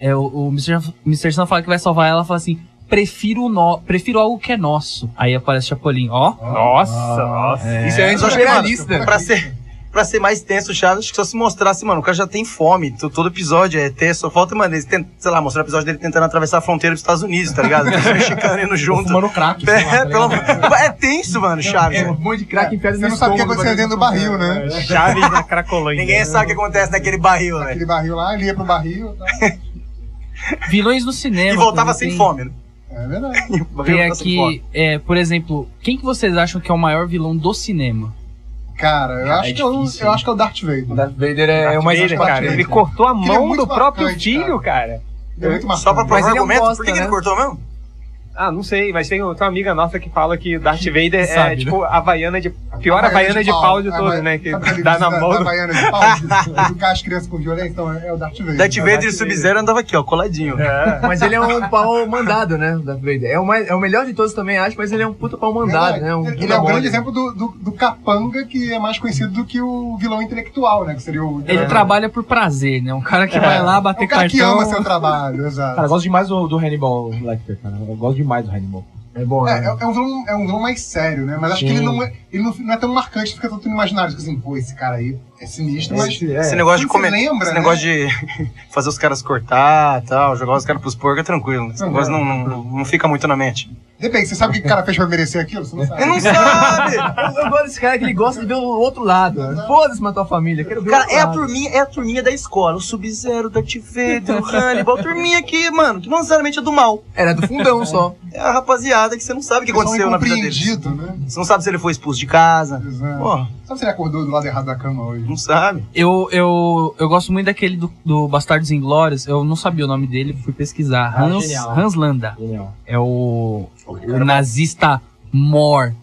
S1: É, o, o Mr. F- Mr. Sun fala que vai salvar ela, fala assim: prefiro, o nó- prefiro algo que é nosso. Aí aparece o Chapolin, ó.
S2: Nossa, nossa.
S4: Isso é
S3: Mas eu acho que, mano,
S4: anti-imperialista.
S3: pra ser, pra ser mais tenso, o Chaves, acho que só se mostrasse, mano, o cara já tem fome. to- Todo episódio é ter, só falta, mano, ele tenta, sei lá, mostrar o episódio dele tentando atravessar a fronteira dos Estados Unidos, tá ligado? Os mexicanos indo
S5: Tô
S3: junto.
S5: fumando crack, sei lá,
S3: [laughs]
S5: tá
S3: É,
S5: ligado?
S3: pelo amor- é tenso, mano, Chaves.
S4: É, um monte de crack enfiado
S6: Você
S4: no
S6: não sabe o que
S4: estômago,
S6: aconteceu dentro do barril,
S2: É.
S6: né?
S2: Chaves na Cracolândia.
S3: Ninguém sabe o que acontece naquele barril, né?
S6: Aquele barril lá, ele ia pro barril. tá?
S1: Vilões no
S4: é
S1: cinema.
S3: E voltava
S1: também
S3: sem
S1: tem-
S3: fome, né?
S6: É verdade.
S3: O barril
S1: Tem
S3: voltava sem fome.
S1: aqui, é, por exemplo, quem que vocês acham que é o maior vilão do cinema?
S6: Cara, eu, acho que é o- eu acho que é o Darth Vader.
S4: O Darth Vader é,
S2: É
S4: o mais
S2: Vader, cara.
S4: antipatético.
S2: Ele cortou a
S6: Ele é
S2: mão
S6: muito
S2: do próprio
S6: marcante,
S2: filho, cara.
S6: Ele é muito marcante.
S3: Só pra provar o
S4: Mas ele é um
S3: argumento, por
S4: bosta,
S3: que, que ele
S4: né?
S3: cortou mesmo?
S2: Ah, não sei, mas tem outra amiga nossa que fala que Darth Vader
S1: Sabe,
S2: é
S1: né?
S2: tipo a Havaiana de. A
S6: Tá
S2: pior Havaiana de pau de todos,
S6: Havaiana-
S2: né? Que
S6: sabe aquele
S2: dá
S6: [laughs] vídeo
S2: na
S6: da-
S2: mão
S6: da
S2: do.
S6: Havaiana tá de pau, de educar as crianças com violência, então é o Darth Vader.
S3: Darth Vader e
S2: Vader.
S3: Sub-Zero andava aqui, ó, coladinho.
S2: É.
S4: Mas ele é um pau mandado, né? O Darth Vader. É o, mais, é o melhor de todos também, acho, mas ele é um puta pau mandado, né? Um
S6: Ele
S4: puta
S6: é um
S4: mole.
S6: grande exemplo do, do, do capanga que é mais conhecido do que o vilão intelectual, né? Que seria o.
S1: Ele
S6: é.
S1: trabalha por prazer, né? Um cara que vai lá
S6: É
S1: bater
S6: um cara que
S1: cartão.
S6: ama seu trabalho,
S5: Cara,
S6: exato.
S5: eu gosto demais do, do Hannibal Lecter, cara. Eu gosto demais do Hannibal.
S4: É bom,
S6: É,
S4: né?
S6: é, é um vilão, é um vilão mais sério, né? Mas acho que
S5: Sim.
S6: ele, não é, ele não, não é tão marcante, fica todo no imaginário. Fica assim, pô, esse cara aí é sinistro, mas.
S5: Esse- é.
S3: Esse negócio de
S6: Quando
S3: comer.
S6: você lembra,
S3: esse
S6: né?
S3: negócio de [laughs] fazer os caras cortar tal, jogar os caras pros porcos é tranquilo. Esse
S6: Uhum.
S3: negócio não, não, não fica muito na mente.
S6: Depende, você sabe o que o cara fez pra merecer aquilo? Você não sabe.
S3: Ele [laughs] não sabe!
S4: Eu, eu gosto desse cara que ele gosta de ver o outro lado. né? Foda-se matar a família, quero ver o
S3: Cara,
S4: outro
S3: é a
S4: lado.
S3: turminha, é a turminha da escola. O Sub-Zero, o Darth Vader, [laughs] o Hannibal. Turminha que, mano, que não necessariamente é do mal.
S4: Era do
S3: [laughs]
S4: fundão só.
S3: É a rapaziada que você não sabe o que
S6: Só um
S3: aconteceu na vida deles.
S6: incompreendido, né?
S3: Você não sabe se ele foi expulso de casa.
S6: Exato.
S3: Pô,
S6: Sabe se ele acordou do lado errado da cama hoje?
S3: não sabe.
S1: Eu, eu, eu gosto muito daquele do, do Bastardos Inglórios. Eu não sabia o nome dele, fui pesquisar.
S5: Ah,
S1: Hans,
S5: genial.
S1: Hans Landa.
S5: Genial.
S1: É o, o nazista Mor.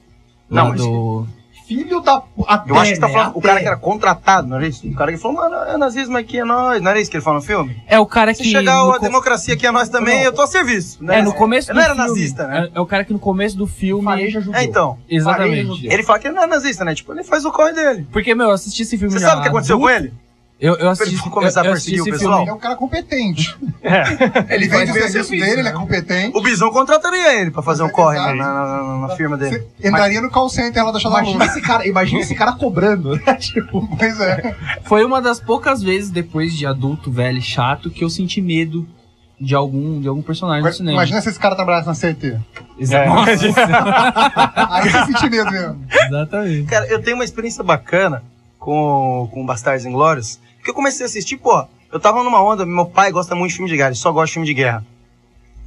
S3: Não,
S1: Não,
S3: mas-
S1: do...
S5: Filho da né? puta.
S3: Eu acho que você tá falando o cara que era contratado, não era isso? O cara que falou, mano, é nazismo aqui, é nós. Não era isso que ele falou no filme?
S1: É o cara
S3: Se
S1: que.
S3: chegar
S1: no
S3: a
S1: co-
S3: democracia aqui é nós também, eu tô a serviço. né?
S1: É, no começo
S3: Ele
S1: do
S3: não era
S1: filme.
S3: nazista, né?
S1: É, é o cara que no começo do filme.
S5: Fareja judeu.
S3: É, então.
S1: Exatamente.
S3: Ele fala que ele não é nazista, né? Tipo, ele faz o corre dele.
S1: Porque, meu, eu assisti esse filme.
S3: Você
S1: já
S3: sabe o que aconteceu
S1: adulto.
S3: com ele?
S1: Eu, eu assisti,
S3: Pra começar a
S1: eu- eu
S3: perseguir
S1: assisti
S3: o
S1: esse
S3: pessoal?
S6: É um cara competente. Ele
S4: faz
S6: vende o
S4: bem
S6: serviço
S4: o serviço,
S6: dele, ele é
S4: né?
S6: competente.
S3: O Bisão contrataria ele pra fazer um corre na, na- na- na firma dele.
S6: Você entraria no call center lá da Shadowrun.
S5: Imagina esse cara, imagina esse cara cobrando, né? Tipo,
S6: Pois é.
S1: Foi uma das poucas vezes depois de adulto, velho, e chato, que eu senti medo de algum, de algum personagem do cinema.
S6: Imagina se esse cara trabalhasse na CT.
S1: Exa-
S2: É.
S1: Nossa,
S6: Aí você sentir medo mesmo.
S1: exatamente.
S3: Cara, eu tenho uma experiência bacana com, com Bastards Inglórios, porque eu comecei a assistir, pô, eu tava numa onda, meu pai gosta muito de filme de guerra, ele só gosta de filme de guerra.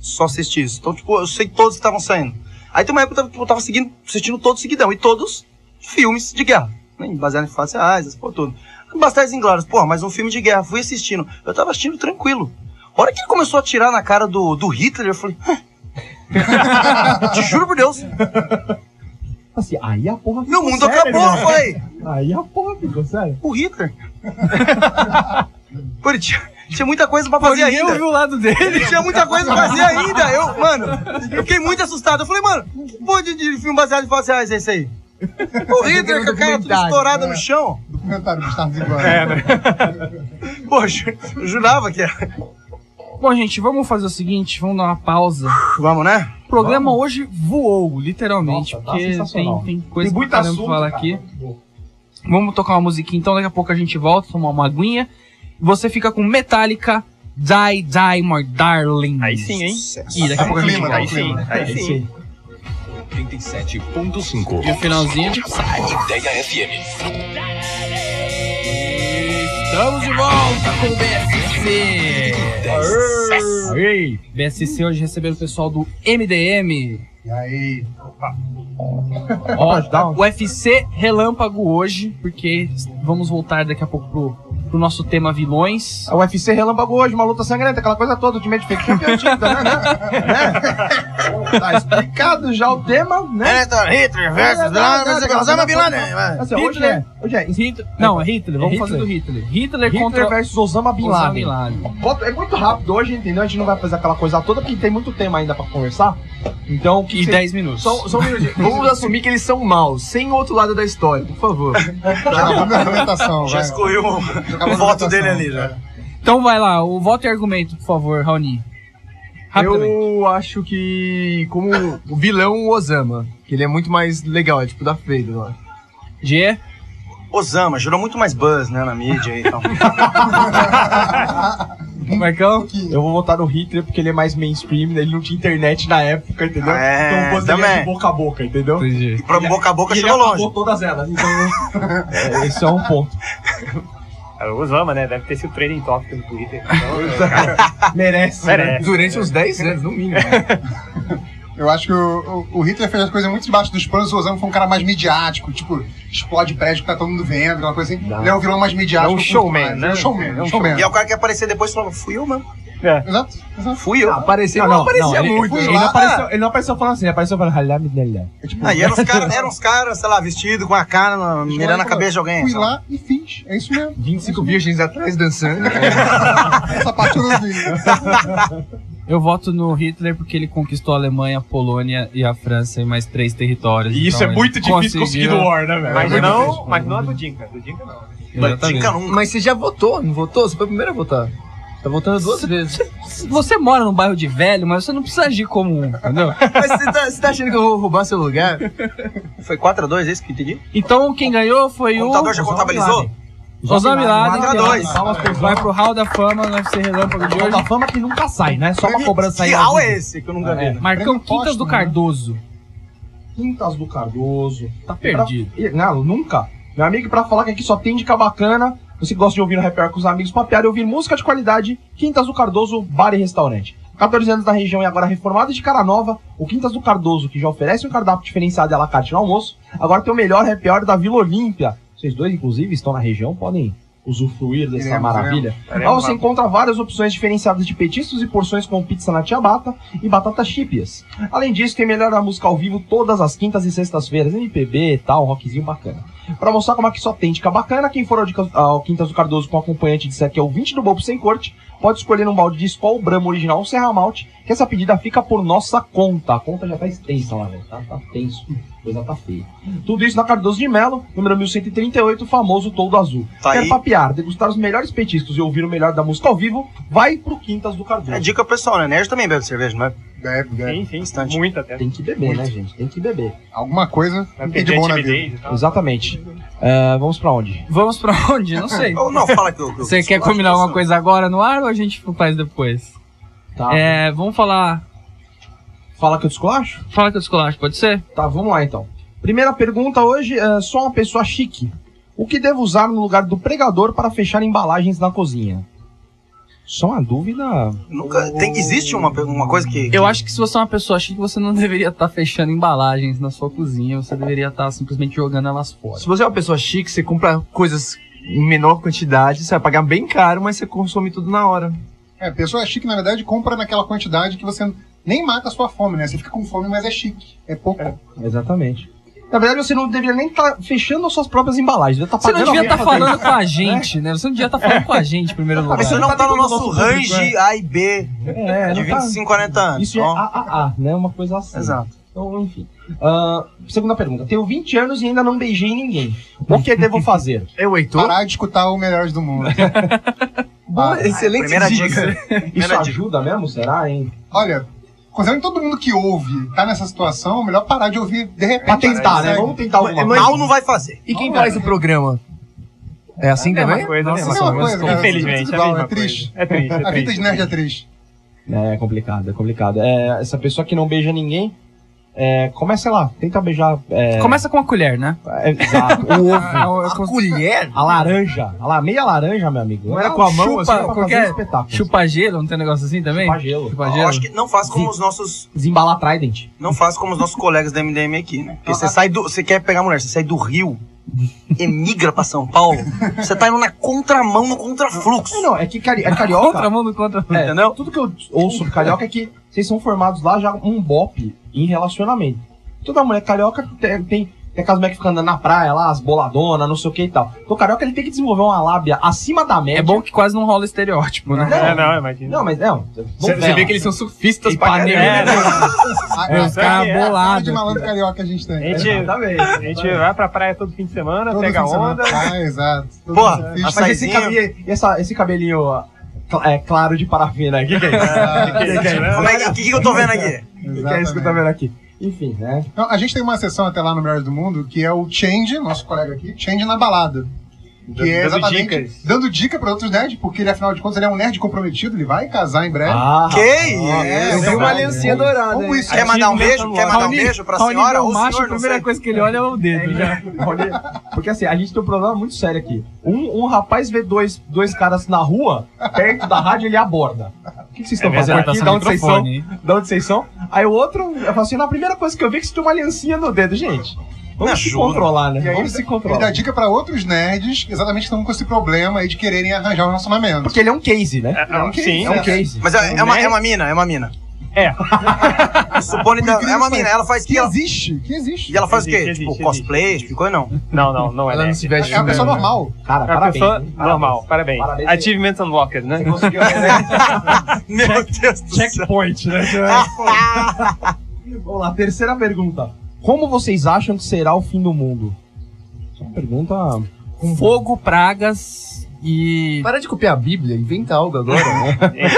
S3: Só assisti isso. Então, tipo, eu sei todos que estavam saindo. Aí tem uma época que eu tava, tipo, eu tava seguindo, assistindo todos seguidão, e todos filmes de guerra. Né, baseado em fatos reais, essa porra toda. Bastardos Inglórios, pô, mas um filme de guerra, fui assistindo. Eu tava assistindo tranquilo. A hora que ele começou a tirar na cara do, do Hitler, eu falei. "Hã?" [laughs] Te juro por Deus,
S5: assim, aí a porra
S3: meu
S5: ficou
S3: mundo
S5: séria,
S3: acabou,
S5: irmão.
S3: pai!
S5: Aí a porra ficou sério.
S3: o Hitler. [laughs] Pô, ele tinha, tinha muita coisa pra fazer
S1: Ninguém
S3: ainda.
S1: ouviu o lado dele.
S3: Ele tinha muita coisa pra fazer ainda. Eu, mano, eu fiquei muito assustado. Eu falei, mano, que porra de, de filme baseado em fatos reais é esse aí? O Hitler com a cara toda estourada no chão.
S6: Documentário do Estado de Glória.
S2: É, né?
S3: Pô, eu ju- eu jurava que era.
S1: Bom, gente, vamos fazer o seguinte, vamos dar uma pausa.
S3: Vamos, né?
S1: O programa hoje voou, literalmente,
S5: Nossa, tá
S1: porque
S5: sensacional.
S1: tem, tem coisa
S5: Tem muito
S1: pra caramba pra
S5: assunto,
S1: falar
S5: cara.
S1: aqui. Vamos tocar uma musiquinha então, daqui a pouco a gente volta, tomar uma aguinha. Você fica com Metallica, Die, Die, My Darling.
S2: Aí sim, hein?
S1: E daqui a pouco a gente
S6: Clima,
S1: volta.
S2: Aí sim, aí sim.
S7: 37.5.
S1: E o finalzinho.
S7: Ideia FM.
S1: Estamos de volta com o BSC. Ei, BSC hoje recebendo o pessoal do MDM.
S6: E aí?
S1: Ó,
S5: ajudar?
S1: o UFC Relâmpago hoje, porque vamos voltar daqui a pouco pro, pro nosso tema vilões.
S5: A UFC relâmpago hoje, uma luta sangrenta, aquela coisa toda, o time de fake campeão de vida, né? [laughs] né? Tá explicado já o tema, né?
S3: Elector É, então, Hitler
S5: versus-
S3: é, Osama Bin Laden.
S5: Assim, hoje é, hoje é
S1: Hitler, não, é Hitler, vamos
S5: É
S1: fazer do Hitler. Hitler,
S5: Hitler
S1: contra
S5: versus Osama Bin
S1: Osama
S5: Laden.
S1: Bin Laden.
S5: Bota- É muito rápido hoje, entendeu? A gente não vai fazer aquela coisa toda, porque tem muito tema ainda pra conversar. Então, o que
S1: E
S5: que
S1: 10 minutos.
S4: Só, só um minutinho. Vamos assumir que eles são maus, sem o outro lado da história, por favor.
S6: Já acabou minha argumentação,
S3: Já
S6: vai.
S3: escorreu o
S6: Acabou a
S3: voto dele
S6: argumentação.
S3: ali, já.
S1: Então vai lá, o voto e argumento, por favor, Raoni. Rapidamente.
S4: Eu acho que como o vilão o Osama, que ele é muito mais legal, é tipo da Freire lá.
S1: Gê,
S3: Osama, gerou muito mais buzz, né, na mídia e tal.
S1: Marcão.
S5: Eu vou votar no Hitler porque ele é mais mainstream, né? ele não tinha internet na época, entendeu?
S3: É,
S5: então eu votaria
S3: também.
S5: de boca a boca, entendeu?
S1: Entendi.
S3: E pra boca a boca
S5: E ele
S3: chegou longe.
S5: apagou todas elas, então [laughs] é, esse é um ponto.
S2: O Osama, né? Deve ter sido training topic do Twitter. é. Então, cara,
S5: Merece. né?
S2: merece.
S4: Durante uns 10 anos, no mínimo.
S6: Eu acho que o, o- o Hitler fez as coisas muito debaixo dos panos, o Osama foi um cara mais midiático, tipo, explode prédio que tá todo mundo vendo, aquela coisa assim. Ele é um vilão mais midiático.
S2: É um
S6: eu curto
S2: showman,
S6: mais.
S2: né?
S6: É um showman,
S2: É um
S6: um showman.
S3: E é o cara que aparecer depois e falava, fui eu mesmo.
S6: Exato, exato.
S3: Fui eu.
S4: Apareceu,
S5: Não,
S4: não,
S5: não, não,
S4: aparecia
S5: ele,
S4: muito.
S6: fui
S5: ele
S6: lá.
S5: não apareceu, ele não apareceu falando assim, ele apareceu falando halami dele.
S6: É tipo,
S3: Aí Ah, eram os caras, eram os caras, sei lá, vestido com a cara, na- mirando a cabeça de alguém.
S6: Fui
S3: sei lá.
S6: lá e fiz. É isso mesmo.
S4: 25 virgens atrás dançando.
S6: Essa parte eu
S2: [laughs]
S6: não vi.
S1: Eu voto no Hitler porque ele conquistou a Alemanha, a Polônia e a França em mais três territórios.
S3: é
S1: Então, ele conseguiu-
S5: War, né, velho?
S2: Mas não, mas não a do Dinka. Do Dinka não.
S1: Exatamente.
S3: Dica nunca.
S4: Mas você já votou, não votou? Você foi o primeiro a votar. Tá votando duas vezes.
S1: Você mora num bairro de velho, mas você não precisa agir como um, entendeu?
S4: Mas você tá, você tá achando que eu vou roubar seu lugar?
S3: Foi 4x2, é isso que eu entendi?
S1: Então quem ganhou foi
S3: O
S1: o.
S3: computador já contabilizou?
S1: Osama Bin Laden.
S3: Quatro a dois.
S5: Salva as
S1: Vai
S5: pessoas.
S1: pro Hall da Fama no UFC Relâmpago de
S5: Hall
S1: hoje.
S5: da fama que nunca sai, né? Só uma cobrança aí.
S3: Que real é esse que eu nunca
S5: Ah,
S3: vi?
S5: é.
S3: né?
S1: Marcão
S6: Prêmio
S1: Quintas do
S6: póstumo, né?
S1: Cardoso.
S5: Quintas do Cardoso.
S1: Tá perdido.
S5: Ih, Não, nunca. Meu amigo, pra falar que aqui só tem dica bacana, você que gosta de ouvir no Repair com os amigos, papear e ouvir música de qualidade, Quintas do Cardoso, bar e restaurante. 14 anos na região e agora reformado de cara nova, o Quintas do Cardoso, que já oferece um cardápio diferenciado e à la carte no almoço, agora tem o melhor happy hour da Vila Olímpia. Vocês dois, inclusive, estão na região, podem usufruir dessa
S6: Iremos,
S5: maravilha. Lá
S2: Iremos.
S5: você encontra várias opções diferenciadas de petiscos e porções com pizza na tiabata e batatas chipias. Além disso, tem melhor da música ao vivo todas as quintas e sextas-feiras, MPB e tal, rockzinho bacana. Pra mostrar como é que só tem dica bacana, quem for ao, Dicas- ao Quintas do Cardoso com acompanhante disser que é ouvinte do Bobo Sem Corte, pode escolher um balde de Skol, Brahma Original ou Serra Malte, que essa pedida fica por nossa conta. A conta já tá extensa lá, velho, tá, tá tenso. Coisa tá feia. Tudo isso na Cardoso de Melo, número 1138, o famoso Toldo Azul.
S3: Tá
S5: Quer
S3: aí.
S5: papear, degustar os melhores petiscos e ouvir o melhor da música ao vivo? Vai pro Quintas do Cardoso.
S3: É dica pessoal, né? Nerd também bebe cerveja, não é?
S6: Bebe, bebe.
S2: Sim, sim,
S3: Bastante.
S2: muito até.
S5: Tem que beber, né, gente? Tem que beber.
S6: Alguma coisa tem de
S2: Tem
S6: bom né, na vida.
S2: timidez e
S4: Tá.
S2: tal.
S5: Exatamente. É, vamos pra onde?
S1: Vamos pra onde? Não
S4: [laughs]
S1: sei.
S3: Ou não, fala que eu. que eu-
S1: Você quer
S3: acho que
S1: combinar alguma
S3: eu-
S1: coisa agora no ar ou a gente faz depois?
S3: Ah,
S5: Tá.
S1: É, vamos falar.
S5: Fala que eu descolacho?
S1: Fala que eu descolacho, pode ser?
S5: Tá, vamos lá então. Primeira pergunta hoje é só uma pessoa chique. O que devo usar no lugar do pregador para fechar embalagens na cozinha? Só uma dúvida.
S3: Nunca. Tem, existe uma, uma coisa que.
S1: Eu acho que se você é uma pessoa chique, você não [laughs] deveria estar fechando embalagens na sua cozinha, você deveria estar simplesmente jogando elas fora.
S4: Se você é uma pessoa chique, você compra coisas em menor quantidade, você vai pagar bem caro, mas você consome tudo na hora.
S6: É, a pessoa chique, na verdade, compra naquela quantidade que você nem mata a sua fome, né? Você fica com fome, mas é chique. É pouco.
S5: Exatamente. Na verdade, você não deveria nem estar fechando as suas próprias embalagens. Devia tá
S1: Você não
S5: pagando
S1: devia
S5: alguém
S1: estar
S5: pra fazer
S1: falando com a gente,
S3: É.
S1: né? Você não devia estar falando com a gente
S3: [laughs]
S1: em primeiro lugar.
S3: Isso não tá no nosso
S5: nosso público,
S3: range A e B
S5: isso. É,
S3: de
S5: não tá-
S3: 25 40 anos.
S5: Isso é
S3: ó.
S5: AAA, né? Uma coisa assim.
S3: né? Exato.
S5: Então, enfim. Ah, segunda pergunta. Tenho 20 anos e ainda não beijei ninguém. O que devo fazer?
S4: É o Heitor?
S6: Parar de escutar o Melhores
S2: [laughs]
S6: do Mundo.
S4: Boa, excelente
S3: Primeira
S4: dica.
S3: dica.
S5: Isso
S3: dica.
S5: ajuda mesmo? Será, hein?
S6: Olha, considerando todo mundo que ouve tá nessa situação, melhor parar de ouvir de repente.
S5: Pra tentar, né?
S6: Segue.
S5: Vamos tentar alguma
S4: Mas-
S5: coisa.
S3: Mal não vai fazer.
S4: E quem faz o programa? É assim
S2: É
S4: também?
S2: uma coisa,
S6: É
S2: né?
S6: a mesma coisa, cara.
S2: Infelizmente,
S6: Tudo
S2: é, a
S6: igual,
S2: mesma
S6: é triste.
S2: coisa. É triste, é
S6: A vida de
S2: triste.
S6: nerd é triste.
S5: É, é complicado, é complicado. É, essa pessoa que não beija ninguém, é, começa, sei lá, tenta beijar. é,
S1: Começa com a colher, né?
S5: é, exato, o
S3: Ah.
S5: ovo,
S4: A colher?
S5: a laranja, a la- meia laranja, meu amigo.
S4: Não era com a mão,
S5: chupa,
S4: assim,
S5: pra fazer
S1: qualquer-
S5: um espetáculo.
S1: Chupa gelo, não tem um negócio assim também?
S5: Chupa gelo.
S1: Chupa
S3: Eu
S1: gelo.
S3: acho que é não faz como os nossos.
S5: Desembalar Trident.
S3: Não faz como os nossos colegas da MDM aqui, né? Porque você sai do. Você quer pegar mulher, você sai do Rio, emigra pra São Paulo, você tá indo na contramão, no contrafluxo.
S5: É, não, é que cari é
S1: Contra
S5: carioca.
S1: mão do contra.
S5: é,
S3: Entendeu?
S5: Tudo que eu ouço sobre carioca é que vocês são formados lá já um bope em relacionamento. Toda mulher carioca tem. tem tem aquelas mulheres que ficam andando na praia lá, as boladonas, não sei o que e tal. Então, o carioca ele tem que desenvolver uma lábia acima da média.
S1: É bom que quase não rola estereótipo, né?
S2: É, não, imagina.
S5: Não, mas não.
S4: Você vê que eles são surfistas pra
S1: Ipanema.
S4: caramba.
S3: né?
S1: É,
S6: A,
S1: Os caras
S2: é, é,
S6: cara de
S1: bolados.
S6: malandro carioca a gente
S2: A
S5: É,
S6: tem.
S2: gente, a gente vai pra praia todo fim de semana,
S6: Todo
S2: pega
S6: fim de semana.
S2: onda.
S6: Ah, exato. Todo
S3: Porra,
S6: mundo
S3: mas
S6: ficha.
S5: Mas
S3: Saizinho.
S5: esse cabelinho, essa- esse cabelinho ó, cl- é, claro de parafina, o que, que é
S6: [laughs]
S2: [laughs]
S5: isso?
S6: Ah,
S2: que é isso, né?
S3: Como é que, que, que eu tô vendo aqui?
S5: O que, que é isso que eu tô
S6: exatamente.
S5: vendo aqui? Enfim, né?
S6: Então, a gente tem uma sessão até lá no Melhores do Mundo que é o Change, nosso colega aqui, Change na balada. Que
S2: Dando-
S6: é
S2: dando
S6: exatamente
S2: dicas.
S6: dando dica para outros nerds, porque ele, afinal de contas, ele é um nerd comprometido, ele vai casar em breve.
S5: Ah,
S3: Que
S6: é,
S4: Eu
S3: isso?
S4: vi uma
S6: verdade.
S4: aliancinha dourada.
S6: Como
S4: aí.
S6: isso?
S3: Quer mandar um beijo? Quer mandar um
S1: Raoni-
S3: beijo
S1: [laughs]
S3: pra
S1: Raoni
S3: senhora
S1: vê um
S3: ou
S1: macho,
S3: senhor?
S1: a
S3: Não
S1: primeira
S3: sei.
S1: coisa que ele olha é o dedo. né?
S5: olha, porque assim, a gente tem um problema muito sério aqui. Um, um rapaz vê dois, dois caras na rua, perto da rádio, ele aborda. O que, que vocês estão fazendo
S1: verdade.
S5: aqui? Da onde vocês são?
S1: Microfone,
S5: Da onde vocês são? Aí o outro, eu falo assim, na primeira coisa que eu vi é que você tem uma aliancinha no dedo, gente. Vamos se
S3: ajuda.
S5: controlar, né?
S6: E aí
S5: Vamos
S6: ele-
S5: se
S6: Ele dá
S5: controlar.
S6: dica para outros nerds, exatamente que estão com esse problema aí de quererem arranjar um relacionamento.
S5: Porque ele é um case, né?
S2: É, não,
S6: que
S2: sim,
S5: É um case.
S3: Mas é, é uma, é uma mina, é uma mina. [laughs] Supone que é uma mina, ela faz que
S6: Que
S3: ela.
S6: existe, que existe.
S3: E ela faz o quê?
S2: Existe,
S3: Tipo,
S2: existe,
S3: cosplay, tipo coisa não.
S2: não, não, não é.
S4: Ela não
S2: né?
S4: se veste
S6: É uma pessoa
S4: mesmo.
S6: normal.
S5: Cara,
S2: É uma
S5: parabéns.
S2: pessoa
S5: hein?
S2: normal, parabéns.
S5: Parabéns.
S2: Achievement unlocked, né?
S3: Meu Deus do céu.
S5: Checkpoint, né? Vamos lá, terceira pergunta. Como vocês acham que será o fim do mundo? Essa é uma pergunta.
S1: né? Fogo, pragas e.
S4: Para de copiar a Bíblia, inventa algo agora. né?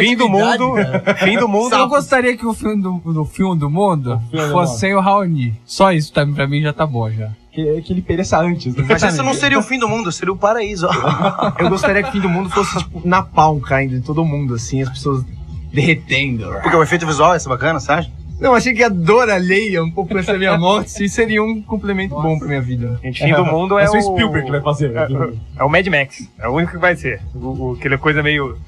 S2: Fim do mundo, fim do mundo.
S1: Eu gostaria que o filme do, do filme do mundo
S5: filme do
S1: fosse
S5: mundo.
S1: sem o Raoni. Só isso tá, pra mim já tá bom já.
S5: Que, que ele pereça antes. né?
S3: Mas isso não seria o fim do mundo, seria o paraíso.
S4: [laughs] Eu gostaria que o fim do mundo fosse tipo, napalm caindo em todo mundo, assim, as pessoas derretendo.
S3: Porque o efeito visual é bacana, você acha?
S4: Não, achei que a dor alheia um pouco essa minha morte assim, seria um complemento bom pra minha vida.
S2: Gente, fim do mundo é,
S5: Vai ser
S2: o.
S5: o Spielberg que vai fazer. né?
S2: É, é o Mad Max. É o único que vai ser. O, o- aquela coisa meio.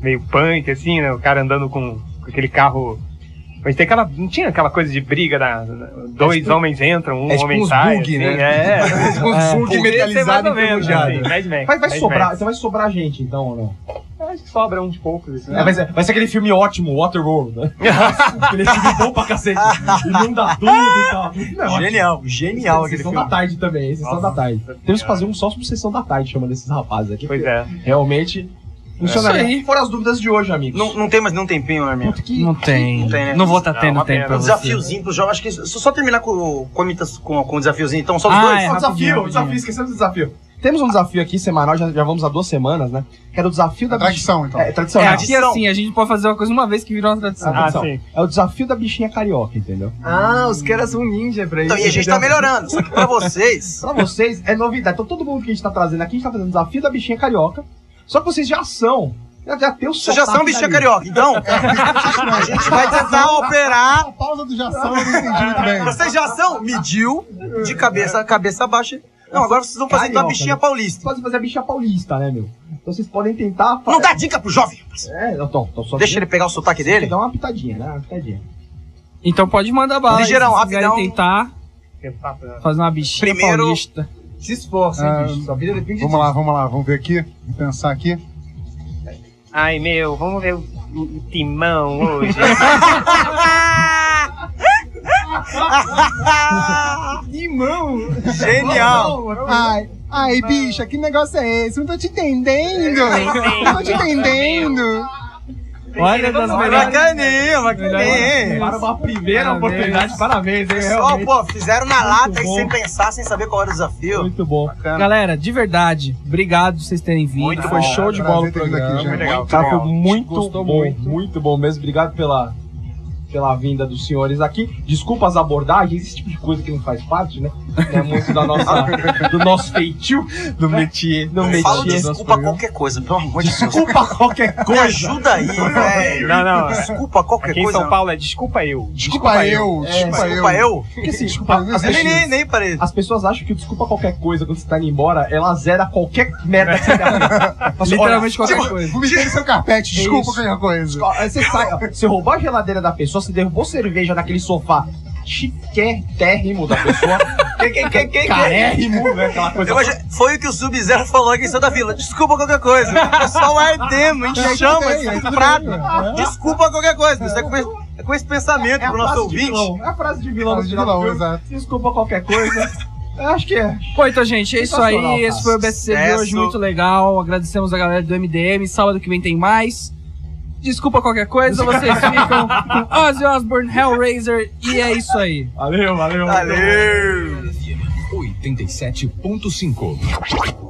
S2: meio punk, assim, né? O cara andando com, com aquele carro. Mas tem aquela. Não tinha aquela coisa de briga da. Dois homens entram, um
S4: é tipo
S2: homem
S4: uns
S2: sai.
S4: bug,
S2: assim,
S4: né?
S2: É, é.
S4: Um
S2: Porque
S4: zumbi
S2: tem mais
S4: metalizado
S2: ou menos,
S4: enferrujado.
S2: assim, Mad Max.
S5: Vai, vai
S2: Mad
S5: sobrar,
S2: Max.
S5: então vai sobrar gente, então, ou não?
S2: Eu Acho que sobra uns poucos. Assim.
S5: É, vai, ser, vai ser aquele filme ótimo, Waterworld, né?
S2: [laughs]
S5: aquele filme bom pra cacete. Inunda tudo e tal. Não, é
S3: Genial, genial aquele
S5: Sessão
S3: filme.
S5: da tarde também, sessão
S2: Nossa,
S5: da tarde.
S2: nossa
S5: Temos
S2: senhora.
S5: que fazer um só sobre sessão da tarde chamando esses rapazes aqui.
S2: Pois é.
S5: Realmente, Funcionaria.
S1: Isso aí.
S5: Foram as dúvidas de hoje, amigos.
S3: Não, não tem mais nenhum tempinho, Armin.
S5: Puta que. um
S1: Não é tem.
S3: Não tem, né?
S1: Não vou estar
S2: Não,
S1: tendo
S2: uma
S1: tempo
S2: pena.
S1: pra
S3: Um
S1: você.
S4: né?
S3: desafiozinho pro jogo. Acho que só, só terminar com, com, a imitação- com, com o desafiozinho. Então, só os
S1: Ah,
S3: dois.
S1: é,
S5: Ó,
S1: rapidinho,
S5: desafio, um
S1: rapidinho.
S5: desafio, esquecemos do desafio. Temos um desafio aqui semanal, já, já vamos há duas semanas, né? Que era o desafio da
S6: A
S5: bichinha.
S6: tradição, então.
S5: É, tradição,
S1: É,
S5: né?
S1: aqui é assim, a gente pode fazer uma coisa uma vez que virou uma tradição.
S5: Ah,
S2: Ah,
S5: então.
S2: sim.
S5: É o desafio da bichinha carioca, entendeu?
S4: Ah, os caras são ninja pra isso.
S3: Então, e a gente tá
S4: entendeu?
S3: melhorando. Só que pra
S4: [laughs]
S3: vocês.
S5: Pra vocês, é novidade. Então todo mundo que a gente tá trazendo aqui, a gente tá trazendo o desafio da bichinha carioca. Só que vocês já são. Já, já tem o
S3: Vocês já são
S5: sotaque
S3: bichinha
S5: da
S3: carioca.
S4: [laughs]
S3: Então, a gente vai tentar operar.
S6: A pausa do Jação eu não entendi muito
S3: [laughs]
S6: bem.
S3: Vocês já são? Mediu de cabeça, cabeça baixa. Não, agora vocês vão fazer então a
S5: Carioca,
S3: bichinha
S5: né? Vocês
S3: paulista.
S5: podem fazer a bichinha paulista, né, meu? Então vocês podem tentar. fa-
S3: Não dá dica pro jovem. rapaz.
S5: É, então, então só
S3: Deixa ele pegar o sotaque dele.
S5: Dá uma pitadinha, né? Uma pitadinha.
S1: Então pode mandar bala. aí,
S3: Ligeirão,
S1: se vocês
S3: rapidão.
S1: quiserem tentar
S2: Tentar pra-
S1: fazer uma bichinha
S3: Primeiro-
S1: paulista.
S4: Se esforça, hein,
S6: Ah,
S4: bicho. Sua vida depende
S6: Vamos lá, vamos lá, vamos ver aqui, vamos pensar aqui.
S2: Ai, meu, vamos ver o, o timão
S4: [laughs]
S2: hoje.
S3: Genial.
S6: Ai, ai, bicha, que negócio é esse? Não tô te entendendo. Não tô te entendendo.
S1: Olha das melhores.
S3: Bacaninha, bacaninha.
S5: Para uma primeira
S1: Parabéns.
S5: oportunidade, parabéns, hein?
S3: Só,
S5: Realmente.
S3: pô, fizeram na lata e
S5: bom.
S3: sem pensar, sem saber qual era o desafio.
S5: Muito bom.
S1: Galera, de verdade, obrigado por vocês terem vindo.
S2: Muito
S1: Foi
S2: bom.
S1: show de
S6: Prazer
S1: bola o
S6: ter vindo
S1: programa.
S6: aqui,
S2: Foi
S6: gente.
S2: legal, foi
S4: Tá
S5: Cara, foi
S2: legal.
S5: muito
S1: Gostou
S5: bom, Tá muito.
S1: muito.
S5: bom mesmo. Obrigado pela, pela vinda dos senhores aqui. Desculpa as abordagens, esse tipo de coisa que não faz parte, né? É muito da [laughs] nossa, do nosso feitio. Do métier. Do
S3: Não
S5: métier.
S3: falo
S5: do nosso
S3: desculpa
S5: programa.
S3: qualquer coisa, pelo amor de Deus.
S5: [laughs] Desculpa qualquer
S3: Me
S5: coisa.
S3: ajuda aí, velho.
S2: Não, não.
S3: Desculpa qualquer
S2: Aqui em
S3: coisa.
S2: São Paulo é desculpa eu.
S6: Desculpa eu, É, desculpa eu.
S3: Desculpa eu.
S5: Porque assim,
S6: Desculpa,
S5: a-
S6: não
S5: as,
S6: existe.
S3: Nem, nem, nem parei.
S5: as pessoas acham que o desculpa qualquer coisa quando você tá indo embora, ela zera qualquer merda que você [laughs] tá fazendo.
S1: Literalmente qualquer coisa.
S6: Vomitei no seu carpete, desculpa
S5: Isso.
S6: qualquer coisa.
S5: Ó, Aí você sai, ó. Você roubou a geladeira da pessoa, você derrubou cerveja naquele sofá chiquérrimo da [laughs] pessoa.
S3: Quem, quem, quem, quem, quem?
S5: Carérrimo, né? Aquela coisa.
S3: Eu acho- foi o que o Sub-Zero falou aqui em Santa Vila. Desculpa qualquer coisa. É O pessoal ardemo, a gente chama,
S6: bem,
S3: assim,
S6: tudo
S3: prado.
S6: bem.
S3: Desculpa qualquer coisa. Isso é com, esse- é com esse pensamento
S5: É a
S3: pro nosso
S5: frase de
S3: ouvinte.
S5: vilão. É a frase de vilão no
S6: Frase de
S5: final do
S6: vilão,
S5: filme.
S6: exato.
S5: Desculpa qualquer coisa. Eu acho que é.
S1: Bom, então, gente, é isso
S5: Sensacional,
S1: aí.
S5: cara.
S1: Esse foi o BSC de
S3: Sucesso.
S1: hoje, muito legal. Agradecemos a galera do MDM. Sábado que vem tem mais. Desculpa qualquer
S5: [laughs]
S1: coisa, vocês ficam com Ozzy Osbourne, Hellraiser, e é isso aí.
S5: Valeu, valeu.
S3: Valeu.
S7: 87.5.